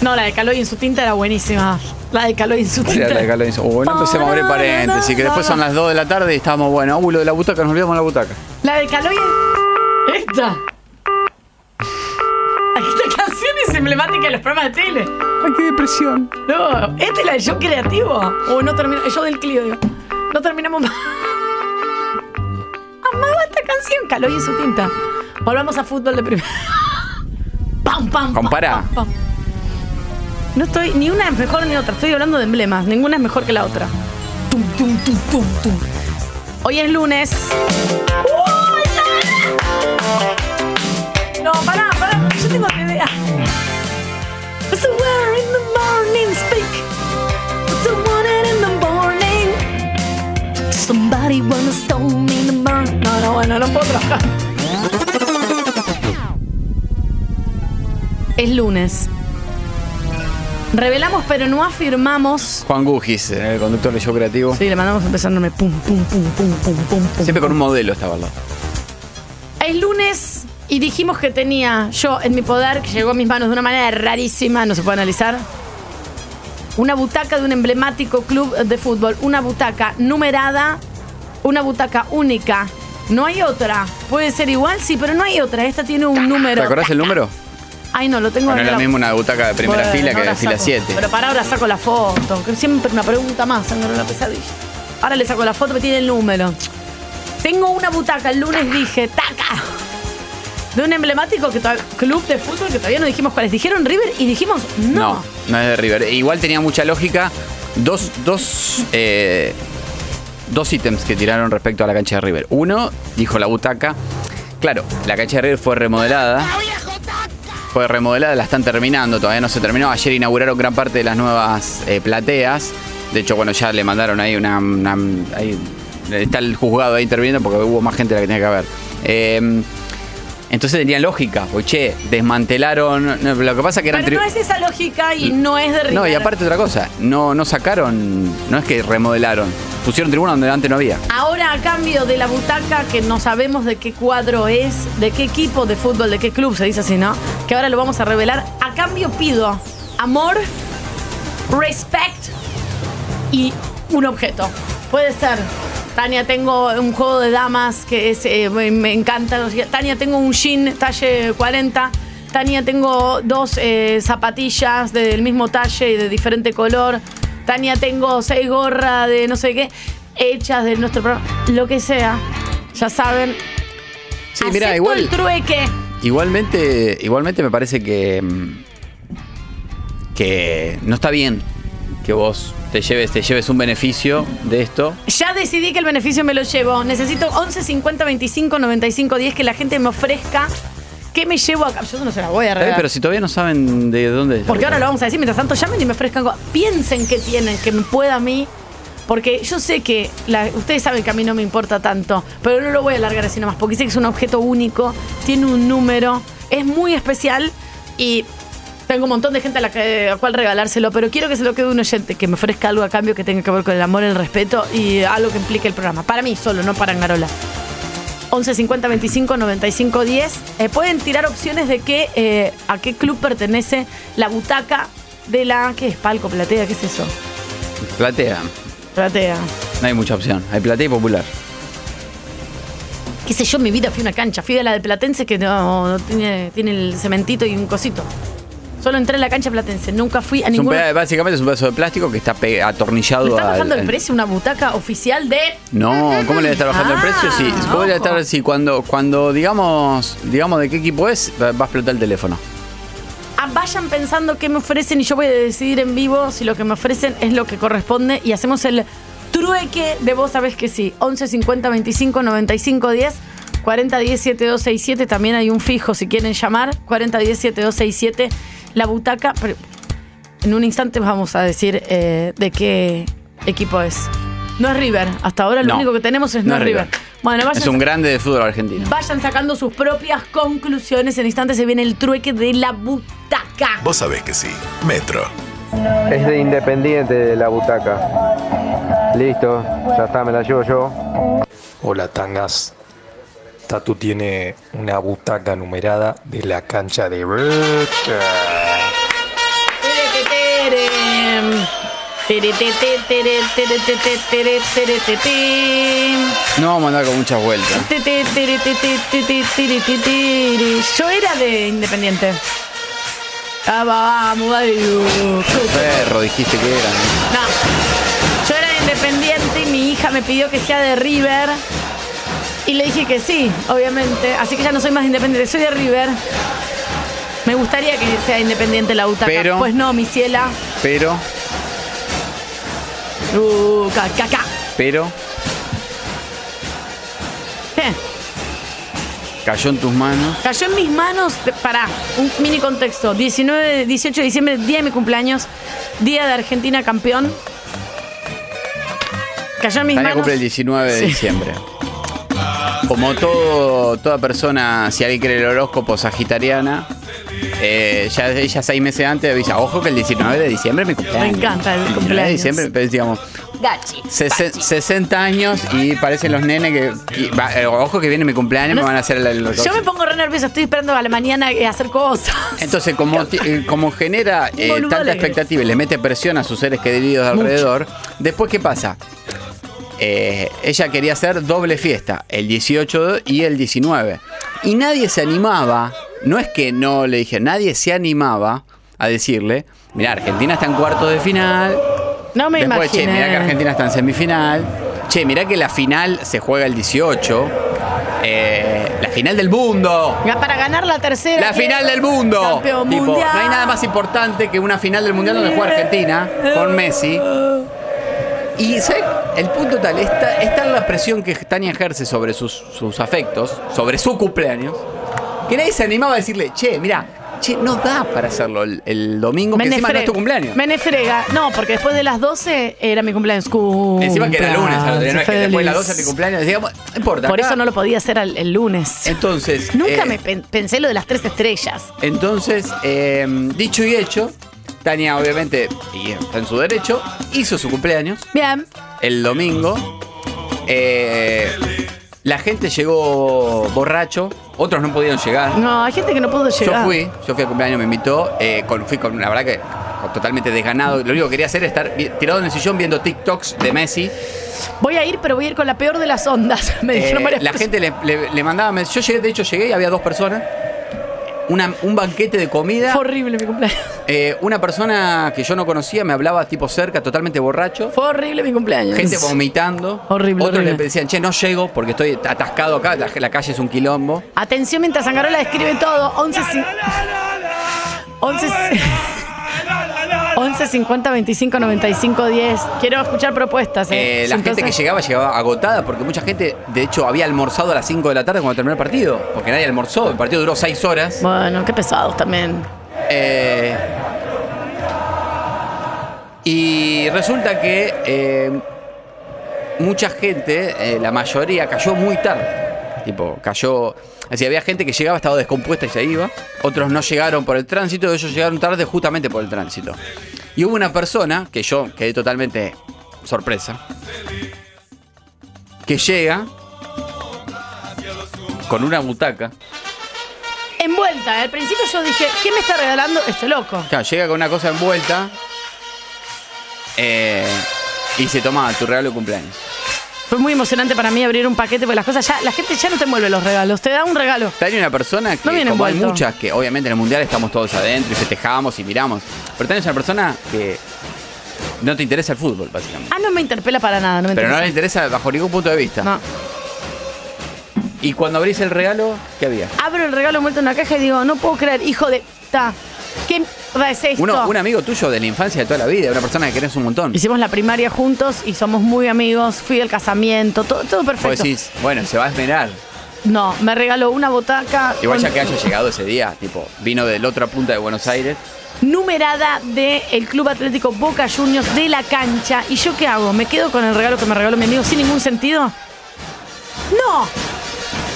[SPEAKER 6] No, la de Caló y en su tinta era buenísima. La de Caló y
[SPEAKER 7] [LAUGHS]
[SPEAKER 6] en su tinta.
[SPEAKER 7] Mira, la de Carlos Inso- Oh, no empecemos a abrir paréntesis, que después son las 2 de la tarde y estamos, bueno, uh, lo de la butaca, nos olvidamos de la butaca.
[SPEAKER 6] La de Caló y en- Esta. Esta canción es emblemática de los programas de tele. Ay, qué depresión. No, esta es la del show creativo. O no termina. El show del Clio, digo. No terminamos más. Amaba esta canción, Caló y en su tinta. Volvamos a fútbol de primera. [LAUGHS] Pam, pam, pam.
[SPEAKER 7] Compará.
[SPEAKER 6] No estoy, ni una es mejor ni otra, estoy hablando de emblemas, ninguna es mejor que la otra. Tum, tum, tum, tum, tum. Hoy es lunes. No, pará, pará, porque yo tengo TDA. Somewhere in the morning, speak. Somewhere in the morning. Somebody wanna stone me in the morning. No, no, bueno, no puedo trabajar. Es lunes. Revelamos pero no afirmamos.
[SPEAKER 7] Juan Gugis, el conductor de show creativo.
[SPEAKER 6] Sí, le mandamos empezándome pum, pum, pum, pum, pum, pum, pum.
[SPEAKER 7] Siempre con un modelo estaba al lado.
[SPEAKER 6] Es lunes y dijimos que tenía yo en mi poder, que llegó a mis manos de una manera rarísima, no se puede analizar. Una butaca de un emblemático club de fútbol. Una butaca numerada, una butaca única. No hay otra. Puede ser igual, sí, pero no hay otra. Esta tiene un número.
[SPEAKER 7] ¿Te acordás el número?
[SPEAKER 6] Ay, no, lo tengo
[SPEAKER 7] Bueno,
[SPEAKER 6] en
[SPEAKER 7] es lo
[SPEAKER 6] la-
[SPEAKER 7] mismo una butaca de primera
[SPEAKER 6] Bueno,
[SPEAKER 7] fila que
[SPEAKER 6] ahora
[SPEAKER 7] de fila
[SPEAKER 6] saco.
[SPEAKER 7] 7.
[SPEAKER 6] Pero para ahora saco la foto, que siempre me pregunta más, sangre la pesadilla. Ahora le saco la foto, me tiene el número. Tengo una butaca, el lunes dije, taca. De un emblemático que to- club de fútbol que todavía no dijimos cuáles. Dijeron River y dijimos no.
[SPEAKER 7] No, no es de River. E Igual tenía mucha lógica. Dos, dos, eh, dos ítems que tiraron respecto a la cancha de River. Uno, dijo la butaca. Claro, la cancha de River fue remodelada. Fue remodelada, la están terminando, todavía no se terminó. Ayer inauguraron gran parte de las nuevas eh, plateas. De hecho, bueno, ya le mandaron ahí una. una- ahí- está el juzgado ahí interviniendo porque hubo más gente de la que tenía que haber. Eh, entonces tenía lógica, porque che, desmantelaron. no, Lo que pasa que eran
[SPEAKER 6] Pero
[SPEAKER 7] tri-
[SPEAKER 6] no es esa lógica y no es de River.
[SPEAKER 7] no, y aparte otra cosa, no, no sacaron, no es que remodelaron, pusieron tribuna donde antes no había.
[SPEAKER 6] Ahora a cambio de la butaca que no sabemos de qué cuadro es, de qué equipo de fútbol, de qué club se dice así, ¿no? Que ahora lo vamos a revelar. A cambio pido amor, respect y un objeto. Puede ser. Tania, tengo un juego de damas que es, eh, me me encanta. no sé qué. Tania, tengo un jean talle 40. Tania, tengo dos eh, zapatillas del mismo talle y de diferente color. Tania, tengo seis gorras de no sé qué, hechas de nuestro programa. Lo que sea. Ya saben.
[SPEAKER 7] Sí, mirá,
[SPEAKER 6] Acepto
[SPEAKER 7] igual-
[SPEAKER 6] el trueque.
[SPEAKER 7] Igualmente, igualmente me parece que mm, que no está bien que vos te lleves, te lleves un beneficio de esto.
[SPEAKER 6] Ya decidí que el beneficio me lo llevo. Necesito 11 50 25 95 10 que la gente me ofrezca. ¿Qué me llevo acá? Yo no se las voy a
[SPEAKER 7] Está bien,
[SPEAKER 6] regalar.
[SPEAKER 7] pero si todavía no saben de dónde es.
[SPEAKER 6] Porque ahora lo vamos a decir, mientras tanto llamen y me ofrezcan cosas. Piensen que tienen, que me pueda a mí. Porque yo sé que, la- ustedes saben que a mí no me importa tanto, pero no lo voy a alargar así nomás, porque sé que es un objeto único, tiene un número, es muy especial y tengo un montón de gente a la, que, a la cual regalárselo, pero quiero que se lo quede un oyente, que me ofrezca algo a cambio que tenga que ver con el amor, el respeto y algo que implique el programa. Para mí solo, no para Angarola. 11 50 25 95 10. Eh, pueden tirar opciones de qué, eh, a qué club pertenece la butaca de la. ¿Qué es palco, platea? ¿Qué es eso?
[SPEAKER 7] Platea.
[SPEAKER 6] Platea.
[SPEAKER 7] No hay mucha opción. Hay platea y popular.
[SPEAKER 6] ¿Qué sé yo? En mi vida fui a una cancha. Fui a la de Platense que no, no tiene, tiene el cementito y un cosito. Solo entré en la cancha Platense. Nunca fui a
[SPEAKER 7] Es un
[SPEAKER 6] ninguna.
[SPEAKER 7] peda- básicamente es un pedazo de plástico que está pe- atornillado
[SPEAKER 6] ¿Le está
[SPEAKER 7] al-
[SPEAKER 6] bajando el
[SPEAKER 7] al-
[SPEAKER 6] precio una butaca oficial de.
[SPEAKER 7] No, ¿cómo le va a estar bajando el precio? Sí, ¿cómo le va a estar si cuando, cuando digamos, digamos de qué equipo es, va va a explotar el teléfono?
[SPEAKER 6] Ah, Vayan pensando qué me ofrecen y yo voy a decidir en vivo si lo que me ofrecen es lo que corresponde y hacemos el trueque de vos sabés que sí. 11 50 25 95 10 40 10 7267. También hay un fijo si quieren llamar. 40 10 7267. La butaca. Pero en un instante vamos a decir eh, de qué equipo es. No es River. Hasta ahora lo
[SPEAKER 7] No.
[SPEAKER 6] único que tenemos es no,
[SPEAKER 7] No
[SPEAKER 6] es
[SPEAKER 7] es
[SPEAKER 6] River.
[SPEAKER 7] River.
[SPEAKER 6] Bueno, vayan
[SPEAKER 7] Es un grande de fútbol argentino.
[SPEAKER 6] Vayan sacando sus propias conclusiones. En instante se viene el trueque de la butaca.
[SPEAKER 14] Vos sabés que sí. Metro.
[SPEAKER 4] Es de Independiente de la butaca. Listo, ya está, me la llevo yo.
[SPEAKER 17] Hola tangas. Tatu tiene una butaca numerada de la cancha de Boca.
[SPEAKER 7] No vamos a andar con muchas vueltas.
[SPEAKER 6] Yo era de Independiente. Ah, vamos, Badiu.
[SPEAKER 7] Perro, dijiste que era. ¿no?
[SPEAKER 6] No. Yo era de independiente y mi hija me pidió que sea de River. Y le dije que sí, obviamente. Así que ya no soy más independiente, soy de River. Me gustaría que sea independiente la butaca.
[SPEAKER 7] Pero-
[SPEAKER 6] Pues no, mi ciela.
[SPEAKER 7] Pero,
[SPEAKER 6] Uh, ca- ca- ca.
[SPEAKER 7] pero,
[SPEAKER 6] Eh,
[SPEAKER 7] cayó en tus manos.
[SPEAKER 6] Cayó en mis manos, de- pará, un mini contexto. 19, 18 de diciembre, día de mi cumpleaños, día de Argentina campeón. Cayó en mis
[SPEAKER 7] Tania
[SPEAKER 6] manos.
[SPEAKER 7] cumple el 19 de
[SPEAKER 6] Sí.
[SPEAKER 7] diciembre. Como todo, toda persona, si alguien cree el horóscopo sagitariana, eh, ya ella seis meses antes avisa, ojo que el 19 de diciembre es mi cumpleaños.
[SPEAKER 6] Me encanta el
[SPEAKER 7] 19
[SPEAKER 6] cumpleaños.
[SPEAKER 7] de diciembre, pues, digamos,
[SPEAKER 6] Gachi.
[SPEAKER 7] sesen- 60 años y parecen los nenes que, y va, eh, ojo que viene mi cumpleaños, me van a hacer el, el
[SPEAKER 6] Yo me pongo re nerviosa, estoy esperando a la mañana eh, hacer cosas. [LAUGHS]
[SPEAKER 7] Entonces, como, ti- eh, como genera eh,
[SPEAKER 6] Boludo
[SPEAKER 7] tanta
[SPEAKER 6] alegre.
[SPEAKER 7] expectativa y le mete presión a sus seres queridos de
[SPEAKER 6] Mucho.
[SPEAKER 7] alrededor, después, ¿qué pasa? Eh, ella quería hacer doble fiesta, el 18 y el 19. Y nadie se animaba, no es que no le dije, nadie se animaba a decirle, mirá, Argentina está en cuarto de final.
[SPEAKER 6] No me
[SPEAKER 7] Después, che,
[SPEAKER 6] imaginé.
[SPEAKER 7] mirá que Argentina está en semifinal. Che, mirá que la final se juega el 18. Eh, la final del mundo.
[SPEAKER 6] Ya Para ganar la tercera.
[SPEAKER 7] La final del mundo.
[SPEAKER 6] Campeón
[SPEAKER 7] Tipo,
[SPEAKER 6] mundial.
[SPEAKER 7] No hay nada más importante que una final del mundial donde juega Argentina con Messi. Y ¿sabes? el punto tal, está, está en la presión que Tania ejerce sobre sus, sus afectos, sobre su cumpleaños, que nadie se animaba a decirle, che, mira, che, no da para hacerlo el, el domingo, que encima no es tu cumpleaños.
[SPEAKER 6] Menefrega. No, porque después de las 12 era mi cumpleaños.
[SPEAKER 7] Encima que era lunes, al otro día, no es que después de las 12
[SPEAKER 6] Feliz.
[SPEAKER 7] era mi cumpleaños, decíamos, no importa.
[SPEAKER 6] Por
[SPEAKER 7] acá-
[SPEAKER 6] eso no lo podía hacer al- el lunes.
[SPEAKER 7] Entonces.
[SPEAKER 6] Nunca
[SPEAKER 7] eh,
[SPEAKER 6] me pen- pensé lo de las tres estrellas.
[SPEAKER 7] Entonces, eh, dicho y hecho, Tania obviamente, y está en su derecho, hizo su cumpleaños
[SPEAKER 6] Bien.
[SPEAKER 7] el domingo. Eh, la gente llegó borracho, otros no pudieron llegar.
[SPEAKER 6] No, hay gente que no pudo llegar.
[SPEAKER 7] Yo fui, yo fui al cumpleaños, me invitó, eh, con- fui con, la verdad que con- totalmente desganado. Lo único que quería hacer era estar vi- tirado en el sillón viendo TikToks de Messi.
[SPEAKER 6] Voy a ir, pero voy a ir con la peor de las ondas. [LAUGHS] Me dijeron
[SPEAKER 7] Eh,
[SPEAKER 6] varias
[SPEAKER 7] la
[SPEAKER 6] personas.
[SPEAKER 7] gente le, le- le mandaba mens- Yo llegué, de hecho llegué y había dos personas. Una- un banquete de comida.
[SPEAKER 6] Fue horrible mi cumpleaños. [LAUGHS]
[SPEAKER 7] Eh, una persona que yo no conocía me hablaba tipo cerca, totalmente borracho.
[SPEAKER 6] Fue horrible mi cumpleaños.
[SPEAKER 7] Gente vomitando.
[SPEAKER 6] Horrible,
[SPEAKER 7] Otros
[SPEAKER 6] horrible.
[SPEAKER 7] le decían, che, no llego porque estoy atascado acá, la, la calle es un quilombo.
[SPEAKER 6] Atención mientras Angarola describe todo. 11 cin- 11 [LAUGHS] 11 50 25 95 10. Quiero escuchar propuestas. ¿eh?
[SPEAKER 7] Eh, la gente que
[SPEAKER 6] Entonces-
[SPEAKER 7] llegaba llegaba agotada porque mucha gente, de hecho, había almorzado a las 5 de la tarde cuando terminó el partido. Porque nadie almorzó, el partido duró 6 horas.
[SPEAKER 6] Bueno, qué pesados también.
[SPEAKER 7] Eh, y resulta que eh, mucha gente, eh, la mayoría, cayó muy tarde. Tipo, cayó. Así había gente que llegaba, estaba descompuesta y se iba. Otros no llegaron por el tránsito, ellos llegaron tarde justamente por el tránsito. Y hubo una persona que yo quedé totalmente sorpresa. Que llega con una butaca.
[SPEAKER 6] Envuelta, al principio yo dije, ¿quién me está regalando este loco?
[SPEAKER 7] Claro, llega con una cosa envuelta eh, y se toma tu regalo de cumpleaños.
[SPEAKER 6] Fue muy emocionante para mí abrir un paquete porque las cosas ya, la gente ya no te envuelve los regalos, te da un regalo.
[SPEAKER 7] Tania es una persona que,
[SPEAKER 6] No viene
[SPEAKER 7] como hay
[SPEAKER 6] envuelto.
[SPEAKER 7] muchas, que obviamente en el mundial estamos todos adentro y festejamos y miramos. Pero Tania es una persona que no te interesa el fútbol, básicamente.
[SPEAKER 6] Ah, no me interpela para nada, no me
[SPEAKER 7] Pero no
[SPEAKER 6] interesa.
[SPEAKER 7] le interesa bajo ningún punto de vista.
[SPEAKER 6] No.
[SPEAKER 7] Y cuando abrís el regalo, ¿qué había?
[SPEAKER 6] Abro el regalo envuelto en una caja y digo, no puedo creer, hijo de ta. ¿Quién va a hacer esto?
[SPEAKER 7] Uno- un amigo tuyo de la infancia de toda la vida, una persona que querés un montón.
[SPEAKER 6] Hicimos la primaria juntos y somos muy amigos. Fui al casamiento, todo, todo
[SPEAKER 7] Vos
[SPEAKER 6] perfecto.
[SPEAKER 7] decís, bueno, se va a esmerar.
[SPEAKER 6] No, me regaló una botaca
[SPEAKER 7] Igual
[SPEAKER 6] con-
[SPEAKER 7] ya que haya llegado ese día, tipo, vino de la otra punta de Buenos Aires.
[SPEAKER 6] numerada del Club Atlético Boca Juniors de la cancha. ¿Y yo qué hago? ¿Me quedo con el regalo que me regaló mi amigo sin ningún sentido? ¡No!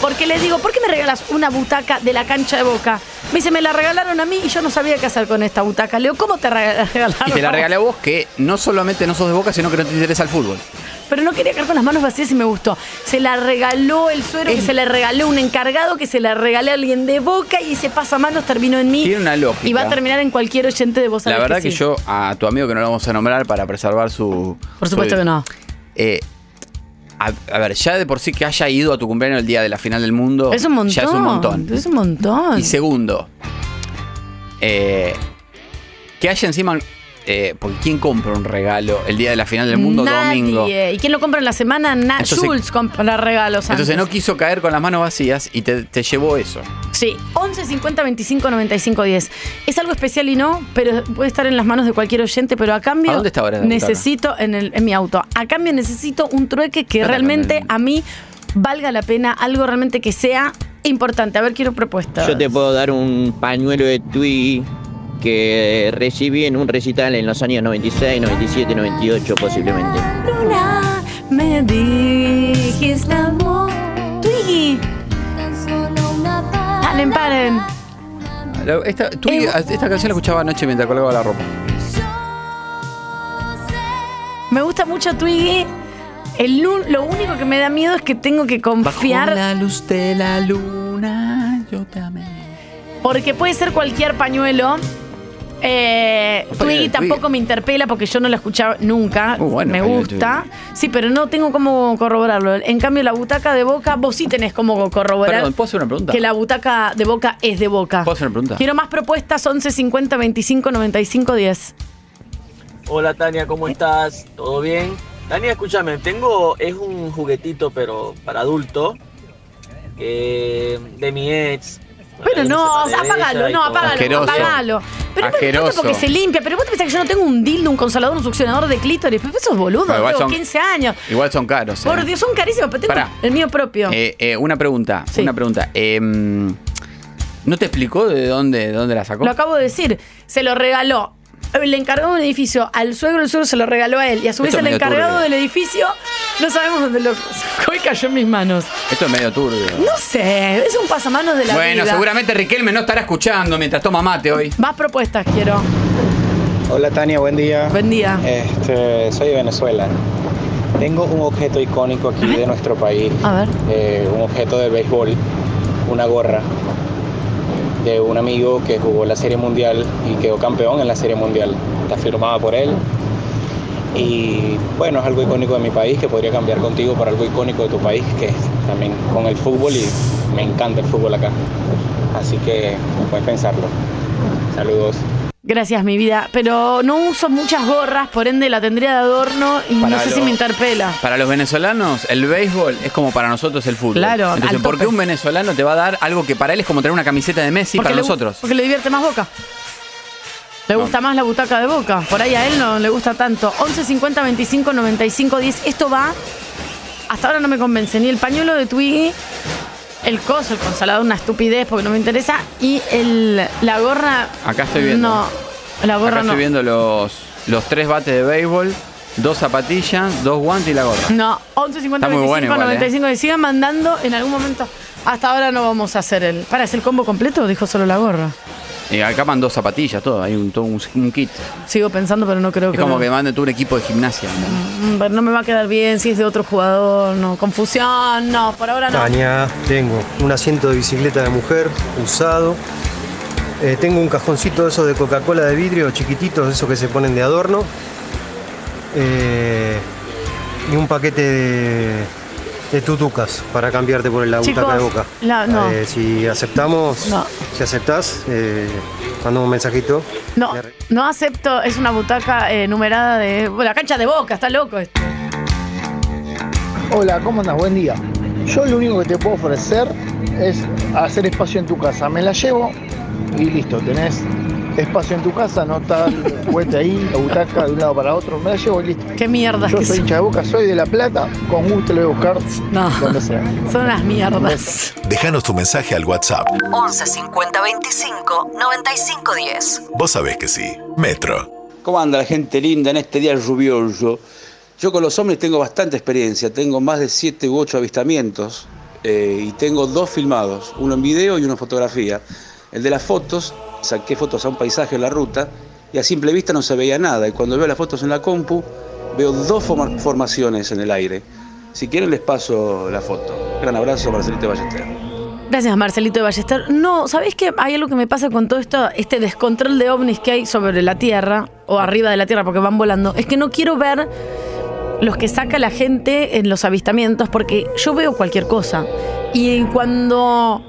[SPEAKER 6] Porque le digo, ¿por qué me regalas una butaca de la cancha de Boca? Me dice, me la regalaron a mí y yo no sabía qué hacer con esta butaca. Leo, ¿cómo te rega- [LAUGHS] regalaron?
[SPEAKER 7] Y te la regalé a vos que no solamente no sos de boca, sino que no te interesa el fútbol.
[SPEAKER 6] Pero no quería quedar con las manos vacías y me gustó. Se la regaló el suero, que se le regaló un encargado, que se la regaló a alguien de Boca y ese pasamanos terminó en mí.
[SPEAKER 7] Tiene una lógica.
[SPEAKER 6] Y va a terminar en cualquier oyente de vos.
[SPEAKER 7] La verdad que, yo, a tu amigo que no lo vamos a nombrar para preservar su.
[SPEAKER 6] Por supuesto
[SPEAKER 7] su-
[SPEAKER 6] que no.
[SPEAKER 7] Eh, a, a ver, ya de por sí que haya ido a tu cumpleaños el día de la final del mundo.
[SPEAKER 6] Es un montón.
[SPEAKER 7] Ya es un montón.
[SPEAKER 6] Es un montón.
[SPEAKER 7] Y segundo, eh, que haya encima. eh, porque ¿quién compra un regalo el día de la final del mundo
[SPEAKER 6] Nadie.
[SPEAKER 7] domingo?
[SPEAKER 6] ¿Y quién lo compra en la semana? Na
[SPEAKER 7] Entonces-
[SPEAKER 6] Schultz compra regalos.
[SPEAKER 7] Entonces
[SPEAKER 6] antes.
[SPEAKER 7] no quiso caer con las manos vacías y te, te llevó eso.
[SPEAKER 6] Sí, 11 50 25 95 10. Es algo especial y no, pero puede estar en las manos de cualquier oyente, pero a cambio
[SPEAKER 7] ¿A dónde está ahora la butaca?
[SPEAKER 6] necesito en, el- en mi auto. A cambio necesito un trueque que
[SPEAKER 7] Espera,
[SPEAKER 6] realmente a mí valga la pena, algo realmente que sea importante. A ver, quiero propuestas.
[SPEAKER 13] Yo te puedo dar un pañuelo de Tui que recibí en un recital en los años 96, 97, 98 posiblemente.
[SPEAKER 6] Luna, me dijiste amor. Twiggy. Paren, paren.
[SPEAKER 7] La- Esta, tú-
[SPEAKER 6] Eh,
[SPEAKER 7] esta canción la escuchaba anoche mientras colgaba la ropa.
[SPEAKER 6] Me gusta mucho Twiggy. El, lu- lo único que me da miedo es que tengo que confiar.
[SPEAKER 7] la luz de la luna, yo te
[SPEAKER 6] Porque puede ser cualquier pañuelo. Eh, Twiggy
[SPEAKER 7] Twiggy.
[SPEAKER 6] tampoco me interpela porque yo no la escuchaba nunca.
[SPEAKER 7] Muy bueno,
[SPEAKER 6] me
[SPEAKER 7] pañuelo
[SPEAKER 6] gusta. Sí, pero no tengo cómo corroborarlo. En cambio, la butaca de boca, vos sí tenés cómo corroborar.
[SPEAKER 7] Perdón, ¿puedo hacer una pregunta?
[SPEAKER 6] Que la butaca de boca es de boca.
[SPEAKER 7] ¿Puedo hacer una pregunta?
[SPEAKER 6] Quiero más propuestas: 11 50 25 95 10.
[SPEAKER 18] Hola Tania,
[SPEAKER 6] ¿Eh?
[SPEAKER 18] ¿cómo estás? ¿Todo bien? Tania, escúchame, tengo, es un juguetito, pero para adulto, eh, de mi ex.
[SPEAKER 6] Pero no, o sea, apágalo, no, apágalo,
[SPEAKER 18] Asqueroso.
[SPEAKER 6] apágalo. Pero no me importa
[SPEAKER 18] Asqueroso.
[SPEAKER 6] porque se limpia. Pero vos te pensás que yo no tengo un dildo, un consolador, un succionador de clítoris. Pero eso es boludo,
[SPEAKER 7] No, igual
[SPEAKER 6] tengo
[SPEAKER 7] son-
[SPEAKER 6] 15 años.
[SPEAKER 7] Igual son caros. eh.
[SPEAKER 6] Por Dios, son carísimos, pero tengo
[SPEAKER 7] Pará.
[SPEAKER 6] el mío propio.
[SPEAKER 7] Eh, eh, una pregunta, una pregunta. Eh, ¿No te explicó de dónde, de dónde la sacó?
[SPEAKER 6] Lo acabo de decir. Se lo regaló. Eh, Le encargó un edificio al suegro, el suegro se lo regaló a él. Y a su vez
[SPEAKER 7] Esto es
[SPEAKER 6] el
[SPEAKER 7] medio
[SPEAKER 6] encargado
[SPEAKER 7] turbio.
[SPEAKER 6] del edificio, no sabemos dónde lo sacó y cayó en mis manos.
[SPEAKER 7] Esto es medio turbio.
[SPEAKER 6] No sé, es un pasamanos de la
[SPEAKER 7] bueno,
[SPEAKER 6] vida.
[SPEAKER 7] seguramente Riquelme no estará escuchando mientras toma mate hoy.
[SPEAKER 6] Más propuestas quiero.
[SPEAKER 20] Hola Tania, buen día.
[SPEAKER 6] Buen día.
[SPEAKER 20] Este, soy de Venezuela. Tengo un objeto icónico aquí de nuestro país.
[SPEAKER 6] A ver.
[SPEAKER 20] Eh, un objeto de béisbol, una gorra de un amigo que jugó la Serie Mundial y quedó campeón en la Serie Mundial. Está firmada por él. Y bueno, es algo icónico de mi país que podría cambiar contigo por algo icónico de tu país, que es también con el fútbol y me encanta el fútbol acá. Así que puedes pensarlo. Saludos.
[SPEAKER 6] Gracias, mi vida. Pero no uso muchas gorras, por ende la tendría de adorno y no
[SPEAKER 7] Para
[SPEAKER 6] sé
[SPEAKER 7] lo-
[SPEAKER 6] si me interpela.
[SPEAKER 7] Para los venezolanos, el béisbol es como para nosotros el fútbol.
[SPEAKER 6] Claro, al
[SPEAKER 7] Entonces, ¿por qué
[SPEAKER 6] tope.
[SPEAKER 7] un venezolano te va a dar algo que para él es como tener una camiseta de Messi para
[SPEAKER 6] le gu-
[SPEAKER 7] nosotros?
[SPEAKER 6] Porque le divierte más boca. Le gusta más la butaca de boca. Por ahí a él no le gusta tanto. 11 50 25 95 10. Esto va. Hasta ahora no me convence. Ni el pañuelo de Twiggy, el coso, el consalado, una estupidez porque no me interesa. Y el, la gorra.
[SPEAKER 7] Acá estoy viendo.
[SPEAKER 6] No, la gorra
[SPEAKER 7] Acá
[SPEAKER 6] no.
[SPEAKER 7] estoy viendo los, los tres bates de béisbol, dos zapatillas, dos guantes y la gorra.
[SPEAKER 6] No, 11
[SPEAKER 7] Está
[SPEAKER 6] 50
[SPEAKER 7] muy
[SPEAKER 6] 25
[SPEAKER 7] bueno igual, ¿eh?
[SPEAKER 6] 95 10. Sigan mandando en algún momento. Hasta ahora no vamos a hacer el. ¿Para, es el combo completo o dijo solo la gorra?
[SPEAKER 7] Y acá van dos zapatillas, todo, hay un, todo un, un kit.
[SPEAKER 6] Sigo pensando, pero no creo
[SPEAKER 7] es
[SPEAKER 6] que.
[SPEAKER 7] como
[SPEAKER 6] lo-
[SPEAKER 7] que manden tú un equipo de gimnasia. ¿no?
[SPEAKER 6] Mm, pero no me va a quedar bien si es de otro jugador, no. Confusión, no, por ahora no.
[SPEAKER 24] Tania, tengo un asiento de bicicleta de mujer usado. Eh, tengo un cajoncito de esos de Coca-Cola de vidrio, chiquititos, esos que se ponen de adorno. Eh, y un paquete de, de tutucas para cambiarte por la
[SPEAKER 6] Chicos,
[SPEAKER 24] butaca de boca.
[SPEAKER 6] la- no.
[SPEAKER 24] Eh, si aceptamos,
[SPEAKER 6] No.
[SPEAKER 24] si aceptás, eh, mandame un mensajito.
[SPEAKER 6] No, no acepto, es una butaca eh, numerada de. Bueno, la cancha de boca, está loco esto.
[SPEAKER 29] Hola, ¿cómo andas? Buen día. Yo lo único que te puedo ofrecer es hacer espacio en tu casa. Me la llevo y listo, tenés espacio en tu casa, no
[SPEAKER 6] [LAUGHS]
[SPEAKER 29] está el juguete ahí, la butaca de un lado para otro, me la llevo y listo.
[SPEAKER 6] Qué mierda
[SPEAKER 29] Yo
[SPEAKER 6] que
[SPEAKER 29] soy
[SPEAKER 6] son.
[SPEAKER 29] hincha de boca, soy de La Plata, con gusto lo voy a buscar donde sea.
[SPEAKER 6] Son unas mierdas.
[SPEAKER 14] Déjanos tu mensaje al WhatsApp.
[SPEAKER 2] 11 50 25 95 10.
[SPEAKER 14] Vos sabés que sí. Metro.
[SPEAKER 3] ¿Cómo anda la gente linda en este día lluvioso? Yo con los hombres tengo bastante experiencia, tengo más de 7 u 8 avistamientos eh, y tengo dos filmados, uno en video y uno en fotografía. El de las fotos, saqué fotos a un paisaje en la ruta y a simple vista no se veía nada y cuando veo las fotos en la compu veo dos forma- formaciones en el aire. Si quieren les paso la foto. Gran abrazo, Marcelito Ballester.
[SPEAKER 6] Gracias, Marcelito de Ballester. No, ¿sabéis que hay algo que me pasa con todo esto, este descontrol de ovnis que hay sobre la Tierra o arriba de la Tierra porque van volando? Es que no quiero ver los que saca la gente en los avistamientos porque yo veo cualquier cosa. Y cuando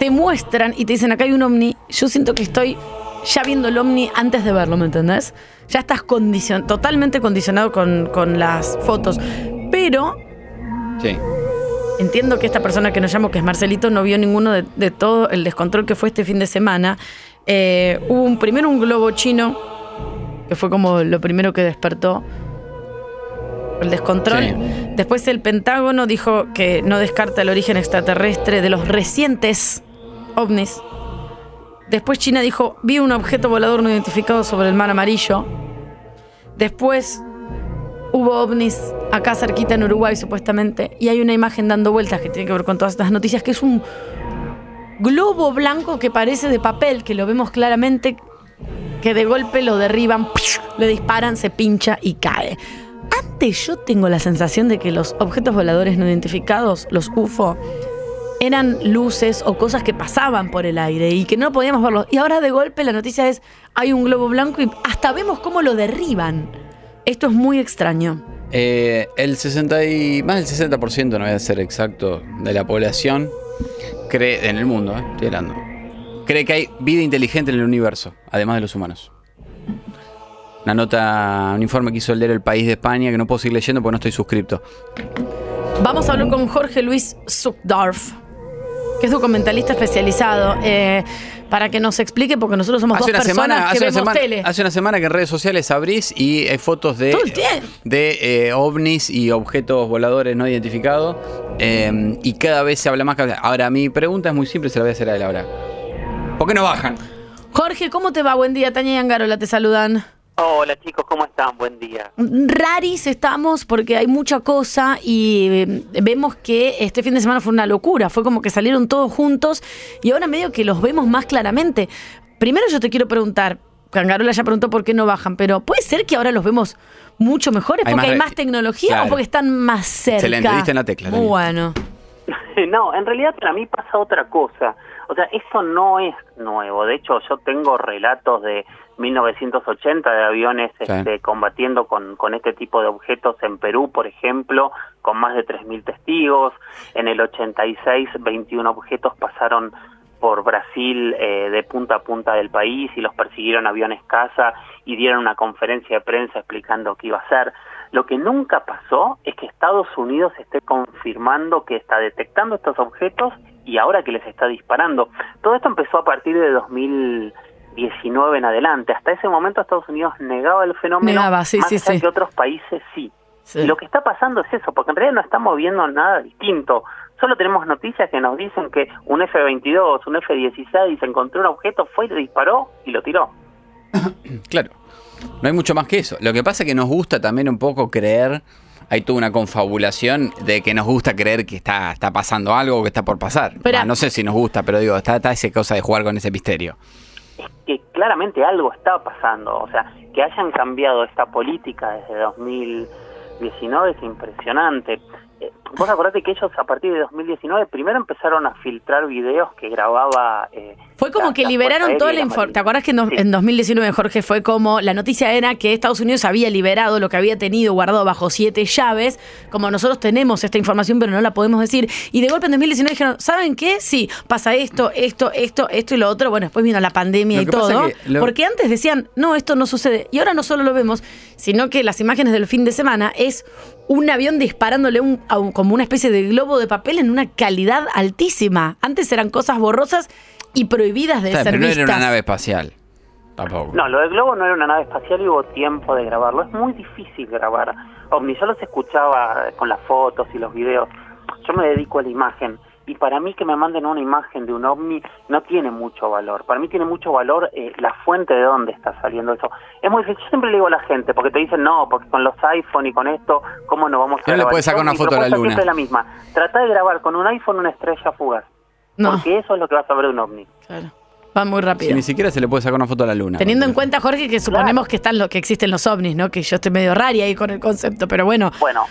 [SPEAKER 6] te muestran y te dicen acá hay un ovni, yo siento que estoy ya viendo el ovni antes de verlo, ¿me entendés? Ya estás condicion totalmente condicionado con, con las fotos. Pero Mm.
[SPEAKER 7] Sí.
[SPEAKER 6] Entiendo que esta persona que nos llamó, que es Marcelito, no vio ninguno de, de todo el descontrol que fue este fin de semana. Eh, hubo un, primero un globo chino, que fue como lo primero que despertó el descontrol.
[SPEAKER 7] Sí.
[SPEAKER 6] Después el Pentágono dijo que no descarta el origen extraterrestre de los recientes ovnis. Después China dijo, vi un objeto volador no identificado sobre el mar amarillo. Después hubo ovnis acá cerquita en Uruguay supuestamente. Y hay una imagen dando vueltas que tiene que ver con todas estas noticias, que es un globo blanco que parece de papel, que lo vemos claramente, que de golpe lo derriban, le disparan, se pincha y cae. Antes yo tengo la sensación de que los objetos voladores no identificados, los UFO, eran luces o cosas que pasaban por el aire y que no podíamos verlos. Y ahora de golpe la noticia es, hay un globo blanco y hasta vemos cómo lo derriban. Esto es muy extraño.
[SPEAKER 7] Eh, el 60 y, más del 60%, no voy a ser exacto, de la población cree, en el mundo, eh, estoy hablando, cree que hay vida inteligente en el universo, además de los humanos. Una nota, un informe que hizo el diario El País de España, que no puedo seguir leyendo porque no estoy suscripto.
[SPEAKER 6] Vamos a hablar con Jorge Luis Zuckdorf, que es documentalista especializado, eh, para que nos explique, porque nosotros somos
[SPEAKER 7] Hace
[SPEAKER 6] Pues dos
[SPEAKER 7] una,
[SPEAKER 6] personas
[SPEAKER 7] semana,
[SPEAKER 6] que
[SPEAKER 7] hace, una
[SPEAKER 6] vemos
[SPEAKER 7] semana,
[SPEAKER 6] tele.
[SPEAKER 7] hace una semana que en redes sociales abrís y hay fotos de, de eh, ovnis y objetos voladores no identificados. eh, y cada vez se habla más. que- Ahora, mi pregunta es muy simple, se la voy a hacer a él ahora. ¿Por qué no bajan?
[SPEAKER 6] Jorge, ¿cómo te va? Buen día, Tania y Angarola, te saludan.
[SPEAKER 5] Hola chicos, ¿cómo están? Buen día. [LAUGHS]
[SPEAKER 6] Raris estamos porque hay mucha cosa y eh, vemos que este fin de semana fue una locura, fue como que salieron todos juntos y ahora medio que los vemos más claramente. Primero yo te quiero preguntar, Cangarola ya preguntó por qué no bajan, pero ¿puede ser que ahora los vemos mucho mejores
[SPEAKER 7] Hay
[SPEAKER 6] porque
[SPEAKER 7] más
[SPEAKER 6] hay
[SPEAKER 7] re-
[SPEAKER 6] más tecnología o
[SPEAKER 7] claro.
[SPEAKER 6] porque están más cerca?
[SPEAKER 7] Excelente, diste en la tecla,
[SPEAKER 6] Muy
[SPEAKER 7] Lali.
[SPEAKER 6] bueno.
[SPEAKER 5] no, en realidad para mí pasa otra cosa. O sea, eso no es nuevo. De hecho, yo tengo relatos de 1980 de aviones
[SPEAKER 21] Sí.
[SPEAKER 5] este, combatiendo con, con este tipo de objetos en Perú, por ejemplo, con más de 3.000 testigos. En el 86, 21 objetos pasaron por Brasil eh, de punta a punta del país y los persiguieron aviones caza y dieron una conferencia de prensa explicando qué iba a hacer. Lo que nunca pasó es que Estados Unidos esté confirmando que está detectando estos objetos y ahora que les está disparando. Todo esto empezó a partir de 2019 en adelante. Hasta ese momento Estados Unidos negaba el fenómeno,
[SPEAKER 6] Negaba, sí,
[SPEAKER 5] más
[SPEAKER 6] sí,
[SPEAKER 5] allá
[SPEAKER 6] sí.
[SPEAKER 5] que otros países sí. Y lo que está pasando es eso, porque en realidad no estamos viendo nada distinto. Solo tenemos noticias que nos dicen que un F-22, un F-16 encontró un objeto, fue y lo disparó y lo tiró.
[SPEAKER 7] Claro. No hay mucho más que eso. Lo que pasa es que nos gusta también un poco creer. Hay toda una confabulación de que nos gusta creer que está, está pasando algo o que está por pasar.
[SPEAKER 5] Pero-
[SPEAKER 7] Ah, no sé si nos gusta, pero digo, está, está esa cosa de jugar con ese misterio.
[SPEAKER 5] que claramente algo está pasando. O sea, que hayan cambiado esta política desde 2019 es impresionante. Eh, Vos acordate que ellos a partir de 2019 primero empezaron a filtrar videos que grababa... eh,
[SPEAKER 6] Fue como
[SPEAKER 5] la-
[SPEAKER 6] que
[SPEAKER 5] la
[SPEAKER 6] liberaron
[SPEAKER 5] Fuerza
[SPEAKER 6] toda la
[SPEAKER 5] Aérea y
[SPEAKER 6] información. ¿Te
[SPEAKER 5] Marina.
[SPEAKER 6] acuerdas que en, dos- en 2019, Jorge, fue como la noticia era que Estados Unidos había liberado lo que había tenido guardado bajo siete llaves? Como nosotros tenemos esta información, pero no la podemos decir. Y de golpe en 2019 dijeron, ¿saben qué? Sí, pasa esto, esto, esto, esto y lo otro. Bueno, después vino la pandemia
[SPEAKER 7] Lo
[SPEAKER 6] y
[SPEAKER 7] que pasa
[SPEAKER 6] todo.
[SPEAKER 7] es que lo-
[SPEAKER 6] Porque antes decían, no, esto no sucede. Y ahora no solo lo vemos, sino que las imágenes del fin de semana es un avión disparándole un- a un- como una especie de globo de papel en una calidad altísima. Antes eran cosas borrosas y prohibidas de
[SPEAKER 7] Está,
[SPEAKER 6] ser
[SPEAKER 7] pero no era
[SPEAKER 6] vistas.
[SPEAKER 7] una nave espacial. Tampoco.
[SPEAKER 5] No, lo del globo no era una nave espacial y hubo tiempo de grabarlo. Es muy difícil grabar ovnis. Yo los escuchaba con las fotos y los videos. Yo me dedico a la imagen. Y para mí que me manden una imagen de un ovni no tiene mucho valor. Para mí tiene mucho valor eh, la fuente de dónde está saliendo eso. Es muy difícil. Yo siempre le digo a la gente, porque te dicen, no, porque con los iPhone y con esto, ¿cómo no vamos a
[SPEAKER 7] No le
[SPEAKER 5] grabar?
[SPEAKER 7] puedes sacar
[SPEAKER 5] Yo,
[SPEAKER 7] una
[SPEAKER 5] mi
[SPEAKER 7] foto a la
[SPEAKER 5] propuesta
[SPEAKER 7] luna.
[SPEAKER 5] siempre es la misma. Trata de grabar con un iPhone una estrella fugaz. Porque eso es lo que vas a ver de un ovni.
[SPEAKER 6] Va muy rápido.
[SPEAKER 7] Si ni siquiera se le puede sacar una foto a la luna.
[SPEAKER 6] Teniendo en cuenta, Jorge, que suponemos que están lo, que existen los ovnis, ¿no? Que yo estoy medio rari ahí con el concepto, pero bueno.
[SPEAKER 5] Bueno.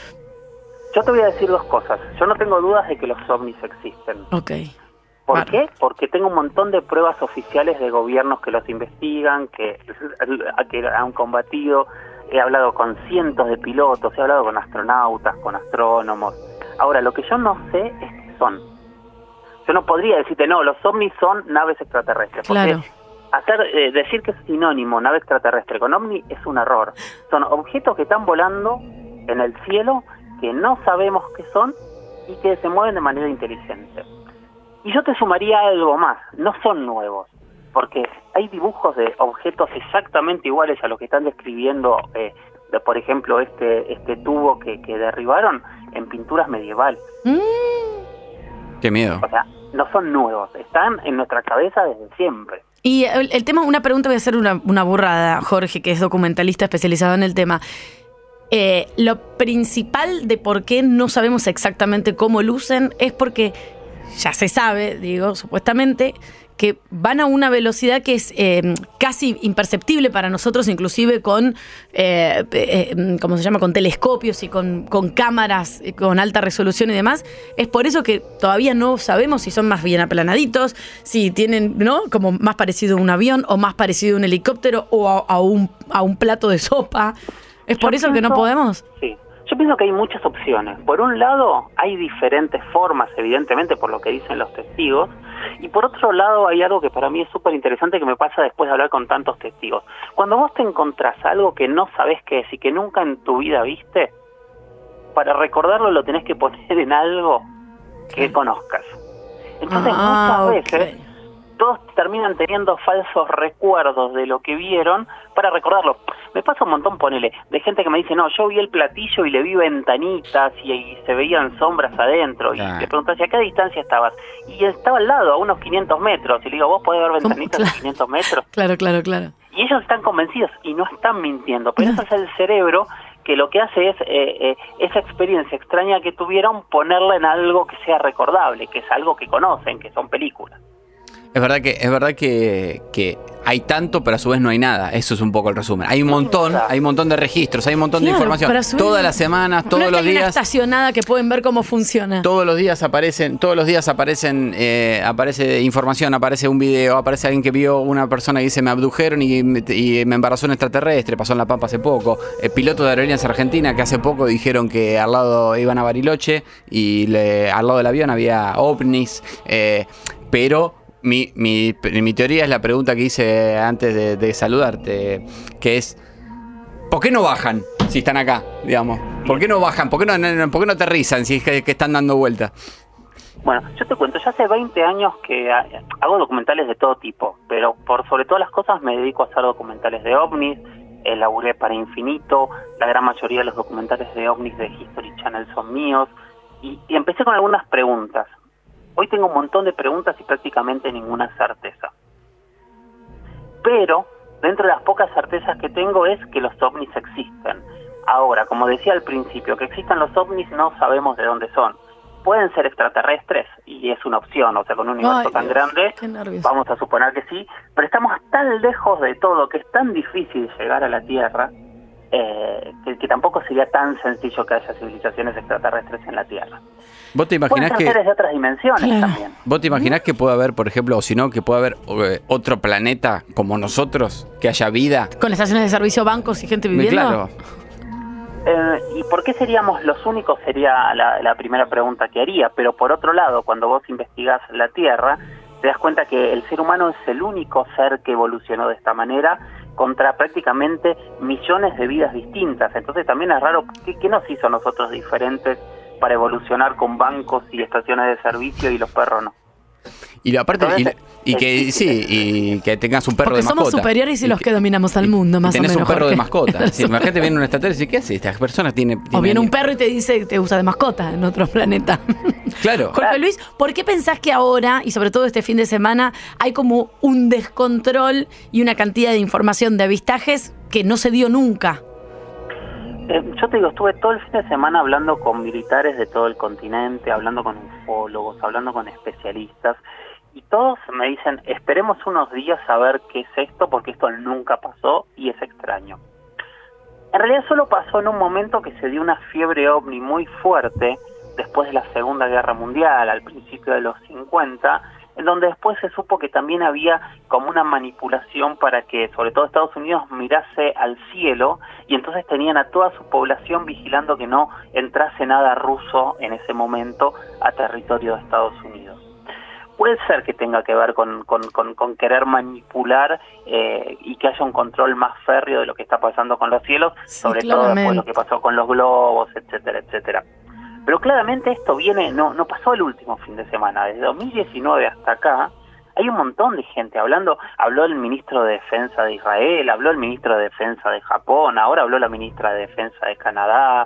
[SPEAKER 5] Yo te voy a decir dos cosas. Yo no tengo dudas de que los ovnis existen.
[SPEAKER 6] Ok.
[SPEAKER 5] ¿Por qué? Porque tengo un montón de pruebas oficiales de gobiernos que los investigan, que, [LAUGHS] que han combatido. He hablado con cientos de pilotos, he hablado con astronautas, con astrónomos. Ahora, lo que yo no sé es qué son. Yo no podría decirte, no, los ovnis son naves extraterrestres. porque
[SPEAKER 6] Claro.
[SPEAKER 5] Hacer, eh, decir que es sinónimo nave extraterrestre con ovni es un error. Son objetos que están volando en el cielo que no sabemos qué son y que se mueven de manera inteligente. Y yo te sumaría algo más, no son nuevos, porque hay dibujos de objetos exactamente iguales a los que están describiendo, eh, de, por ejemplo, este, este tubo que, que derribaron en pinturas medievales.
[SPEAKER 7] Qué miedo.
[SPEAKER 5] O sea, no son nuevos, están en nuestra cabeza desde siempre.
[SPEAKER 6] Y el, el tema, una pregunta, voy a hacer una, una burrada, Jorge, que es documentalista especializado en el tema. Eh, lo principal de por qué no sabemos exactamente cómo lucen es porque ya se sabe, digo, supuestamente, que van a una velocidad que es eh, casi imperceptible para nosotros, inclusive con, eh, eh, ¿cómo se llama?, con telescopios y con, con cámaras eh, con alta resolución y demás. Es por eso que todavía no sabemos si son más bien aplanaditos, si tienen, ¿no?, como más parecido a un avión o más parecido a un helicóptero o a, a un, a un plato de sopa. ¿Es por
[SPEAKER 5] Yo
[SPEAKER 6] eso que no
[SPEAKER 5] pienso-
[SPEAKER 6] podemos?
[SPEAKER 5] Sí. Yo pienso que hay muchas opciones. Por un lado, hay diferentes formas, evidentemente, por lo que dicen los testigos. Y por otro lado, hay algo que para mí es súper interesante que me pasa después de hablar con tantos testigos. Cuando vos te encontrás algo que no sabes qué es y que nunca en tu vida viste, para recordarlo lo tenés que poner en algo que conozcas. Entonces,
[SPEAKER 6] Ah,
[SPEAKER 5] muchas veces todos terminan teniendo falsos recuerdos de lo que vieron para recordarlo. Me pasa un montón, ponele, de gente que me dice, no, yo vi el platillo y le vi ventanitas y, y se veían sombras adentro. Y
[SPEAKER 6] Ah.
[SPEAKER 5] le preguntas, ¿y a qué distancia estabas? Y estaba al lado, a unos 500 metros. Y le digo, ¿vos podés ver ventanitas a 500 metros?
[SPEAKER 6] Claro, claro, claro.
[SPEAKER 5] Y ellos están convencidos y no están mintiendo. Pero eso es el cerebro que lo que hace es eh, eh, esa experiencia extraña que tuvieron ponerla en algo que sea recordable, que es algo que conocen, que son películas.
[SPEAKER 7] Es verdad que, es verdad que, que hay tanto, pero a su vez no hay nada. Eso es un poco el resumen. Hay un montón, hay un montón de registros, hay un montón de
[SPEAKER 6] Claro, pero a
[SPEAKER 7] información.
[SPEAKER 6] su vez-
[SPEAKER 7] Todas las semanas, todos
[SPEAKER 6] no es que
[SPEAKER 7] los
[SPEAKER 6] hay una
[SPEAKER 7] días.
[SPEAKER 6] estacionada que pueden ver cómo funciona.
[SPEAKER 7] Todos los días aparecen, todos los días aparecen, eh, aparece información, aparece un video, aparece alguien que vio una persona que dice me abdujeron y, me- y me embarazó un extraterrestre, pasó en La Pampa hace poco. Eh, piloto de aerolíneas argentinas que hace poco dijeron que al lado iban a Bariloche y le- al lado del avión había ovnis. eh, pero mi, mi- mi teoría es la pregunta que hice antes de, de saludarte, que es ¿Por qué no bajan si están acá, digamos? ¿Por qué no bajan? ¿Por qué no, no- no- por qué no aterrizan si es que, que están dando vuelta?
[SPEAKER 5] Bueno, yo te cuento, yo hace 20 años que ha- hago documentales de todo tipo, pero por sobre todas las cosas me dedico a hacer documentales de ovnis, eh, laburé para Infinito, la gran mayoría de los documentales de ovnis de History Channel son míos, y, y empecé con algunas preguntas. Hoy tengo un montón de preguntas y prácticamente ninguna certeza. Pero dentro de las pocas certezas que tengo es que los ovnis existen. Ahora, como decía al principio, que existan los ovnis no sabemos de dónde son pueden ser extraterrestres y es una opción, o sea, con un universo
[SPEAKER 6] Ay,
[SPEAKER 5] tan
[SPEAKER 6] Dios,
[SPEAKER 5] grande,
[SPEAKER 6] qué nervios.
[SPEAKER 5] vamos a suponer que sí, pero estamos tan lejos de todo que es tan difícil llegar a la Tierra eh, que, que tampoco sería tan sencillo que haya civilizaciones extraterrestres en la Tierra.
[SPEAKER 7] ¿Vos te
[SPEAKER 5] Pueden
[SPEAKER 7] imaginás
[SPEAKER 5] ser
[SPEAKER 7] que,
[SPEAKER 5] seres de otras dimensiones también.
[SPEAKER 7] ¿Vos te imaginás que puede haber, por ejemplo, o si no, que puede haber eh, otro planeta como nosotros, que haya vida?
[SPEAKER 6] Con estaciones de servicio, bancos y gente
[SPEAKER 7] Me-
[SPEAKER 6] viviendo.
[SPEAKER 7] Claro.
[SPEAKER 5] Eh, ¿Y por qué seríamos los únicos? Sería la, la primera pregunta que haría. Pero por otro lado, cuando vos investigás la Tierra, te das cuenta que el ser humano es el único ser que evolucionó de esta manera contra prácticamente millones de vidas distintas. Entonces también es raro, ¿qué, qué nos hizo a nosotros diferentes para evolucionar con bancos y estaciones de servicio y los perros no?
[SPEAKER 7] Y lo- aparte, y, y que sí, y que tengas un perro
[SPEAKER 6] Porque
[SPEAKER 7] de mascota.
[SPEAKER 6] somos superiores y los
[SPEAKER 7] que-
[SPEAKER 6] que dominamos al mundo, más
[SPEAKER 7] tenés
[SPEAKER 6] o menos.
[SPEAKER 7] un perro de
[SPEAKER 6] Jorge. [LAUGHS]
[SPEAKER 7] mascota. Sí, imagínate viene un extraterrestre y ¿qué hace? Estas personas tienen.
[SPEAKER 6] O
[SPEAKER 7] tienen-
[SPEAKER 6] viene un perro y te dice que te usa de mascota en otro [LAUGHS] planeta.
[SPEAKER 7] Claro.
[SPEAKER 6] Jorge Luis, ¿por qué pensás que ahora, y sobre todo este fin de semana, hay como un descontrol y una cantidad de información de avistajes que no se dio nunca?
[SPEAKER 5] Eh, yo te digo, estuve todo el fin de semana hablando con militares de todo el continente, hablando con ufólogos, hablando con especialistas, y todos me dicen, esperemos unos días a ver qué es esto, porque esto nunca pasó y es extraño. En realidad solo pasó en un momento que se dio una fiebre ovni muy fuerte después de la Segunda Guerra Mundial, al principio de los 50, en donde después se supo que también había como una manipulación para que sobre todo Estados Unidos mirase al cielo y entonces tenían a toda su población vigilando que no entrase nada ruso en ese momento a territorio de Estados Unidos. Puede ser que tenga que ver con, con- con- con querer manipular eh, y que haya un control más férreo de lo que está pasando con los cielos, sobre todo después de lo
[SPEAKER 6] claramente.
[SPEAKER 5] que pasó con los globos, etcétera, etcétera. Pero claramente esto viene, no, no pasó el último fin de semana, desde 2019 hasta acá, hay un montón de gente hablando, habló el ministro de Defensa de Israel, habló el ministro de Defensa de Japón, ahora habló la ministra de Defensa de Canadá,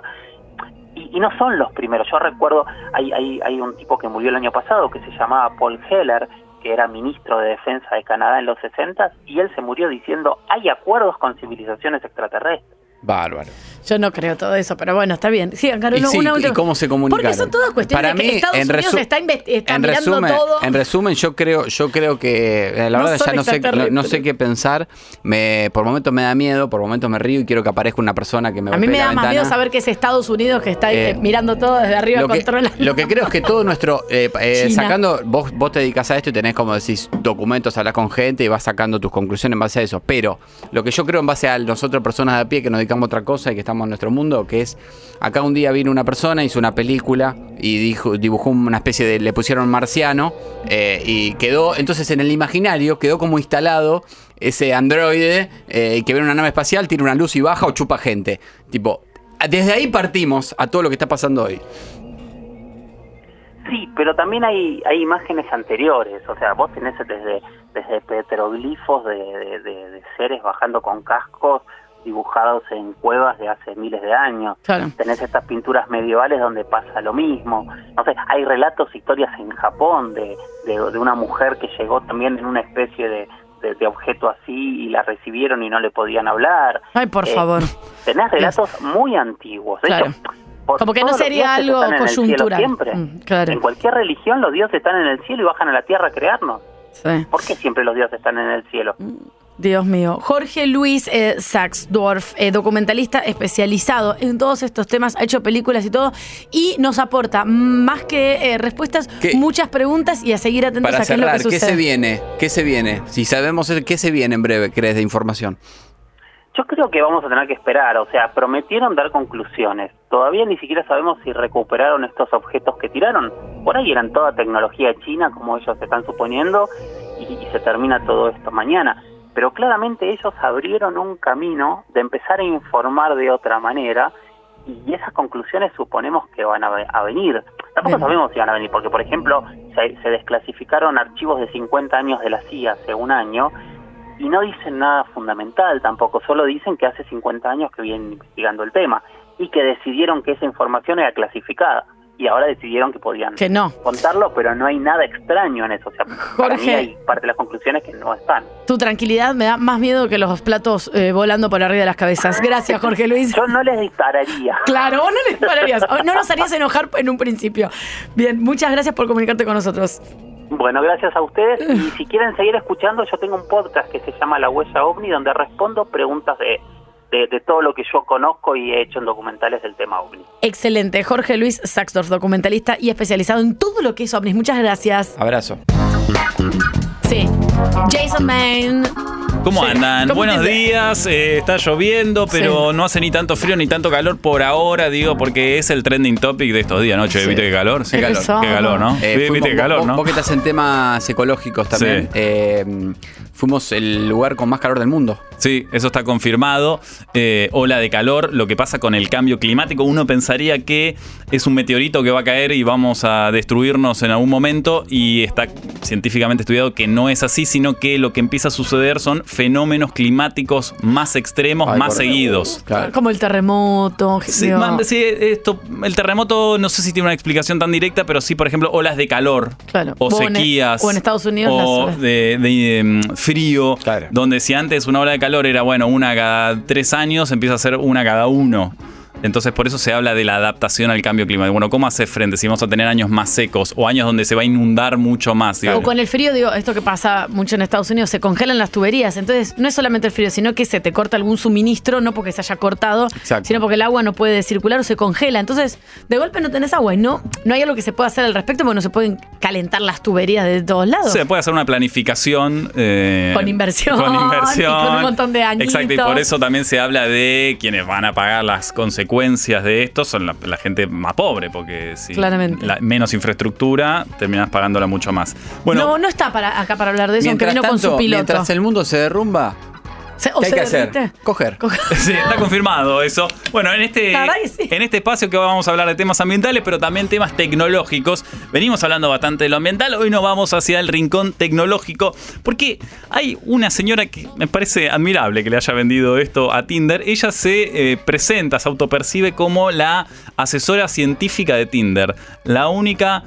[SPEAKER 5] y, y no son los primeros, yo recuerdo, hay, hay, hay un tipo que murió el año pasado que se llamaba Paul Heller, que era ministro de Defensa de Canadá en los 60 y él se murió diciendo, hay acuerdos con civilizaciones extraterrestres.
[SPEAKER 7] Bárbaro.
[SPEAKER 6] Yo no creo todo eso, pero bueno, está bien. Sí, Carolo,
[SPEAKER 7] Y sí,
[SPEAKER 6] una
[SPEAKER 7] ¿y
[SPEAKER 6] última.
[SPEAKER 7] cómo se comunicaron?
[SPEAKER 6] Porque son todas cuestiones
[SPEAKER 7] Para
[SPEAKER 6] de que
[SPEAKER 7] mí,
[SPEAKER 6] Estados
[SPEAKER 7] en
[SPEAKER 6] Unidos
[SPEAKER 7] resu-
[SPEAKER 6] está, inve- está
[SPEAKER 7] en
[SPEAKER 6] mirando
[SPEAKER 7] resumen,
[SPEAKER 6] todo.
[SPEAKER 7] en resumen, yo creo, yo creo que eh, la
[SPEAKER 6] No
[SPEAKER 7] verdad
[SPEAKER 6] son
[SPEAKER 7] ya no sé, no,
[SPEAKER 6] extraterrestres.
[SPEAKER 7] no sé qué pensar. Me, por momentos me da miedo, por momentos me río y quiero que aparezca una persona que me
[SPEAKER 6] a mí
[SPEAKER 7] golpee la
[SPEAKER 6] me da más
[SPEAKER 7] ventana.
[SPEAKER 6] miedo saber que es Estados Unidos que está
[SPEAKER 7] Eh,
[SPEAKER 6] eh, mirando todo desde arriba
[SPEAKER 7] Lo que,
[SPEAKER 6] controlando.
[SPEAKER 7] lo
[SPEAKER 6] [LAUGHS]
[SPEAKER 7] que creo es que todo nuestro. eh, eh,
[SPEAKER 6] China.
[SPEAKER 7] sacando. Vos, vos te dedicas a esto y tenés, como decís, documentos, hablas con gente y vas sacando tus conclusiones en base a eso. Pero lo que yo creo en base a nosotros, personas de a pie, que nos dedicamos a otra cosa y que estamos en nuestro mundo, que es. Acá un día vino una persona, hizo una película y dijo, dibujó una especie de. Le pusieron marciano eh, y quedó. Entonces en el imaginario quedó como instalado. Ese androide eh, que viene en una nave espacial, tira una luz y baja o chupa gente. Tipo, desde ahí partimos a todo lo que está pasando hoy.
[SPEAKER 5] Sí, pero también hay, hay imágenes anteriores, o sea, vos tenés desde, desde petroglifos de, de- de- de seres bajando con cascos dibujados en cuevas de hace miles de años.
[SPEAKER 6] Claro.
[SPEAKER 5] Tenés estas pinturas medievales donde pasa lo mismo. No sé, hay relatos, historias en Japón de, de- de una mujer que llegó también en una especie de, de- de objeto así y la recibieron y no le podían hablar.
[SPEAKER 6] Ay, por
[SPEAKER 5] Eh,
[SPEAKER 6] favor.
[SPEAKER 5] Tenés relatos muy antiguos. De
[SPEAKER 6] Claro.
[SPEAKER 5] hecho, por
[SPEAKER 6] Como que no
[SPEAKER 5] todos los
[SPEAKER 6] sería
[SPEAKER 5] dioses
[SPEAKER 6] algo
[SPEAKER 5] están en el cielo
[SPEAKER 6] coyuntural.
[SPEAKER 5] siempre.
[SPEAKER 6] Mm, claro.
[SPEAKER 5] En cualquier religión los dioses están en el cielo y bajan a la tierra a crearnos.
[SPEAKER 6] Sí.
[SPEAKER 5] ¿Por qué siempre los dioses están en el cielo?
[SPEAKER 6] Dios mío. Jorge Luis eh, Saxdorf, eh, documentalista especializado en todos estos temas, ha hecho películas y todo, y nos aporta más que eh, respuestas, muchas preguntas y a seguir atentos
[SPEAKER 7] Para
[SPEAKER 6] a qué es lo que
[SPEAKER 7] cerrar,
[SPEAKER 6] sucede.
[SPEAKER 7] ¿qué se viene? ¿Qué se viene? Si sabemos el- qué se viene en breve, crees, de información.
[SPEAKER 5] Yo creo que vamos a tener que esperar, o sea, prometieron dar conclusiones. Todavía ni siquiera sabemos si recuperaron estos objetos que tiraron. Por ahí eran toda tecnología china, como ellos están suponiendo, y, y se termina todo esto mañana. Pero claramente ellos abrieron un camino de empezar a informar de otra manera y esas conclusiones suponemos que van a, ve- a venir. Tampoco sabemos si van a venir, porque por ejemplo se, se desclasificaron archivos de 50 años de la CIA hace un año y no dicen nada fundamental tampoco, solo dicen que hace 50 años que vienen investigando el tema y que decidieron que esa información era clasificada y ahora decidieron que podían
[SPEAKER 6] Que no.
[SPEAKER 5] contarlo, pero no hay nada extraño en eso. O sea, para mí
[SPEAKER 6] Jorge.
[SPEAKER 5] hay parte de las conclusiones que no están.
[SPEAKER 6] Tu tranquilidad me da más miedo que los platos eh, volando por arriba de las cabezas. Gracias, Jorge Luis.
[SPEAKER 5] Yo no les dispararía.
[SPEAKER 6] Claro, vos no les dispararías. O No nos harías enojar en un principio. Bien, muchas gracias por comunicarte con nosotros.
[SPEAKER 5] Bueno, gracias a ustedes. Y si quieren seguir escuchando, yo tengo un podcast que se llama La Huella OVNI, donde respondo preguntas de, de, de todo lo que yo conozco y he hecho en documentales del tema OVNI.
[SPEAKER 6] Excelente. Jorge Luis Saxdorf, documentalista y especializado en todo lo que es ovnis. Muchas gracias.
[SPEAKER 7] Abrazo.
[SPEAKER 6] Sí. Jason Main.
[SPEAKER 8] ¿Cómo andan?
[SPEAKER 6] ¿Cómo
[SPEAKER 8] Buenos
[SPEAKER 6] te-
[SPEAKER 8] días, eh, está lloviendo, pero no hace ni tanto frío ni tanto calor por ahora, digo, porque es el trending topic de estos días, ¿no? Che,
[SPEAKER 7] Sí.
[SPEAKER 8] ¿Viste qué calor?
[SPEAKER 7] Qué
[SPEAKER 8] calor,
[SPEAKER 7] calor.
[SPEAKER 8] qué calor, ¿no?
[SPEAKER 7] Eh,
[SPEAKER 8] Vi-
[SPEAKER 7] fuimos-
[SPEAKER 8] ¿Viste qué calor,
[SPEAKER 7] vos-
[SPEAKER 8] no?
[SPEAKER 7] Vos que estás en temas ecológicos también.
[SPEAKER 8] Sí.
[SPEAKER 7] eh, Fuimos el lugar con más calor del mundo.
[SPEAKER 8] Sí, eso está confirmado. Eh, ola de calor, lo que pasa con el cambio climático. Uno pensaría que es un meteorito que va a caer y vamos a destruirnos en algún momento y está científicamente estudiado que no es así, sino que lo que empieza a suceder son fenómenos climáticos más extremos,
[SPEAKER 6] Ay,
[SPEAKER 8] más
[SPEAKER 6] por-
[SPEAKER 8] seguidos.
[SPEAKER 6] Como el terremoto.
[SPEAKER 8] Sí,
[SPEAKER 6] digo,
[SPEAKER 8] man, sí, esto, el terremoto no sé si tiene una explicación tan directa, pero sí, por ejemplo, olas de calor
[SPEAKER 6] claro.
[SPEAKER 8] o
[SPEAKER 6] en- e-
[SPEAKER 8] sequías.
[SPEAKER 6] o en Estados Unidos
[SPEAKER 8] o
[SPEAKER 6] las-
[SPEAKER 8] de, de, mm, frío, donde si antes una ola de calor era, bueno, una cada tres años, empieza a ser una cada uno. Entonces por eso se habla de la adaptación al cambio climático. Bueno, ¿cómo haces frente si vamos a tener años más secos o años donde se va a inundar mucho más?
[SPEAKER 6] O
[SPEAKER 8] digamos?
[SPEAKER 6] con el frío, digo, esto que pasa mucho en Estados Unidos, se congelan las tuberías. Entonces, no es solamente el frío, sino que se te corta algún suministro, no porque se haya cortado,
[SPEAKER 7] Exacto.
[SPEAKER 6] sino porque el agua no puede circular o se congela. Entonces, de golpe no tenés agua y no, no hay algo que se pueda hacer al respecto porque no se pueden calentar las tuberías de todos lados.
[SPEAKER 8] Se puede hacer una planificación. eh,
[SPEAKER 6] Con inversión, [LAUGHS]
[SPEAKER 8] Con
[SPEAKER 6] y
[SPEAKER 8] inversión.
[SPEAKER 6] con un montón de añitos.
[SPEAKER 8] Exacto, y por eso también se habla de quienes van a pagar las consecuencias de esto son la, la gente más pobre, porque si
[SPEAKER 6] Claramente.
[SPEAKER 8] la- menos infraestructura, terminas pagándola mucho más. Bueno,
[SPEAKER 6] no, no está para, acá para hablar de eso, aunque
[SPEAKER 7] Mientras
[SPEAKER 6] vino con su
[SPEAKER 7] tanto,
[SPEAKER 6] piloto.
[SPEAKER 7] mientras el mundo se derrumba,
[SPEAKER 6] Se- o
[SPEAKER 7] ¿qué hay
[SPEAKER 6] se
[SPEAKER 7] que hacer?
[SPEAKER 6] derrite.
[SPEAKER 7] Coger.
[SPEAKER 8] [LAUGHS] Sí, está confirmado eso. Bueno, en este,
[SPEAKER 6] La verdad que sí.
[SPEAKER 8] en este espacio que vamos a hablar de temas ambientales, pero también temas tecnológicos. Venimos hablando bastante de lo ambiental, hoy nos vamos hacia el rincón tecnológico, porque hay una señora que me parece admirable que le haya vendido esto a Tinder. Ella se eh, presenta, se autopercibe como la asesora científica de Tinder, la única...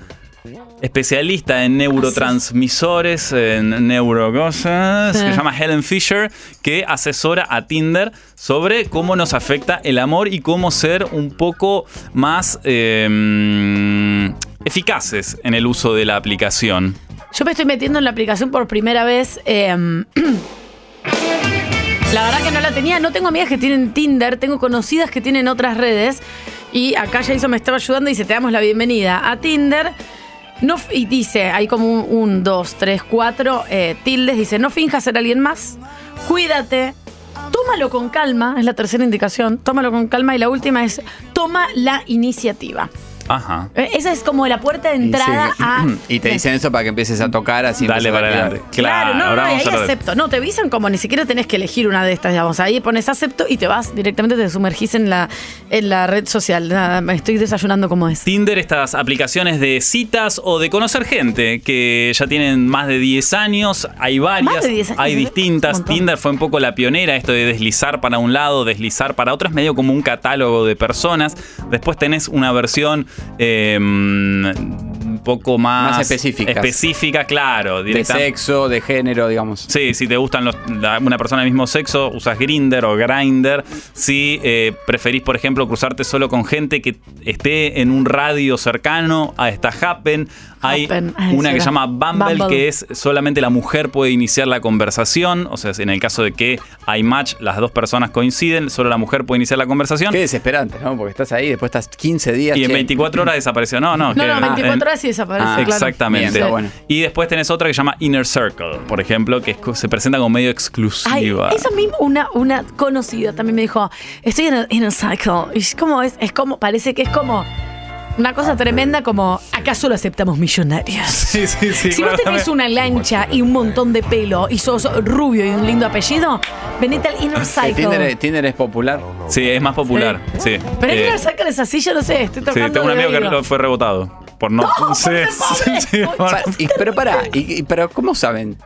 [SPEAKER 8] Especialista en neurotransmisores, en neurocosas,
[SPEAKER 6] Sí.
[SPEAKER 8] que se llama Helen Fisher, que asesora a Tinder sobre cómo nos afecta el amor y cómo ser un poco más eh, eficaces en el uso de la aplicación.
[SPEAKER 6] Yo me estoy metiendo en la aplicación por primera vez. eh, [CLEARS THROAT] la verdad que no la tenía. No tengo amigas que tienen Tinder, tengo conocidas que tienen otras redes. Y acá Jason me estaba ayudando y dice, te damos la bienvenida a Tinder. No, f- y dice, hay como un, un, dos, tres, cuatro eh, tildes. Dice, no finjas ser alguien más. Cuídate. Tómalo con calma. Es la tercera indicación. Tómalo con calma. Y la última es, toma la iniciativa.
[SPEAKER 8] Ajá.
[SPEAKER 6] Eh, Esa es como la puerta de entrada a
[SPEAKER 7] [CLEARS THROAT] Y te dicen eso para que empieces a tocar así.
[SPEAKER 8] Dale para adelante.
[SPEAKER 6] Claro, no, no,
[SPEAKER 7] ahora
[SPEAKER 6] y
[SPEAKER 7] vamos
[SPEAKER 6] ahí
[SPEAKER 7] a hablar de-
[SPEAKER 6] acepto. No, te avisan como ni siquiera tenés que elegir una de estas, digamos. Ahí pones acepto y te vas directamente, te sumergís en la, en la red social. Nada, me estoy desayunando como es.
[SPEAKER 8] Tinder, estas aplicaciones de citas o de conocer gente que ya tienen más de 10 años, hay varias,
[SPEAKER 6] Más de 10 años,
[SPEAKER 8] hay
[SPEAKER 6] es
[SPEAKER 8] distintas. Tinder fue un poco la pionera, esto de deslizar para un lado, deslizar para otro, es medio como un catálogo de personas. Después tenés una versión eh, un poco más,
[SPEAKER 7] Más específicas.
[SPEAKER 8] Específica, claro.
[SPEAKER 7] de sexo, de género, digamos.
[SPEAKER 8] Sí, si te gustan los- la- una persona del mismo sexo, usas Grinder o Grinder. Si eh, preferís, por ejemplo, cruzarte solo con gente que esté en un radio cercano a esta Happen. Hay
[SPEAKER 6] Happen, ah,
[SPEAKER 8] una
[SPEAKER 6] eso
[SPEAKER 8] que
[SPEAKER 6] era.
[SPEAKER 8] se llama Bumble,
[SPEAKER 6] Bumble.
[SPEAKER 8] que es solamente la mujer puede iniciar la conversación. O sea, en el caso de que hay match, las dos personas coinciden, solo la mujer puede iniciar la conversación.
[SPEAKER 7] Qué desesperante, ¿no? Porque estás ahí, después estás 15 días.
[SPEAKER 8] Y en
[SPEAKER 7] che. [LAUGHS]
[SPEAKER 8] 24 horas desapareció. No, no.
[SPEAKER 6] No,
[SPEAKER 8] que-
[SPEAKER 6] no,
[SPEAKER 8] en-
[SPEAKER 6] 24 horas y desaparece,
[SPEAKER 8] Ah,
[SPEAKER 6] claro.
[SPEAKER 8] Exactamente.
[SPEAKER 6] Bien, está
[SPEAKER 7] bueno.
[SPEAKER 8] Y después tenés otra que se llama Inner Circle, por ejemplo, que es co- se presenta como medio
[SPEAKER 6] Ay,
[SPEAKER 8] exclusiva.
[SPEAKER 6] eso mismo, una, una conocida también me dijo, estoy en el, en el cycle. Y es como, es, es como, parece que es como una cosa tremenda como, ¿acaso lo aceptamos millonarios?
[SPEAKER 8] [LAUGHS] Sí, sí, sí.
[SPEAKER 6] si vos tenés
[SPEAKER 8] claramente.
[SPEAKER 6] una lancha y un montón de pelo y sos rubio y un lindo apellido, venite al
[SPEAKER 8] Ah,
[SPEAKER 6] Inner
[SPEAKER 7] Eh, Tinder,
[SPEAKER 6] Cycle.
[SPEAKER 7] es- Tinder es popular.
[SPEAKER 8] Sí, es más popular. Sí.
[SPEAKER 6] Pero el
[SPEAKER 8] Eh,
[SPEAKER 6] Inner Cycle es así, yo no sé, estoy
[SPEAKER 8] sí,
[SPEAKER 6] tocando
[SPEAKER 8] tengo un
[SPEAKER 6] de
[SPEAKER 8] amigo que
[SPEAKER 6] oído.
[SPEAKER 8] lo- fue rebotado. Por no. Sí, sí, sí,
[SPEAKER 7] Pa- y- pero pará, y- y- pero ¿cómo saben?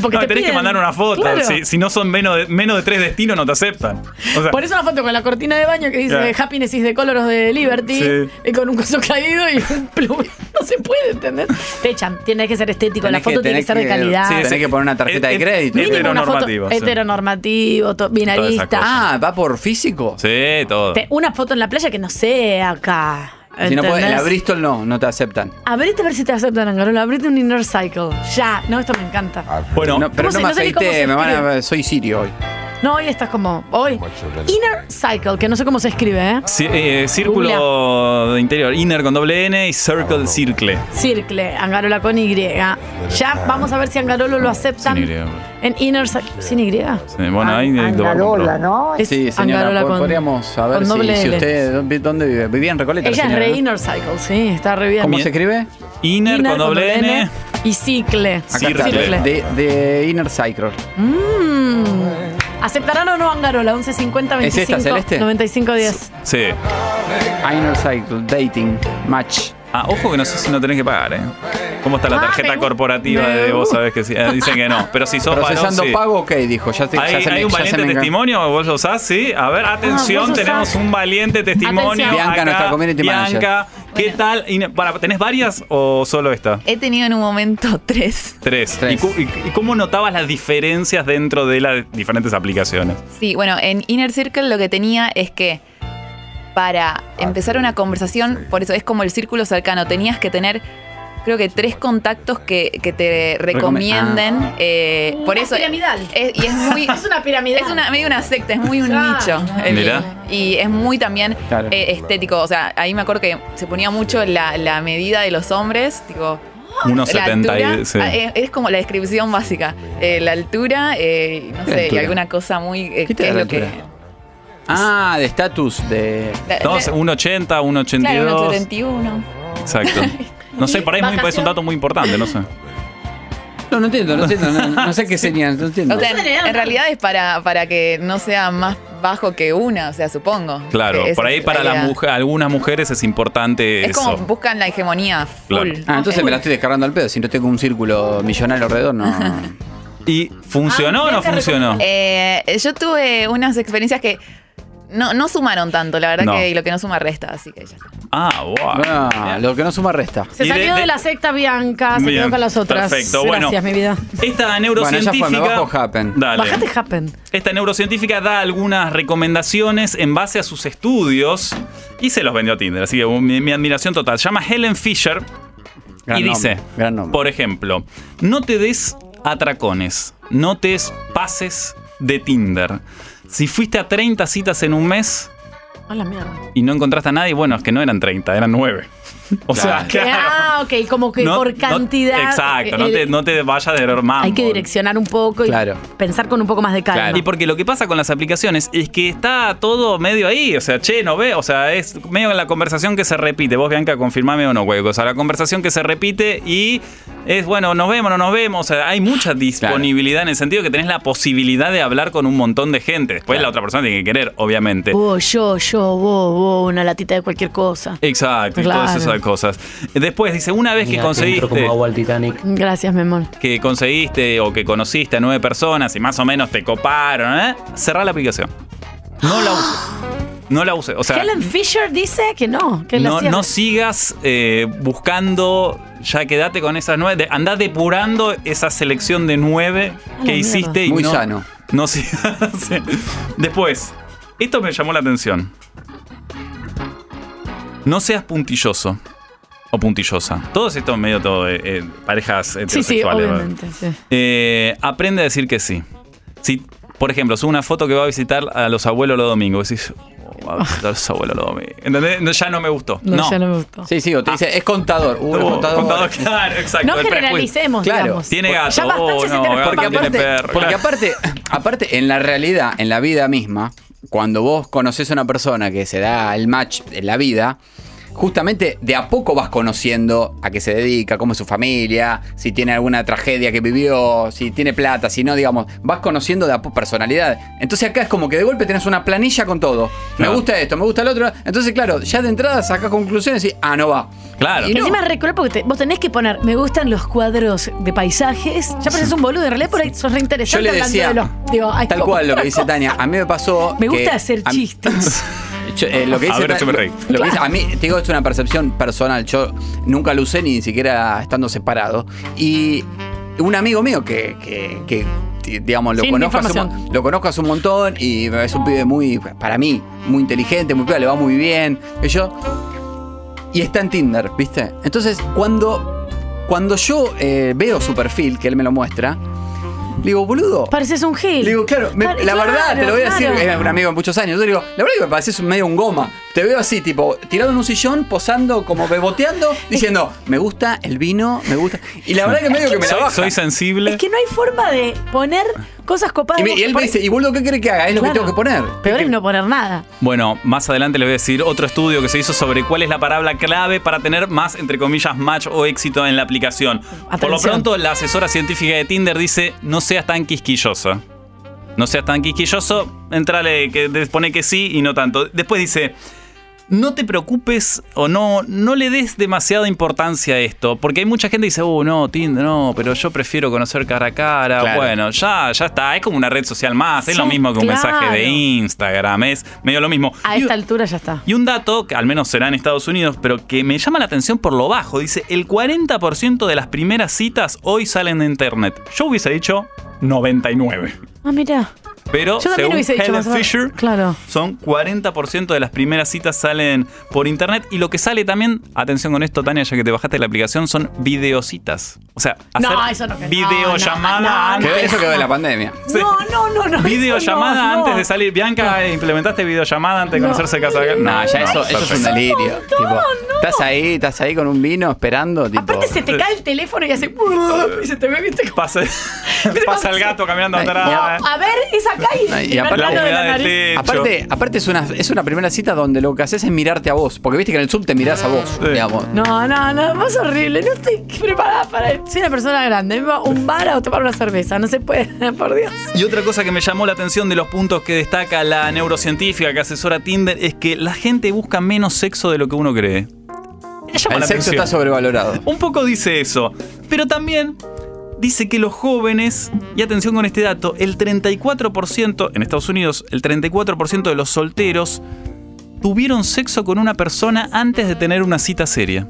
[SPEAKER 8] No,
[SPEAKER 6] te
[SPEAKER 8] tenés que
[SPEAKER 6] piden-
[SPEAKER 8] mandar una foto.
[SPEAKER 6] Claro.
[SPEAKER 8] Si, si no son menos de, menos de tres destinos, no te aceptan. O sea,
[SPEAKER 6] Por eso una foto con la cortina de baño que dice
[SPEAKER 8] Ya.
[SPEAKER 6] Happiness is the color of the liberty,
[SPEAKER 8] Sí.
[SPEAKER 6] y con un coso caído y un plum. [LAUGHS] No se puede, ¿entender? Te echan, tiene que ser estético, la
[SPEAKER 7] Tenés
[SPEAKER 6] foto tiene
[SPEAKER 7] tenés
[SPEAKER 6] que ser de calidad.
[SPEAKER 7] tenés que poner una tarjeta de
[SPEAKER 8] Es-
[SPEAKER 7] crédito.
[SPEAKER 8] es-
[SPEAKER 6] Mínimo una foto
[SPEAKER 8] heteronormativo, sí.
[SPEAKER 6] heteronormativo, to- binarista.
[SPEAKER 7] Ah, ¿va por físico?
[SPEAKER 8] Sí, todo.
[SPEAKER 6] Te- una foto en la playa que no sé acá.
[SPEAKER 7] Ah. Si no podés- la
[SPEAKER 6] ¿entendés?
[SPEAKER 7] Bristol no, no te aceptan.
[SPEAKER 6] Abrite a ver si te aceptan, Angarola. Abrite un inner cycle. Ya. No, esto me encanta.
[SPEAKER 7] Bueno, no, pero
[SPEAKER 6] ¿Cómo
[SPEAKER 7] no
[SPEAKER 6] se-
[SPEAKER 7] me
[SPEAKER 6] no sé ni cómo
[SPEAKER 7] afeité,
[SPEAKER 6] se
[SPEAKER 7] me van a- soy sirio hoy.
[SPEAKER 6] No, hoy estás como. Hoy. Inner cycle, que no sé cómo se escribe, ¿eh?
[SPEAKER 8] sí, eh, círculo de interior, inner con doble N y circle, circle.
[SPEAKER 6] Circle, Angarola con Y. Ya vamos a ver si Angarolo lo aceptan.
[SPEAKER 8] Sin Y.
[SPEAKER 6] En inner cycle. Sin Y.
[SPEAKER 8] Sí, bueno, ahí lo
[SPEAKER 6] Angarola, ¿no? Es
[SPEAKER 7] Sí, señora,
[SPEAKER 6] Angarola
[SPEAKER 7] po-
[SPEAKER 6] con-
[SPEAKER 7] podríamos saber
[SPEAKER 6] con doble
[SPEAKER 7] si, si
[SPEAKER 6] L.
[SPEAKER 7] usted, ¿dónde- ¿dónde vive? Vivía en Recoleta. la
[SPEAKER 6] Ella es
[SPEAKER 7] señora,
[SPEAKER 6] re
[SPEAKER 7] ¿no?
[SPEAKER 6] inner cycle, sí, está re bien.
[SPEAKER 7] ¿Cómo se escribe?
[SPEAKER 8] Inner,
[SPEAKER 6] Inner
[SPEAKER 8] con doble N.
[SPEAKER 6] Y cicle.
[SPEAKER 7] Acá está, de, de Inner Cycle.
[SPEAKER 6] Mm. ¿Aceptarán o no Angarola? 1150
[SPEAKER 7] ¿Es
[SPEAKER 6] 25
[SPEAKER 7] esta, Celeste?
[SPEAKER 6] 95 10.
[SPEAKER 8] Sí.
[SPEAKER 7] Inner Cycle, dating, match.
[SPEAKER 8] Ah, ojo que no sé si no tenés que pagar, ¿eh? ¿Cómo está la
[SPEAKER 7] Ah,
[SPEAKER 8] tarjeta
[SPEAKER 7] me gu-
[SPEAKER 8] corporativa
[SPEAKER 7] me
[SPEAKER 8] de vos?
[SPEAKER 7] gusta.
[SPEAKER 8] Sabés que sí. Eh, Dicen que no.
[SPEAKER 7] [LAUGHS]
[SPEAKER 8] Pero si sos varón,
[SPEAKER 7] Procesando
[SPEAKER 8] sí.
[SPEAKER 7] pago, ok, dijo. Ya, te, ya
[SPEAKER 8] ¿Hay,
[SPEAKER 7] se me-
[SPEAKER 8] hay un
[SPEAKER 7] ya se
[SPEAKER 8] valiente
[SPEAKER 7] me engan-
[SPEAKER 8] testimonio? ¿Vos lo usás? Sí. A
[SPEAKER 11] Ah,
[SPEAKER 8] ver,
[SPEAKER 7] vos
[SPEAKER 8] atención,
[SPEAKER 7] usás.
[SPEAKER 8] tenemos un valiente testimonio.
[SPEAKER 7] Atención. Bianca,
[SPEAKER 8] acá.
[SPEAKER 7] nuestra community manager.
[SPEAKER 8] Bianca, ¿qué tal? Y ne- para, ¿Tenés varias o solo esta?
[SPEAKER 11] He tenido en un momento [LAUGHS] tres.
[SPEAKER 8] Tres. ¿Y cu- y, y cómo notabas las diferencias dentro de las diferentes aplicaciones?
[SPEAKER 11] Sí, bueno, en Inner Circle lo que tenía es que para empezar una conversación, por eso es como el círculo cercano, tenías que tener, creo que tres contactos que, que te recomienden.
[SPEAKER 6] Ah.
[SPEAKER 11] eh, por eso es- y es
[SPEAKER 19] [LAUGHS]
[SPEAKER 11] muy...
[SPEAKER 6] Es una piramidal.
[SPEAKER 11] Es una, medio una secta, es muy un nicho. el-
[SPEAKER 12] Mirá.
[SPEAKER 11] Y es muy también
[SPEAKER 12] Claro.
[SPEAKER 11] eh, estético. O sea, ahí me acuerdo que se ponía mucho la, la medida de los hombres, tipo,
[SPEAKER 8] [GASPS] Unos
[SPEAKER 11] la
[SPEAKER 8] 70 y-
[SPEAKER 11] altura,
[SPEAKER 8] sí.
[SPEAKER 11] ah, eh, es como la descripción básica. Eh, la altura, eh, no
[SPEAKER 7] ¿Qué
[SPEAKER 11] sé, y
[SPEAKER 7] altura?
[SPEAKER 11] alguna cosa muy. eh,
[SPEAKER 7] te
[SPEAKER 11] ¿Qué
[SPEAKER 7] da
[SPEAKER 11] es
[SPEAKER 7] la
[SPEAKER 11] lo que.?
[SPEAKER 7] altura? Ah, de estatus, de...
[SPEAKER 11] La-
[SPEAKER 8] No,
[SPEAKER 11] la-
[SPEAKER 8] 1,80, 1,82.
[SPEAKER 11] Claro, unos 71.
[SPEAKER 8] Exacto. No sé, por ahí es, muy- es un dato muy importante, no sé.
[SPEAKER 7] No, no entiendo, no entiendo. No,
[SPEAKER 8] [LAUGHS]
[SPEAKER 7] no sé qué señal, no entiendo.
[SPEAKER 11] O sea, en, en realidad es para, para que no sea más bajo que una, o sea, supongo.
[SPEAKER 8] Claro,
[SPEAKER 11] Que esa
[SPEAKER 8] por ahí
[SPEAKER 11] es
[SPEAKER 8] para
[SPEAKER 11] la
[SPEAKER 8] las
[SPEAKER 11] idea.
[SPEAKER 8] mujeres, algunas mujeres es importante
[SPEAKER 11] Es
[SPEAKER 8] eso.
[SPEAKER 11] como buscan la hegemonía full.
[SPEAKER 8] Claro.
[SPEAKER 7] Ah, entonces me la estoy descargando al pedo. Si no tengo un círculo millonario alrededor, no.
[SPEAKER 8] ¿Y funcionó
[SPEAKER 6] Ah,
[SPEAKER 8] o no funcionó?
[SPEAKER 11] Eh, yo tuve unas experiencias que no, no sumaron tanto, la verdad
[SPEAKER 7] No.
[SPEAKER 11] que lo que no suma resta, así que ya.
[SPEAKER 8] Ah, wow.
[SPEAKER 7] lo que no suma resta.
[SPEAKER 6] Se salió de, la secta Bianca, se
[SPEAKER 8] Bien,
[SPEAKER 6] quedó con las otras.
[SPEAKER 8] perfecto, bueno.
[SPEAKER 6] Gracias, mi vida.
[SPEAKER 8] Esta
[SPEAKER 7] Bueno, ya
[SPEAKER 8] neurocientífica.
[SPEAKER 7] fue, me bajo Happen.
[SPEAKER 8] Dale.
[SPEAKER 6] Bajate Happen.
[SPEAKER 8] Esta neurocientífica da algunas recomendaciones en base a sus estudios y se los vendió a Tinder, así que mi, mi admiración total. Se llama Helen Fisher
[SPEAKER 7] Gran
[SPEAKER 8] y
[SPEAKER 7] nombre,
[SPEAKER 8] dice, por ejemplo, no te des atracones, no te des pases de Tinder. Si fuiste a 30 citas en un mes
[SPEAKER 6] A la mierda.
[SPEAKER 8] y no encontraste a nadie, bueno, es que no eran 30, eran 9. [LAUGHS]
[SPEAKER 6] [LAUGHS]
[SPEAKER 8] O sea, claro.
[SPEAKER 6] Ah, ok, como que
[SPEAKER 8] No-
[SPEAKER 6] por
[SPEAKER 8] no-
[SPEAKER 6] cantidad. eh,
[SPEAKER 8] exacto, no
[SPEAKER 6] el-
[SPEAKER 8] te, no te vayas de hermano.
[SPEAKER 6] Hay que direccionar un poco y
[SPEAKER 8] Claro.
[SPEAKER 6] pensar con un poco más de calma.
[SPEAKER 8] Y porque lo que pasa con las aplicaciones es que está todo medio ahí. O sea, che, no ve. O sea, es medio la conversación que se repite. Vos, Bianca, confirmame o no, hueco. O sea, la conversación que se repite y es, bueno, nos vemos, no nos vemos. O sea, hay mucha disponibilidad en el sentido que tenés la posibilidad de hablar con un montón de gente. Después la otra persona tiene que querer, obviamente.
[SPEAKER 6] Vos, yo, yo, vos, vos, una latita de cualquier cosa.
[SPEAKER 8] Exacto, y todas
[SPEAKER 6] Claro.
[SPEAKER 8] esas cosas. Después dice, una vez que conseguiste...
[SPEAKER 6] Titanic. Gracias, mi amor.
[SPEAKER 8] que conseguiste o que conociste a nueve personas y más o menos te coparon, ¿eh? Cerrá la aplicación. No la uses. No la uses. O sea,
[SPEAKER 6] Helen Fisher dice que no, que la
[SPEAKER 8] no,
[SPEAKER 6] cierre.
[SPEAKER 8] no sigas eh, buscando, ya quedate con esas nueve. de- andá depurando esa selección de nueve
[SPEAKER 7] la mierda.
[SPEAKER 8] que hiciste. Y
[SPEAKER 7] Muy
[SPEAKER 8] no-
[SPEAKER 7] sano.
[SPEAKER 8] No sigas. [LAUGHS] sí. Después, esto me llamó la atención. No seas puntilloso o puntillosa. Todos estos medio todo eh, eh, parejas
[SPEAKER 6] Sí,
[SPEAKER 8] heterosexuales.
[SPEAKER 6] sí,
[SPEAKER 8] ¿verdad?
[SPEAKER 6] obviamente. sí.
[SPEAKER 8] Eh, aprende a decir que sí. Si, por ejemplo, subo una foto que va a visitar a los abuelos los domingos. Decís, "Oh, va a visitar a los abuelos los domingos. ¿Entendés? No, ya no me gustó. No, Ah.
[SPEAKER 6] No, ya no me gustó.
[SPEAKER 7] Sí, sí, o te dice, es contador. Uh, es
[SPEAKER 8] Oh,
[SPEAKER 7] contador.
[SPEAKER 8] contador, [LAUGHS] claro, exacto.
[SPEAKER 6] No
[SPEAKER 8] el prejuicio.
[SPEAKER 6] generalicemos,
[SPEAKER 7] Claro.
[SPEAKER 6] digamos.
[SPEAKER 8] Tiene gato.
[SPEAKER 6] Ya
[SPEAKER 8] oh,
[SPEAKER 6] bastante se
[SPEAKER 8] no,
[SPEAKER 6] te
[SPEAKER 8] gato,
[SPEAKER 7] Porque
[SPEAKER 8] tiene
[SPEAKER 7] aparte,
[SPEAKER 8] perro.
[SPEAKER 7] porque
[SPEAKER 8] Claro.
[SPEAKER 7] aparte, aparte, en la realidad, en la vida misma, cuando vos conoces a una persona que se da el match en la vida, justamente de a poco vas conociendo a qué se dedica, cómo es su familia, si tiene alguna tragedia que vivió, si tiene plata, si no, digamos, vas conociendo de a poco personalidad. Entonces acá es como que de golpe tenés una planilla con todo. Me
[SPEAKER 8] Claro.
[SPEAKER 7] gusta esto, me gusta el otro. Entonces, claro, ya de entrada sacás conclusiones y, ah, no va.
[SPEAKER 8] Claro.
[SPEAKER 7] Y no.
[SPEAKER 6] Encima es re cruel porque te- vos tenés que poner me gustan los cuadros de paisajes. Ya pareces un boludo, en realidad por ahí sos re
[SPEAKER 7] Yo
[SPEAKER 6] interesante
[SPEAKER 7] le
[SPEAKER 6] hablando
[SPEAKER 7] decía,
[SPEAKER 6] de los. Digo, hay
[SPEAKER 7] Tal
[SPEAKER 6] como
[SPEAKER 7] cual lo
[SPEAKER 6] otra
[SPEAKER 7] que
[SPEAKER 6] [LAUGHS]
[SPEAKER 7] dice
[SPEAKER 6] cosa.
[SPEAKER 7] Tania. A mí me pasó.
[SPEAKER 6] Me
[SPEAKER 7] que-
[SPEAKER 6] gusta hacer
[SPEAKER 7] a-
[SPEAKER 6] chistes.
[SPEAKER 7] [LAUGHS] Yo, eh, lo que
[SPEAKER 8] A
[SPEAKER 7] dice
[SPEAKER 8] ver,
[SPEAKER 7] Tania-
[SPEAKER 8] se me reí.
[SPEAKER 7] lo- lo que dice- a mí, te digo, es una percepción personal. Yo nunca lo usé ni siquiera estando separado. Y un amigo mío que, que- que, ti- digamos, lo
[SPEAKER 6] Sin
[SPEAKER 7] conozco, hace un,
[SPEAKER 6] información.
[SPEAKER 7] mon- lo conozco hace un montón y es un pibe muy, para mí, muy inteligente, muy pibe, le va muy bien. Y yo, y está en Tinder, ¿viste? Entonces, cuando, cuando yo eh, veo su perfil, que él me lo muestra, le digo, boludo.
[SPEAKER 6] Pareces un gil.
[SPEAKER 7] Le digo, claro, me-
[SPEAKER 6] Pare-
[SPEAKER 7] la verdad,
[SPEAKER 6] claro,
[SPEAKER 7] te lo voy a decir,
[SPEAKER 6] claro.
[SPEAKER 7] era un amigo de muchos años. Yo le digo, la verdad que me pareces medio un goma. Te veo así, tipo, tirado en un sillón, posando, como
[SPEAKER 8] [LAUGHS]
[SPEAKER 7] beboteando, diciendo, me gusta el vino, me gusta. Y la verdad que medio que me la
[SPEAKER 8] soy,
[SPEAKER 7] baja.
[SPEAKER 8] soy sensible.
[SPEAKER 6] Es que no hay forma de poner cosas copadas.
[SPEAKER 7] Y, me- y él me dice, ¿y boludo qué cree que haga? Es lo que
[SPEAKER 6] Claro.
[SPEAKER 7] tengo que poner.
[SPEAKER 6] Peor es no poner nada.
[SPEAKER 8] Bueno, más adelante le voy a decir otro estudio que se hizo sobre cuál es la palabra clave para tener más, entre comillas, match o éxito en la aplicación. Por lo
[SPEAKER 6] Atención.
[SPEAKER 8] pronto, la asesora científica de Tinder dice, no seas tan quisquillosa. No seas tan quisquilloso, entrale, que te pone que sí y no tanto. Después dice, no te preocupes o no, no le des demasiada importancia a esto, porque hay mucha gente que dice, oh, no, Tinder, no, pero yo prefiero conocer cara a cara.
[SPEAKER 7] Claro.
[SPEAKER 8] Bueno, ya, ya está, es como una red social más, es lo
[SPEAKER 6] Sí,
[SPEAKER 8] mismo que un mensaje de
[SPEAKER 6] claro.
[SPEAKER 8] Instagram, es medio lo mismo.
[SPEAKER 6] A esta altura ya está.
[SPEAKER 8] Y un dato, que al menos será en Estados Unidos, pero que me llama la atención por lo bajo, dice, el 40% de las primeras citas hoy salen de internet. Yo hubiese dicho 99.
[SPEAKER 6] Ah, mira.
[SPEAKER 8] Pero
[SPEAKER 6] Yo también
[SPEAKER 8] según
[SPEAKER 6] hubiese dicho
[SPEAKER 8] Helen
[SPEAKER 6] más o menos.
[SPEAKER 8] Fisher,
[SPEAKER 6] Claro.
[SPEAKER 8] son 40% de las primeras citas salen por internet y lo que sale también, atención con esto Tania, ya que te bajaste la aplicación, son videocitas. O sea, hacer
[SPEAKER 6] No, eso no.
[SPEAKER 8] videollamada
[SPEAKER 6] no, no,
[SPEAKER 8] antes-
[SPEAKER 7] Eso quedó de la pandemia.
[SPEAKER 8] Sí.
[SPEAKER 6] No, no, no, no.
[SPEAKER 8] videollamada
[SPEAKER 6] eso no,
[SPEAKER 8] antes
[SPEAKER 6] no.
[SPEAKER 8] de salir. Bianca, ¿implementaste videollamada antes de conocerse casa acá?
[SPEAKER 7] No, ya eso, eso es un delirio. Tipo, Estás ahí, estás ahí con un vino esperando, tipo.
[SPEAKER 6] Aparte se te cae el teléfono y hace. "Uh", Y se te ve, viste.
[SPEAKER 8] Pasa, [LAUGHS] pasa el gato caminando atrás.
[SPEAKER 6] A ver, es acá y.
[SPEAKER 7] Y aparte,
[SPEAKER 8] [LAUGHS] La
[SPEAKER 6] de la
[SPEAKER 8] humedad del
[SPEAKER 6] nariz.
[SPEAKER 8] techo.
[SPEAKER 7] aparte, aparte es, una, es una primera cita donde lo que haces es mirarte a vos. Porque viste que en el sub te mirás a vos. digamos.
[SPEAKER 6] No, no, no, más horrible. No estoy preparada para. Soy una persona grande. Me va a un bar a tomar una cerveza. No se puede, [LAUGHS] por Dios.
[SPEAKER 8] Y otra cosa que me llamó la atención de los puntos que destaca la neurocientífica que asesora Tinder es que la gente busca menos sexo de lo que uno cree. Me llama
[SPEAKER 7] El
[SPEAKER 8] la
[SPEAKER 7] sexo
[SPEAKER 8] atención.
[SPEAKER 7] está sobrevalorado.
[SPEAKER 8] Un poco dice eso, pero también dice que los jóvenes, y atención con este dato, el 34%, en Estados Unidos, el 34% de los solteros tuvieron sexo con una persona antes de tener una cita seria.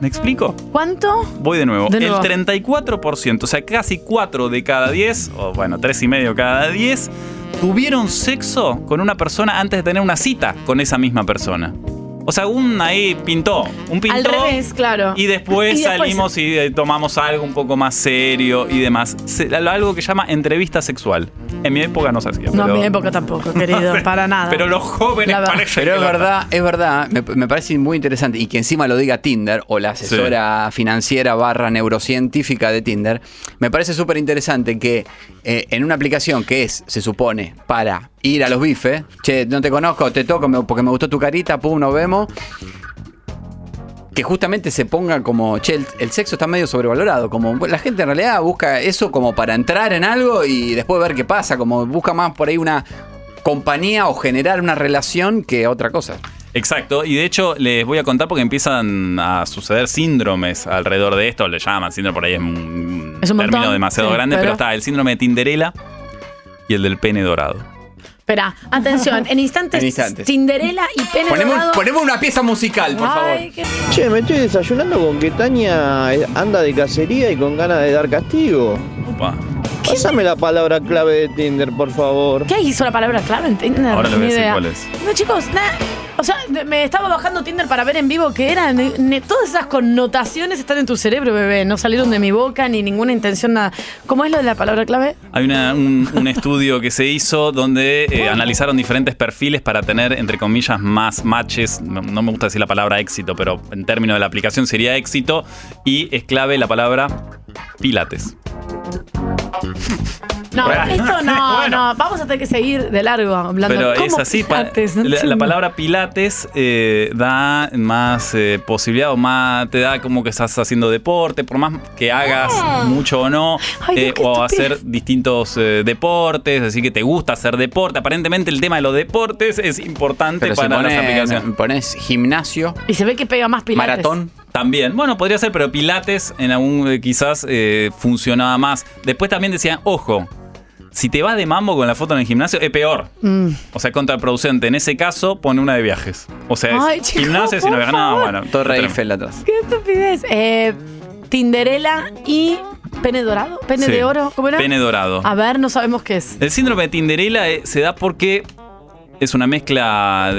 [SPEAKER 8] ¿Me explico?
[SPEAKER 6] ¿Cuánto?
[SPEAKER 8] Voy de nuevo.
[SPEAKER 6] De nuevo.
[SPEAKER 8] El 34%, o sea, casi 4 de cada 10, o bueno, 3 y medio cada 10, tuvieron sexo con una persona antes de tener una cita con esa misma persona. O sea, un ahí pintó, un pintó.
[SPEAKER 6] Al revés, claro.
[SPEAKER 8] Y después,
[SPEAKER 6] Y después-
[SPEAKER 8] salimos y eh, tomamos algo un poco más serio y demás. Se- algo que llama entrevista sexual. En mi época no se hacía.
[SPEAKER 6] No,
[SPEAKER 8] pero-
[SPEAKER 6] en mi época tampoco, querido, para nada.
[SPEAKER 8] [LAUGHS] Pero los jóvenes
[SPEAKER 6] La verdad.
[SPEAKER 8] parecen
[SPEAKER 7] Pero
[SPEAKER 8] que
[SPEAKER 7] es
[SPEAKER 8] lo-
[SPEAKER 7] verdad, es verdad, me, me parece muy interesante. Y que encima lo diga Tinder o la asesora financiera barra neurocientífica de Tinder, me parece súper interesante que eh, en una aplicación que es, se supone, para ir a los bifes, che, no te conozco, te toco me- porque me gustó tu carita, pum, nos vemos. Que justamente se ponga como, che, el, el sexo está medio sobrevalorado. Como la gente en realidad busca eso como para entrar en algo y después ver qué pasa. Como busca más por ahí una compañía o generar una relación que otra cosa.
[SPEAKER 8] Exacto, y de hecho les voy a contar porque empiezan a suceder síndromes alrededor de esto, le llaman síndrome, por ahí es un,
[SPEAKER 6] Es un
[SPEAKER 8] término
[SPEAKER 6] montón,
[SPEAKER 8] demasiado
[SPEAKER 6] sí,
[SPEAKER 8] grande, pero...
[SPEAKER 6] pero-
[SPEAKER 8] está el síndrome de Tinderela y el del pene dorado.
[SPEAKER 6] Espera, atención, en instantes,
[SPEAKER 8] En instantes.
[SPEAKER 6] Cinderela y Pene Dorado.
[SPEAKER 7] Ponemos, ponemos una pieza musical, por favor.
[SPEAKER 6] Ay, qué-
[SPEAKER 29] Che, me estoy desayunando con que Tania eh, anda de cacería y con ganas de dar castigo.
[SPEAKER 8] Opa.
[SPEAKER 29] Pásame la palabra clave de Tinder, por favor.
[SPEAKER 6] ¿Qué hizo la palabra clave en Tinder?
[SPEAKER 29] Ahora le voy a
[SPEAKER 6] Ni
[SPEAKER 29] decir
[SPEAKER 6] idea.
[SPEAKER 29] cuál es.
[SPEAKER 6] No, chicos, nada. O sea, me estaba bajando Tinder para ver en vivo que eran. ne- todas esas connotaciones están en tu cerebro, bebé. No salieron de mi boca ni ninguna intención, nada. ¿Cómo es lo de la palabra clave?
[SPEAKER 8] Hay una- un,
[SPEAKER 6] [LAUGHS]
[SPEAKER 8] un estudio que se hizo donde eh, analizaron diferentes perfiles para tener, entre comillas, más matches. No, no me gusta decir la palabra éxito, pero en términos de la aplicación sería éxito. Y es clave la palabra pilates.
[SPEAKER 6] No,
[SPEAKER 8] [LAUGHS] Bueno.
[SPEAKER 6] esto no, no. Vamos a tener que seguir de largo hablando.
[SPEAKER 8] Pero
[SPEAKER 6] ¿Cómo
[SPEAKER 8] es así, pa-
[SPEAKER 6] pilates? No
[SPEAKER 8] la, la
[SPEAKER 6] entiendo.
[SPEAKER 8] palabra pilates eh, da más eh, posibilidad o más te da como que estás haciendo deporte, por más que hagas mucho o no,
[SPEAKER 6] Ah. Ay, Dios,
[SPEAKER 8] eh,
[SPEAKER 6] qué
[SPEAKER 8] o
[SPEAKER 6] estupidez.
[SPEAKER 8] hacer distintos eh, deportes, así que te gusta hacer deporte. Aparentemente el tema de los deportes es importante
[SPEAKER 7] Pero si
[SPEAKER 8] para las
[SPEAKER 7] pones,
[SPEAKER 8] aplicaciones.
[SPEAKER 7] pones gimnasio,
[SPEAKER 6] Y se ve que pega más pilates.
[SPEAKER 7] maratón,
[SPEAKER 8] También, bueno, podría ser, pero Pilates en algún eh, quizás eh, funcionaba más. Después también decían, ojo, si te vas de mambo con la foto en el gimnasio, es peor.
[SPEAKER 6] Mm.
[SPEAKER 8] O sea, contraproducente. En ese caso, pone una de viajes. O sea, es
[SPEAKER 6] Ay, chico,
[SPEAKER 8] gimnasia si
[SPEAKER 6] por
[SPEAKER 8] no viajas. No, bueno.
[SPEAKER 7] Torre
[SPEAKER 8] tenemos.
[SPEAKER 7] Eiffel atrás.
[SPEAKER 6] Qué estupidez. Eh, Tinderela y Pene Dorado. Pene
[SPEAKER 8] Sí.
[SPEAKER 6] de oro. ¿Cómo era?
[SPEAKER 8] Pene dorado.
[SPEAKER 6] A ver, no sabemos qué es.
[SPEAKER 8] El síndrome de Tinderela eh, se da porque es una mezcla de,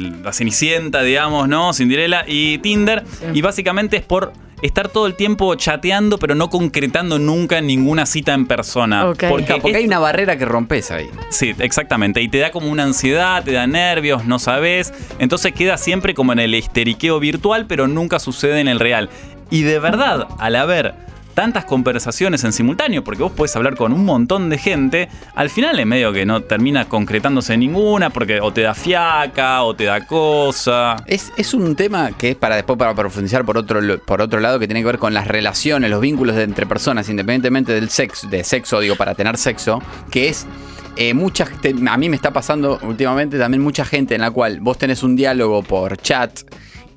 [SPEAKER 8] de la Cenicienta, digamos, ¿no? Cinderella y Tinder. Y básicamente es por estar todo el tiempo chateando, pero no concretando nunca ninguna cita en persona.
[SPEAKER 7] Ok. Claro, Ah, porque hay una barrera que rompes ahí.
[SPEAKER 8] Eh, Sí, exactamente. Y te da como una ansiedad, te da nervios, no sabes. Entonces queda siempre como en el histeriqueo virtual, pero nunca sucede en el real. Y de verdad, al haber tantas conversaciones en simultáneo, porque vos podés hablar con un montón de gente, al final es medio que no termina concretándose ninguna, porque o te da fiaca, o te da cosa.
[SPEAKER 7] Es, es un tema que es para después para profundizar por otro, lo- por otro lado que tiene que ver con las relaciones, los vínculos de entre personas, independientemente del sexo, de sexo, digo, para tener sexo, que es eh, muchas te- a mí me está pasando últimamente también mucha gente en la cual vos tenés un diálogo por chat.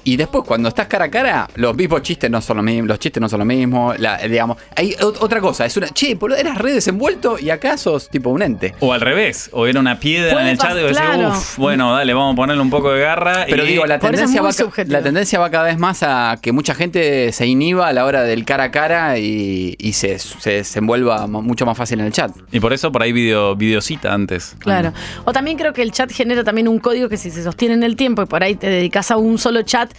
[SPEAKER 7] Y después, cuando estás cara a cara, los mismos chistes no son los mismos, los chistes no son los mismos, la- digamos. Hay o- otra cosa, es una, che, boludo, eras re desenvuelto y acá sos tipo un ente.
[SPEAKER 8] O al revés, o era una piedra en
[SPEAKER 7] Puede
[SPEAKER 8] el chat y vos decís,
[SPEAKER 7] pasar, claro.
[SPEAKER 8] "Uf, bueno, dale, vamos a ponerle un poco de garra.
[SPEAKER 7] Pero
[SPEAKER 8] y-
[SPEAKER 7] digo, la tendencia, va, ca- la tendencia va cada vez más a que mucha gente se inhiba a la hora del cara a cara y, y se, se desenvuelva mo- mucho más fácil en el chat.
[SPEAKER 8] Y por eso por ahí video, videocita antes.
[SPEAKER 6] Claro.
[SPEAKER 8] Mm.
[SPEAKER 6] O también creo que el chat genera también un código que si se sostiene en el tiempo y por ahí te dedicas a un solo chat,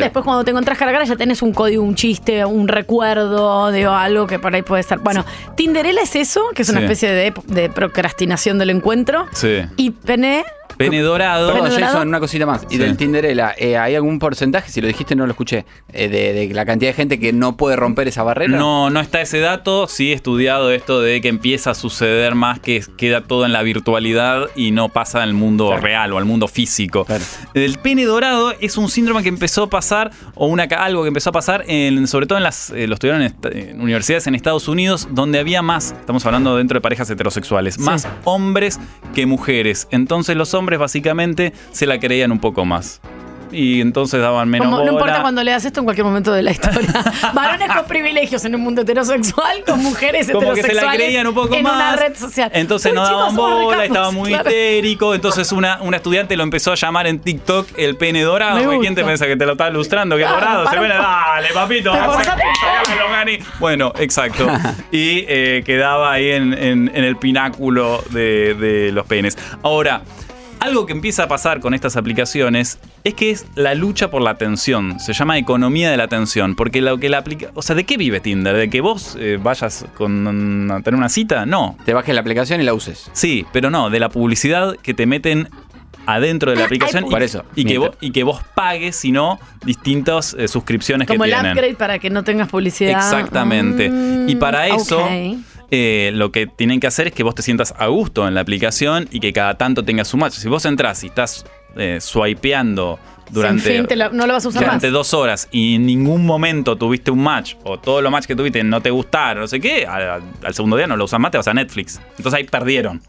[SPEAKER 6] y después cuando te encontrás cara a cara ya tenés un código, un chiste, un recuerdo de algo que por ahí puede estar. Bueno, Tinderella es eso, que es una
[SPEAKER 8] Sí.
[SPEAKER 6] especie de, de procrastinación del encuentro.
[SPEAKER 8] Sí.
[SPEAKER 6] Y Pene,
[SPEAKER 8] Pene dorado.
[SPEAKER 7] Perdón,
[SPEAKER 6] Pene dorado.
[SPEAKER 7] Jason, una cosita más. Y
[SPEAKER 8] Sí.
[SPEAKER 7] del Tinderella, eh, ¿hay algún porcentaje, si lo dijiste no lo escuché, eh, de, de la cantidad de gente que no puede romper esa barrera?
[SPEAKER 8] No, no está ese dato. Sí he estudiado esto de que empieza a suceder más que queda todo en la virtualidad y no pasa al mundo real o al mundo físico. El pene dorado es un síndrome que empezó a pasar o una, ca- algo que empezó a pasar en, sobre todo en las eh, lo estudiaron en, est- en universidades en Estados Unidos donde había más, estamos hablando dentro de parejas heterosexuales, más hombres que mujeres. Entonces los hombres básicamente se la creían un poco más. Y entonces daban menos
[SPEAKER 6] como- no
[SPEAKER 8] bola.
[SPEAKER 6] importa cuando leas esto en cualquier momento de la
[SPEAKER 8] [LAUGHS]
[SPEAKER 6] historia. Varones con privilegios en un mundo heterosexual, con mujeres
[SPEAKER 8] Como que se
[SPEAKER 6] heterosexuales
[SPEAKER 8] la creían un poco
[SPEAKER 6] en una
[SPEAKER 8] más.
[SPEAKER 6] red social.
[SPEAKER 8] Entonces
[SPEAKER 6] Uy,
[SPEAKER 8] no
[SPEAKER 6] chicos,
[SPEAKER 8] daban
[SPEAKER 6] somos
[SPEAKER 8] bola,
[SPEAKER 6] recapos, [LAUGHS]
[SPEAKER 8] estaba muy
[SPEAKER 6] claro.
[SPEAKER 8] histérico. Entonces una, una estudiante lo empezó a llamar en TikTok el pene dorado.
[SPEAKER 6] Me
[SPEAKER 8] porque ¿Quién
[SPEAKER 6] gusta.
[SPEAKER 8] te piensa que te lo está lustrando? Que es
[SPEAKER 6] Claro,
[SPEAKER 8] dorado. Se
[SPEAKER 6] para
[SPEAKER 8] pone,
[SPEAKER 6] un po-
[SPEAKER 8] dale, papito.
[SPEAKER 6] Te
[SPEAKER 8] saca-
[SPEAKER 6] forzate.
[SPEAKER 8] sacame los ganis". Bueno,
[SPEAKER 7] [LAUGHS]
[SPEAKER 8] exacto. Y eh, quedaba ahí en, en- en el pináculo de, de los penes. Ahora. Algo que empieza a pasar con estas aplicaciones es que es la lucha por la atención. Se llama economía de la atención. Porque lo que la aplica. O sea, ¿de qué vive Tinder? ¿De que vos eh, vayas con, a tener una cita? No.
[SPEAKER 7] Te bajes la aplicación y la uses.
[SPEAKER 8] Sí, pero no, de la publicidad que te meten adentro de
[SPEAKER 6] Ah,
[SPEAKER 8] la aplicación.
[SPEAKER 7] Por eso,
[SPEAKER 8] Y que,
[SPEAKER 7] mientras-
[SPEAKER 8] vos, y que vos pagues, si no, distintas eh, suscripciones
[SPEAKER 6] Como
[SPEAKER 8] que
[SPEAKER 6] el
[SPEAKER 8] tienen.
[SPEAKER 6] upgrade para que no tengas publicidad.
[SPEAKER 8] Exactamente. y para
[SPEAKER 6] Mm,
[SPEAKER 8] eso,
[SPEAKER 6] ok.
[SPEAKER 8] eh, lo que tienen que hacer es que vos te sientas a gusto en la aplicación y que cada tanto tengas un match. Si vos entrás y estás eh, swipeando durante,
[SPEAKER 6] Sin fin, te la- no lo vas a usar
[SPEAKER 8] durante
[SPEAKER 6] más.
[SPEAKER 8] dos horas y en ningún momento tuviste un match o todos los match que tuviste no te gustaron, no sé qué, al, al segundo día no lo usas más, te vas a Netflix. Entonces ahí perdieron.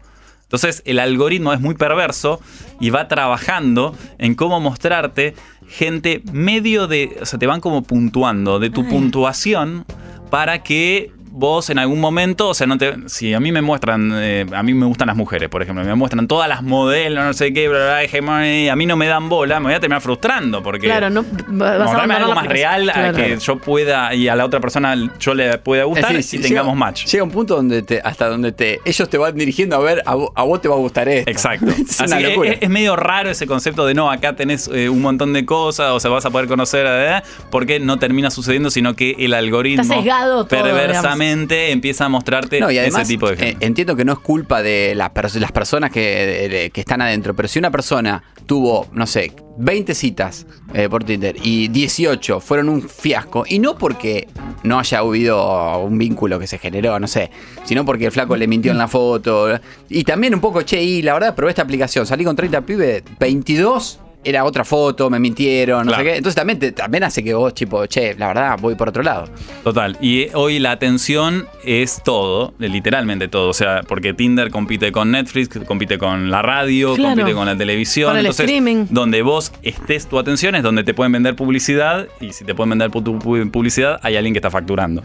[SPEAKER 8] Entonces el algoritmo es muy perverso y va trabajando en cómo mostrarte gente medio de, o sea, te van como puntuando de tu puntuación para que vos en algún momento, o sea, no te, si a mí me muestran, eh, a mí me gustan las mujeres, por ejemplo, me muestran todas las modelos, no sé qué, bla, bla, bla, hegemony, a mí no me dan bola, me voy a terminar frustrando porque
[SPEAKER 6] Claro, no va- vas a
[SPEAKER 8] mostrarme
[SPEAKER 6] abandonar
[SPEAKER 8] algo
[SPEAKER 6] Eh, la
[SPEAKER 8] más
[SPEAKER 6] aplicación.
[SPEAKER 8] real a
[SPEAKER 6] Claro.
[SPEAKER 8] que yo pueda y a la otra persona yo le pueda
[SPEAKER 7] Es
[SPEAKER 8] Eh, gustar
[SPEAKER 7] decir,
[SPEAKER 8] y
[SPEAKER 7] llega-
[SPEAKER 8] tengamos match.
[SPEAKER 7] Llega un punto donde te, hasta donde te, ellos te van dirigiendo a ver, a, vo- a vos te va a gustar esto.
[SPEAKER 8] Exacto.
[SPEAKER 7] [LAUGHS] es una
[SPEAKER 8] Así que
[SPEAKER 7] locura.
[SPEAKER 8] Es, es medio raro ese concepto de no, acá tenés eh, un montón de cosas, o sea, vas a poder conocer, ¿eh? porque no termina sucediendo, sino que el algoritmo
[SPEAKER 6] Está sesgado todo,
[SPEAKER 8] perversamente empieza a mostrarte
[SPEAKER 7] No, y además,
[SPEAKER 8] ese tipo de gente.
[SPEAKER 7] eh, entiendo que no es culpa de las, pers- las personas que, eh, que están adentro, pero si una persona tuvo, no sé, 20 citas eh, por Tinder y 18 fueron un fiasco, y no porque no haya habido un vínculo que se generó, no sé, sino porque el flaco le mintió en la foto, y también un poco, che, y la verdad probé esta aplicación, salí con 30 pibes, 22... Era otra foto, me mintieron, no sé qué. Entonces también, te- también hace que vos, tipo, che, la verdad, voy por otro lado.
[SPEAKER 8] Total, y hoy la atención es todo, literalmente todo, o sea, porque Tinder compite con Netflix, compite con la radio,
[SPEAKER 6] Claro.
[SPEAKER 8] compite con la televisión,
[SPEAKER 6] Con el
[SPEAKER 8] entonces
[SPEAKER 6] streaming.
[SPEAKER 8] donde vos estés tu atención es donde te pueden vender publicidad y si te pueden vender pu- tu pu- publicidad hay alguien que está facturando.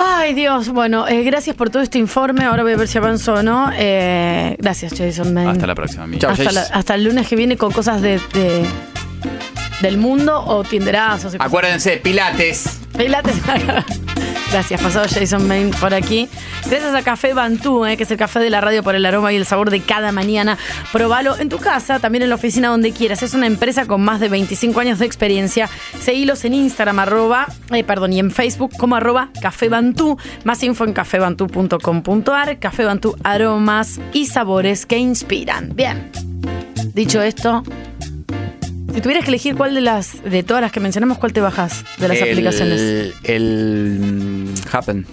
[SPEAKER 6] Ay, Dios. Bueno, eh, gracias por todo este informe. Ahora voy a ver si avanzo o no. Eh, gracias, Jason Maine.
[SPEAKER 8] Hasta la próxima, amigo.
[SPEAKER 6] hasta, la- hasta el lunes que viene con cosas de, de- del mundo o tinderazos. y cosas.
[SPEAKER 7] Acuérdense, pilates.
[SPEAKER 6] Pilates. [LAUGHS] Gracias, pasado Jason Main por aquí. Gracias a Café Bantú, eh, que es el café de la radio por el aroma y el sabor de cada mañana. Probalo en tu casa, también en la oficina, donde quieras. Es una empresa con más de 25 años de experiencia. Seguilos en Instagram, arroba, eh, perdón, y en Facebook como arroba Café Bantú. Más info en cafebantú.com.ar. Café Bantú, aromas y sabores que inspiran. Bien. Dicho esto, si tuvieras que elegir cuál de las de todas las que mencionamos, ¿cuál te bajas de las
[SPEAKER 7] El-
[SPEAKER 6] aplicaciones?
[SPEAKER 7] El mm, Happen.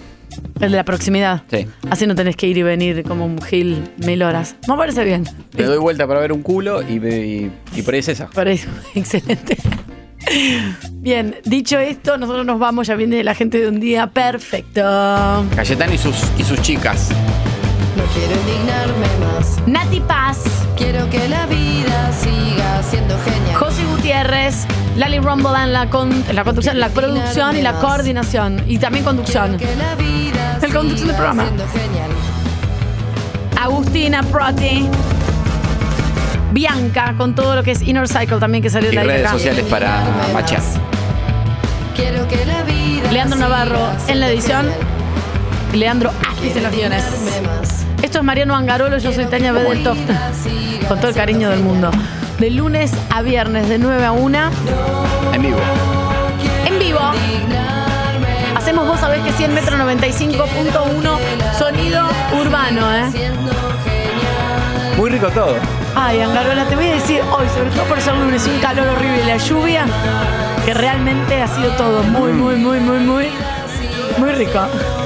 [SPEAKER 6] El de la proximidad.
[SPEAKER 7] Sí.
[SPEAKER 6] Así no tenés que ir y venir como un gil mil horas. Me parece bien.
[SPEAKER 7] Le doy vuelta para ver un culo y, y, y por ahí es esa.
[SPEAKER 6] Por eso, [LAUGHS] excelente. Bien, dicho esto, nosotros nos vamos, ya viene la gente de un día perfecto. No
[SPEAKER 7] Cayetán y sus, y sus chicas.
[SPEAKER 6] quiero indignarme más. Nati Paz. Quiero que la vida siga siendo genial. José Gutiérrez, Lali Rumble en la, con- en la conducción, en la producción y la coordinación. Y también conducción. El conducción del programa. Agustina Proti. Bianca, con todo lo que es Inner Cycle también que salió
[SPEAKER 7] Y
[SPEAKER 6] de la
[SPEAKER 7] redes
[SPEAKER 6] guerra.
[SPEAKER 7] sociales para machear.
[SPEAKER 6] Quiero que la vida Leandro Navarro en la edición. y Leandro Aquis en los guiones. Esto es Mariano Angarolo, yo soy Tania Bedel Tofta. Con todo el cariño del mundo. De lunes a viernes, de 9 a 1,
[SPEAKER 7] En vivo.
[SPEAKER 6] en vivo. Hacemos vos sabés que 100 metro 95.1 sonido urbano, ¿eh?
[SPEAKER 7] Muy rico todo.
[SPEAKER 6] Ay, Angarola, te voy a decir hoy, sobre todo por ser lunes, un calor horrible, la lluvia, que realmente ha sido todo muy, muy, muy, muy, muy, muy rico.